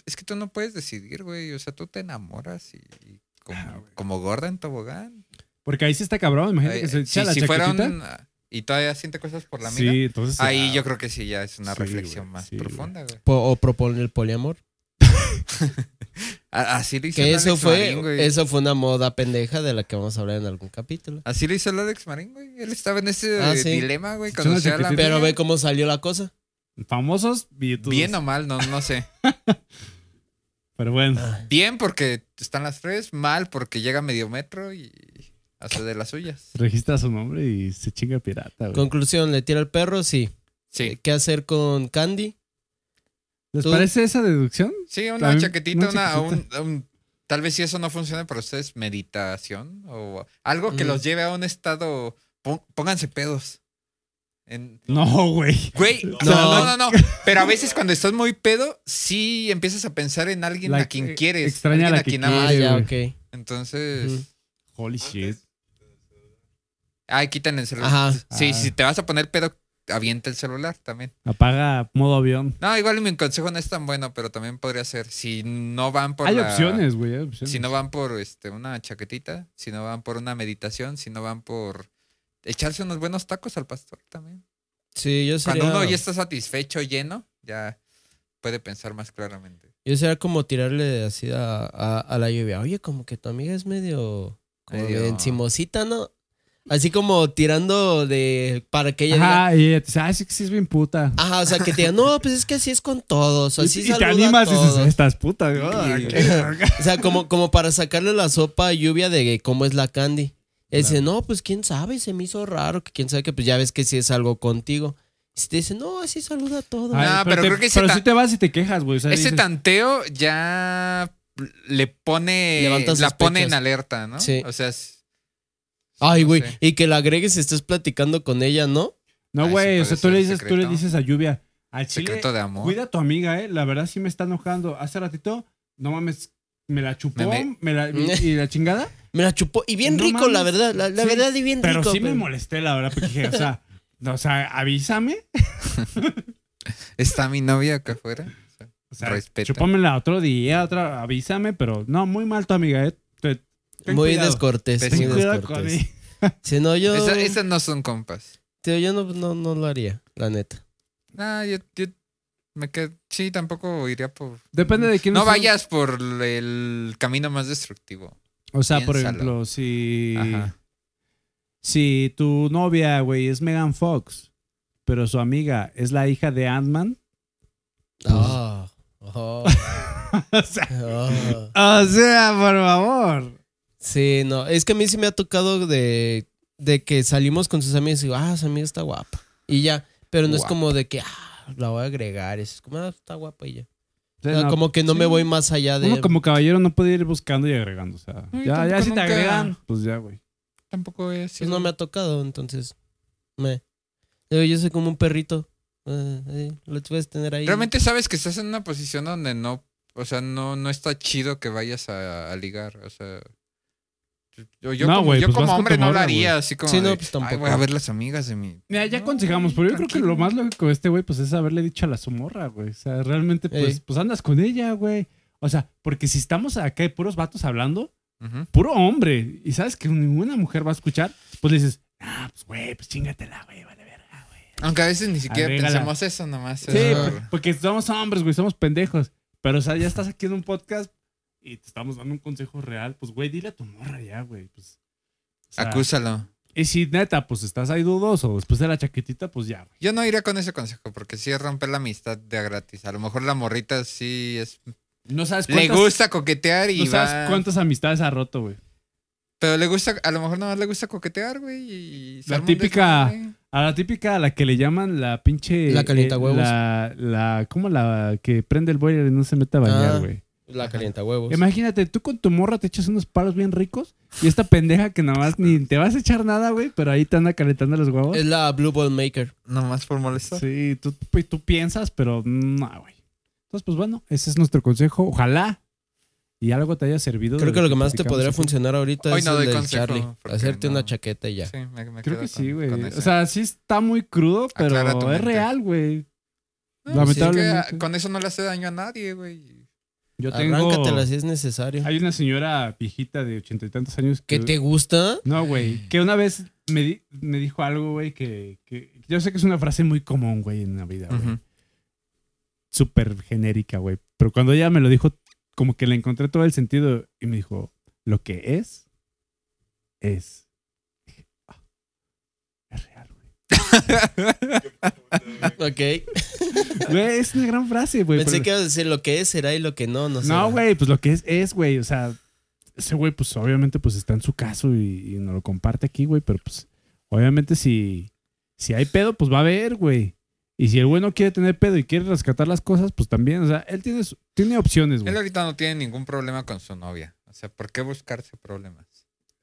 A: Es que tú no puedes decidir, güey. O sea, tú te enamoras y. y como,
B: Ah,
A: como gorda en tobogán.
C: Porque ahí sí está cabrón, imagínate
A: Ay,
C: que se echa
A: Eh, si,
C: la
A: si fuera
C: chaquetita.
A: un- Y todavía siente cosas por la amiga.
C: sí, entonces.
A: Ahí
C: ah,
A: yo creo que sí, ya es una
C: Sí,
A: reflexión
C: güey,
A: más
C: sí,
A: profunda, güey.
B: Po- o proponer el poliamor.
A: A- Así lo hizo
B: Que
A: el
B: eso
A: Alex Marín, güey.
B: fue, eso fue una moda pendeja de la que vamos a hablar en algún capítulo.
A: Así lo hizo el Alex Marín, güey. Él estaba en ese
B: Ah,
A: eh,
B: sí.
A: dilema, güey.
C: Son
A: Conoció a la
C: chiquititos.
B: Pero
A: amiga.
B: ve cómo salió la cosa.
C: Famosos billetudos.
A: Bien o mal, no, no sé.
C: Pero bueno.
A: Bien porque están las tres, mal porque llega medio metro y hace de las suyas.
C: Registra su nombre y se chinga pirata, güey.
B: Conclusión, le tira el perro, sí.
A: Sí,
B: ¿Qué hacer con Candy?
C: ¿Les
B: tú-
C: parece esa deducción?
A: sí,
C: A
A: una
C: mí-
A: chaquetita, una,
C: una
A: un- un- tal vez si eso no funciona para ustedes, meditación o algo que
B: Mm.
A: los lleve a un estado, pon- pónganse pedos. En,
C: No, güey.
A: Güey, no.
B: No.
A: no, no, no. Pero a veces cuando estás muy pedo, sí empiezas a pensar en alguien
C: La-
A: a quien quieres.
C: extraña a
A: alguien
C: la
A: a
C: que
A: quien
B: Ah,
A: amas.
C: quiere,
B: ya,
C: güey.
B: ok.
A: Entonces,
B: Ujú.
C: Holy shit.
A: ay, quitan el celular.
B: Ajá.
A: Sí,
C: Ah.
A: si te vas a poner pedo, avienta el celular también.
C: Apaga modo avión.
A: No, igual mi consejo no es tan bueno, pero también podría ser si no van por
C: Hay
A: la-
C: opciones, güey. Hay opciones.
A: Si no van por este una chaquetita, si no van por una meditación, si no van por echarse unos buenos tacos al pastor también.
B: Sí, yo sería,
A: Cuando uno ya está satisfecho, lleno, ya puede pensar más claramente.
B: yo sería como tirarle así a, a- a la lluvia. Oye, como que tu amiga es medio, como
A: Medio-
B: medio encimosita, ¿no? Así como tirando de para que ella diga,
C: Ajá, y ella te dice, ah, sí que sí es bien puta.
B: Ajá, o sea, que te digan, no, pues es que así es con todos. o así
C: y, y te
B: saluda a
C: animas y dices, "Este".
B: todos".
C: estás puta, güey. Ah,
B: Ah, O sea, como, como para sacarle la sopa a lluvia de cómo es la candy. Él dice, no, pues quién sabe, se me hizo raro, que quién sabe que pues ya ves que si es algo contigo. Y si te dice, no, así saluda a todos.
A: Ah,
C: Ay,
A: pero
C: te-
A: creo que ese
C: pero
A: ta-
C: sí te vas y te quejas, güey. O sea,
A: Ese
C: dices,
A: tanteo ya le pone.
B: Levanta
A: la pone
B: sospechas.
A: en alerta, ¿no?
B: Sí.
A: O sea, es-
B: Ay,
A: no
B: güey,
A: sé.
B: y que la agregues y estés platicando con ella, ¿no?
C: No,
A: Ay,
C: güey.
A: sí
C: o sea,
A: puede
C: tú le
A: ser
C: dices, tú le
A: secreto.
C: dices a lluvia, al chile,
A: secreto de amor.
C: cuida a tu amiga, eh. La verdad sí me está enojando. Hace ratito, no mames, me la chupó,
A: Me- me-
C: me la- y la chingada.
B: Me la chupó. Y bien
C: No
B: rico, la
C: mames.
B: verdad. La, la
C: Sí,
B: verdad, y bien
C: Pero
B: rico.
C: sí me
B: pero-
C: molesté, la verdad, porque dije, o sea, no, o sea, avísame.
A: Está mi novia acá afuera. O sea,
C: O sea,
A: Respeta.
C: chupámela otro día, otra, avísame, pero no, muy mal tu amiga, ¿eh? Te- ten
B: Muy
C: cuidado.
B: descortés.
A: Ten
C: Ten
B: muy
C: cuidado
B: descortés.
C: con ella.
B: Si no, yo.
A: Esa- esas no son compas.
B: tío, yo no, no, no lo haría, la neta.
A: No, yo, yo me quedo. Sí, tampoco iría por.
C: Depende de quién
A: No
C: sea.
A: vayas por el camino más destructivo.
C: O sea, por
A: Piénsalo.
C: ejemplo, si.
A: Ajá.
C: Si tu novia, güey, es Megan Fox, pero su amiga es la hija de Ant-Man. pues,
B: Ah, ah,
C: o, sea,
B: ah.
C: o sea, por favor.
B: Sí, no. Es que a mí sí me ha tocado de, de que salimos con sus amigos y digo, ah, su amiga está guapa. Y ya. Pero no es
A: Guapa.
B: como de que, ah, la voy a agregar. Es como, ah, está guapa y ya.
C: O sea,
B: No,
C: no,
B: como que no
C: sí.
B: me voy más allá de.
C: Uno como caballero no puede ir buscando y agregando. O sea,
A: No, yo
C: ya, ya
A: tampoco
C: si te
A: nunca-
C: agregan, pues ya, güey.
A: Tampoco es.
B: Pues no me ha tocado, entonces. Me. Digo, Yo soy como un perrito. eh, eh, lo puedes tener ahí.
A: Realmente sabes que estás en una posición donde no. O sea, no, no está chido que vayas a, a ligar. O sea. Yo, yo
C: No,
A: como,
C: güey,
A: yo
C: pues
A: como
C: vas con
A: hombre
C: tu
A: no
C: morra,
A: lo haría, así como.
B: Sí, no,
A: de,
B: pues
A: "Ay,
B: tampoco".
A: voy a ver las amigas de mi.
C: Mira, ya
A: No, güey,
C: aconsejamos, pero yo creo que
A: tranquilo.
C: lo más lógico de este güey, pues es haberle dicho a la sumorra, güey. O sea, realmente, pues,
B: Ey.
C: pues andas con ella, güey. O sea, porque si estamos acá de puros vatos hablando,
A: Ujú.
C: puro hombre, y sabes que ninguna mujer va a escuchar, pues le dices, ah, pues güey, pues chingatela, güey, vale verga, güey.
A: Aunque a veces ni siquiera
C: Agrégala.
A: pensamos eso, nomás.
B: Sí,
A: es-
B: pues-
C: Porque somos hombres, güey, somos pendejos. Pero, o sea, ya estás aquí en un podcast y te estamos dando un consejo real, pues güey, dile a tu morra ya, güey. Pues, o sea,
A: Acúsalo.
C: Y si neta, pues estás ahí dudoso, después de la chaquetita, pues ya, güey.
A: Yo no iría con ese consejo porque sí es romper la amistad de a gratis. A lo mejor la morrita sí es.
C: No sabes
A: Le
C: Pues, cuántas-
A: gusta coquetear y
C: No
A: va-
C: sabes cuántas amistades ha roto, güey.
A: Pero le gusta, a lo mejor nomás le gusta coquetear, güey. Y se
C: La
A: arma un
C: típica-
A: desmadre.
C: A la típica, a la que le llaman la pinche.
B: La calienta
C: eh,
B: huevos.
C: la, la. ¿Cómo la que prende el boiler y no se mete a bañar,
B: Ah.
C: güey?
B: La calienta huevos.
C: Imagínate, tú con tu morra te echas unos palos bien ricos y esta pendeja que nada más ni te vas a echar nada, güey, pero ahí te anda calentando los huevos.
B: Es la Blue Ball Maker.
A: Nomás por molestar.
C: Sí, tú, y tú piensas, pero no, güey. Entonces, pues bueno, ese es nuestro consejo. Ojalá. Y algo te haya servido.
B: Creo
C: de
B: que lo que más te
C: platicamos
B: podría
C: aquí.
B: funcionar ahorita
A: Hoy
B: es
A: no doy
B: el del
A: consejo,
B: Charlie.
A: porque
B: Hacerte una
A: no.
B: chaqueta y ya.
A: Sí, me, me quedo
C: Creo que
A: con-
C: sí, güey.
A: con
C: O
A: ese.
C: sea, sí está muy crudo, pero
A: Aclara tu
C: es
A: mente.
C: real, güey.
A: No,
C: lamentablemente.
A: sí que, ah, con eso no le hace daño a nadie, güey.
C: Yo tengo.
B: Arráncatela si es necesario.
C: Hay una señora viejita de ochenta y tantos años que.
B: ¿Qué te gusta?
C: No, güey. Que una vez me, di- me dijo algo, güey, que, que- Yo sé que es una frase muy común, güey, en la vida, güey.
A: Ujú.
C: Súper genérica, güey. Pero cuando ella me lo dijo, como que le encontré todo el sentido y me dijo: Lo que es, es. Dije, "Ah, es real, güey.
B: Ok.
C: Güey, es una gran frase, güey.
B: Pensé
C: pero-
B: que ibas a decir lo que es, será y lo que no, no será.
C: No, güey, pues lo que es, es, güey. O sea, ese güey, pues obviamente, pues está en su caso y, y nos lo comparte aquí, güey. Pero pues, obviamente, si, si hay pedo, pues va a haber, güey. Y si el güey no quiere tener pedo y quiere rescatar las cosas, pues también, o sea, él tiene, su- tiene opciones,
A: Él
C: güey.
A: ahorita no tiene ningún problema con su novia. O sea, ¿por qué buscarse problemas?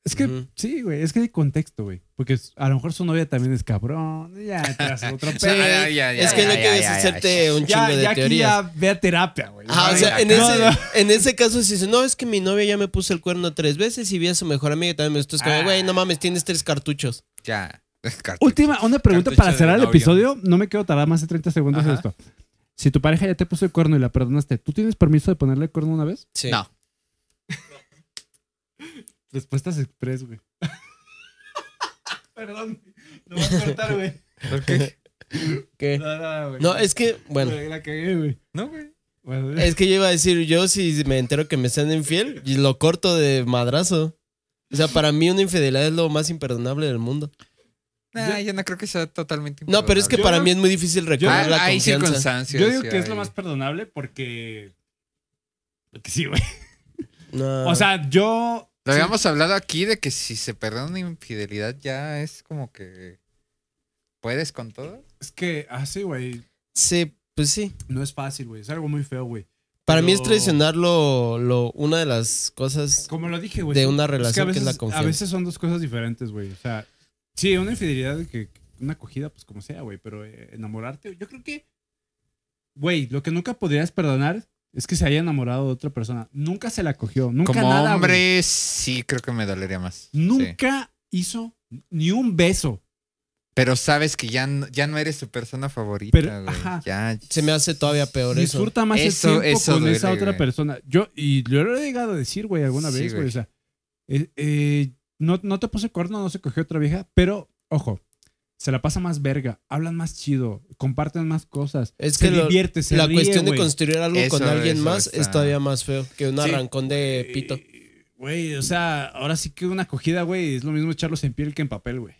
C: Es que,
B: Ujú.
C: sí, güey, es que hay contexto, güey. Porque a lo mejor su novia también es cabrón. y Ya, te hace otro pedo.
B: Sí, es que no
A: Ah, ya, ya,
B: quieres
A: ya,
B: hacerte
A: ya.
B: un chingo
C: Ya,
B: de
C: ya aquí
B: teorías.
C: ya ve a terapia, güey.
B: Ah, o
A: Ay,
B: sea, en
A: no,
B: ese,
C: no.
B: en ese caso se dice, no, es que mi novia ya me puso el cuerno tres veces y vi a su mejor amiga y también me gustó. Es como,
C: Ah.
B: güey, no mames, tienes tres cartuchos.
A: Ya. Descarto.
C: Última, una pregunta
A: Cartucho
C: para
A: de
C: cerrar el
A: novio.
C: episodio. No me quiero tardar más de 30 segundos en
A: Ajá.
C: esto. Si tu pareja ya te puso el cuerno y la perdonaste, ¿tú tienes permiso de ponerle el cuerno una vez?
B: Sí.
A: No.
C: Respuestas express, güey. Perdón, no voy a cortar, güey.
A: ¿Por qué?
B: ¿Qué?
C: Nada, güey.
B: No, es que, bueno,
C: Güey, La cagué, güey.
A: No, güey.
C: Bueno,
B: es que yo iba a decir, yo si me entero que me sean infiel, y lo corto de madrazo. O sea, para mí una infidelidad es lo más imperdonable del mundo.
A: Nah, yo no creo que sea totalmente
B: No, pero es que
A: imperdonable.
B: para
C: Yo-
B: mí es muy difícil recuperar
A: Ah,
B: la
A: hay
B: confianza.
A: circunstancias.
C: Yo digo
A: sí,
C: que es lo
A: hay.
C: más perdonable porque. Porque sí, güey.
B: No.
C: O sea, yo.
A: Lo habíamos hablado aquí de que si se perdona una infidelidad ya es como que puedes con todo.
C: Es que así, güey.
B: Sí, pues sí.
C: No es fácil, güey. Es algo muy feo, güey.
B: Para mí es
C: Pero-
B: traicionar lo, lo- una de las cosas.
C: Como lo dije, güey.
B: de
C: son-
B: una
C: a
B: relación que es
C: veces-
B: la confianza.
C: A veces son dos cosas diferentes, güey. O sea, sí, una infidelidad de que una acogida, pues como sea, güey. Pero eh, enamorarte, yo creo que, güey, lo que nunca podrías perdonar es que se haya enamorado de otra persona. Nunca se la cogió. Nunca
A: Como
C: nada, güey.
A: hombre, sí, creo que me dolería más. sí.
C: Nunca hizo ni un beso.
A: Pero sabes que ya, no- ya no eres su persona favorita,
C: Pero,
A: güey.
C: ajá.
A: Ya.
B: Se me hace todavía peor eso.
C: Disfruta más
A: Eso-
C: el tiempo
A: eso
C: con
A: duele,
C: esa otra
A: güey.
C: persona. Yo, y yo lo he llegado a decir, güey, alguna
A: Sí,
C: vez, güey.
A: güey.
C: O sea, eh, eh, no, no te puse cuerno, no se cogió otra vieja, pero, ojo, se la pasa más verga, hablan más chido, comparten más cosas.
B: Es
C: se
B: que lo-
C: divierte, se
B: la
C: ríe,
B: cuestión de
C: güey.
B: construir algo
A: Eso,
B: con alguien
A: eso
B: más
A: está-
B: es todavía más feo que un
C: Sí.
B: arrancón de pito.
C: Eh, Güey, o sea, ahora sí que una cogida, güey, es lo mismo echarlos en piel que en papel, güey.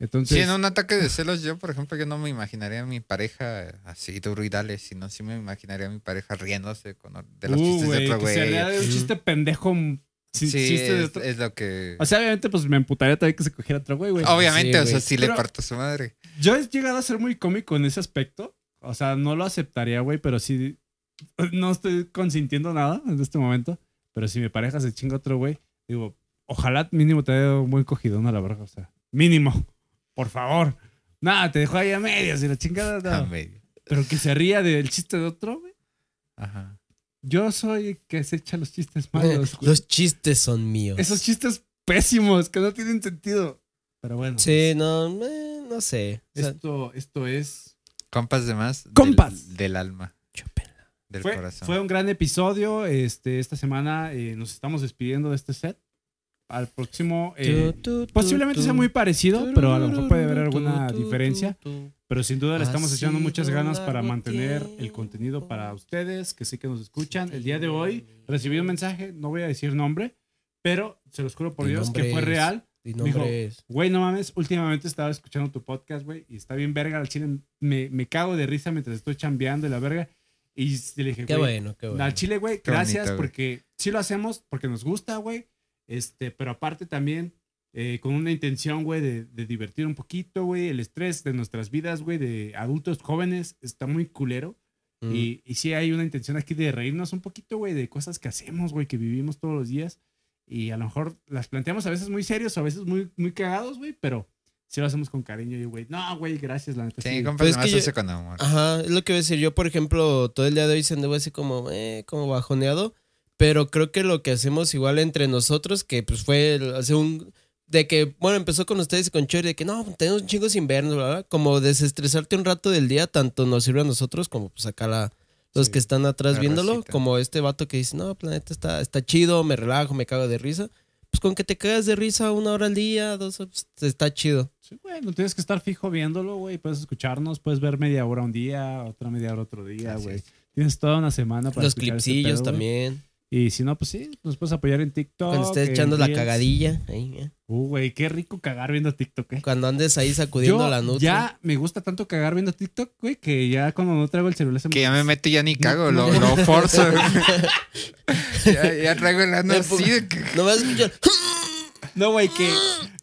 C: Entonces,
A: Sí, en un ataque de celos, yo, por ejemplo, yo no me imaginaría a mi pareja así duro y dale, sino sí me imaginaría a mi pareja riéndose con, de los
C: uh,
A: chistes
C: güey,
A: de otro
C: que se ría
A: güey.
C: de un
B: Ujú.
C: chiste pendejo. un chi-
A: Sí,
C: chiste de
A: es, eh.
C: otro-
A: es lo que...
C: O sea, obviamente, pues me emputaría también que se cogiera otro güey, güey.
A: Obviamente,
B: sí,
A: o sea,
B: güey.
A: sí
C: Pero-
A: le parto su madre.
C: Yo he llegado a ser muy cómico en ese aspecto. O sea, no lo aceptaría, güey, pero sí. No estoy consintiendo nada en este momento. Pero si mi pareja se chinga otro, güey, digo, ojalá mínimo te haya dado un buen cogidón a la verga. O sea, mínimo. Por favor. Nada, te dejo ahí a medias y la chingada. no.
A: A medio.
C: Pero que se ría del chiste de otro, güey.
A: Ajá.
C: Yo soy el que se echa ah, los chistes malos, güey.
B: Los chistes son míos.
C: Esos chistes pésimos que no tienen sentido. Pero bueno.
B: Sí, no, eh, no sé. O sea,
C: Esto, esto es
A: Compas de más. del-
C: Compas.
A: Del, alma,
B: chúpenla.
A: del
C: fue,
A: corazón.
C: fue un gran episodio. Este, esta semana eh, nos estamos despidiendo de este set. Al próximo. eh,
B: Tu, tu, tu,
C: posiblemente
B: tu.
C: sea muy parecido, pero a lo mejor puede haber alguna diferencia. Pero sin duda le
B: Ha
C: estamos echando
B: sido
C: muchas
B: un
C: ganas para
B: largo
C: mantener el
B: tiempo.
C: contenido para ustedes, que sí que nos escuchan. El día de hoy recibí un mensaje, no voy a decir nombre, pero se los juro por
B: Mi
C: Dios que
B: nombre
C: fue
B: es-
C: real.
B: Y
C: Mijo,
B: nombres.
C: Güey, no mames, últimamente estaba escuchando tu podcast, güey, y está bien verga, al chile me, me cago de risa mientras estoy chambeando y la verga. Y le dije,
B: Qué
C: güey,
B: bueno, qué bueno.
C: al Chile, güey,
A: Qué
C: gracias
A: bonito, güey.
C: porque sí lo hacemos porque nos gusta, güey. Este, pero aparte también eh, con una intención, güey, de, de divertir un poquito, güey, el estrés de nuestras vidas, güey, de adultos jóvenes, está muy culero.
B: Mm.
C: Y, y sí hay una intención aquí de reírnos un poquito, güey, de cosas que hacemos, güey, que vivimos todos los días. Y a lo mejor las planteamos a veces muy serios, a veces muy, muy cagados, güey, pero sí lo hacemos con cariño y, güey, no, güey, gracias, la neta.
A: Sí,
C: sí.
A: compas
B: Pues es
A: de más
B: que yo-
A: hace con amor.
C: Ah,
B: Ajá, es lo que voy a decir. Yo, por ejemplo, todo el día de hoy se anduvo así como, eh, como bajoneado. Pero creo que lo que hacemos igual entre nosotros, que pues fue el- hace un. De que, bueno, empezó con ustedes y con Chori, de que no, tenemos un chingo sin vernos, ¿verdad? Como desestresarte un rato del día, tanto nos sirve a nosotros como pues acá la, los
C: Sí,
B: que están atrás
A: la
B: viéndolo,
A: racita.
B: como este vato que dice, no, planeta está, está chido, me relajo, me cago de risa. Pues con que te cagas de risa una hora al día, dos, pues, está chido.
C: Sí, güey, no tienes que estar fijo viéndolo, güey. Puedes escucharnos, puedes ver media hora un día, otra media hora otro día,
A: Así
C: güey.
A: es.
C: Tienes toda una semana para
B: Los
C: escuchar este
B: clipsillos
C: pedo, güey.
B: también,
C: Y si no, pues sí, nos puedes apoyar en TikTok.
B: cuando estés
C: en
B: echando la
C: Reels.
B: cagadilla. Ahí, eh.
C: Uh, güey, qué rico cagar viendo TikTok, eh.
B: Cuando andes ahí sacudiendo
C: Yo
B: la nutria.
C: ya me gusta tanto cagar viendo TikTok, güey, que ya cuando no traigo el celular se
A: Que ya me meto y ya ni cago,
C: No,
A: lo, lo forzo. ya, ya traigo el ano
B: Me pongo-
A: así de que...
B: No vas a escuchar.
C: No, güey, que,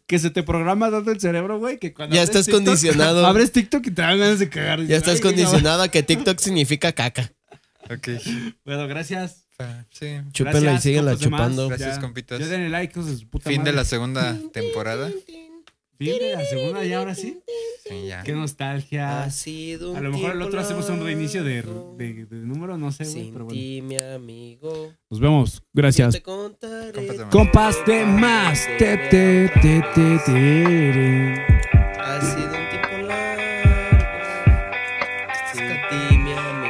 C: que se te programa tanto el cerebro, güey, que cuando
B: Ya
C: abres
B: estás
C: TikTok-
B: condicionado.
C: Abres TikTok y te dan ganas de cagar.
B: Ya
C: Dices,
B: estás
C: "Ay, güey, no".
B: condicionado a que TikTok significa caca.
A: Ok.
C: Bueno, gracias.
A: Ah, Sí.
B: Chúpenla y
C: Gracias,
B: síguenla
C: compas de más.
B: chupando.
A: Gracias, compitas.
C: Ya denle like, hijos de su puta
A: Fin de
C: madre.
A: la segunda temporada.
C: Fin de la segunda ya ahora sí.
A: Sí, ya.
C: Qué nostalgia.
B: Ha
C: A
B: sido un
C: lo mejor el otro
B: tiempo
C: hacemos un reinicio de,
B: largo
C: de- de número, no sé, güey,
B: Sin
C: pero bueno.
B: ti, mi amigo.
C: Nos vemos. Gracias.
B: Te contaré
A: Compas de más.
C: Compas de más. Te, te, te, te, te.
B: Ha sido un tiempo largo. Sin ti, mi amigo.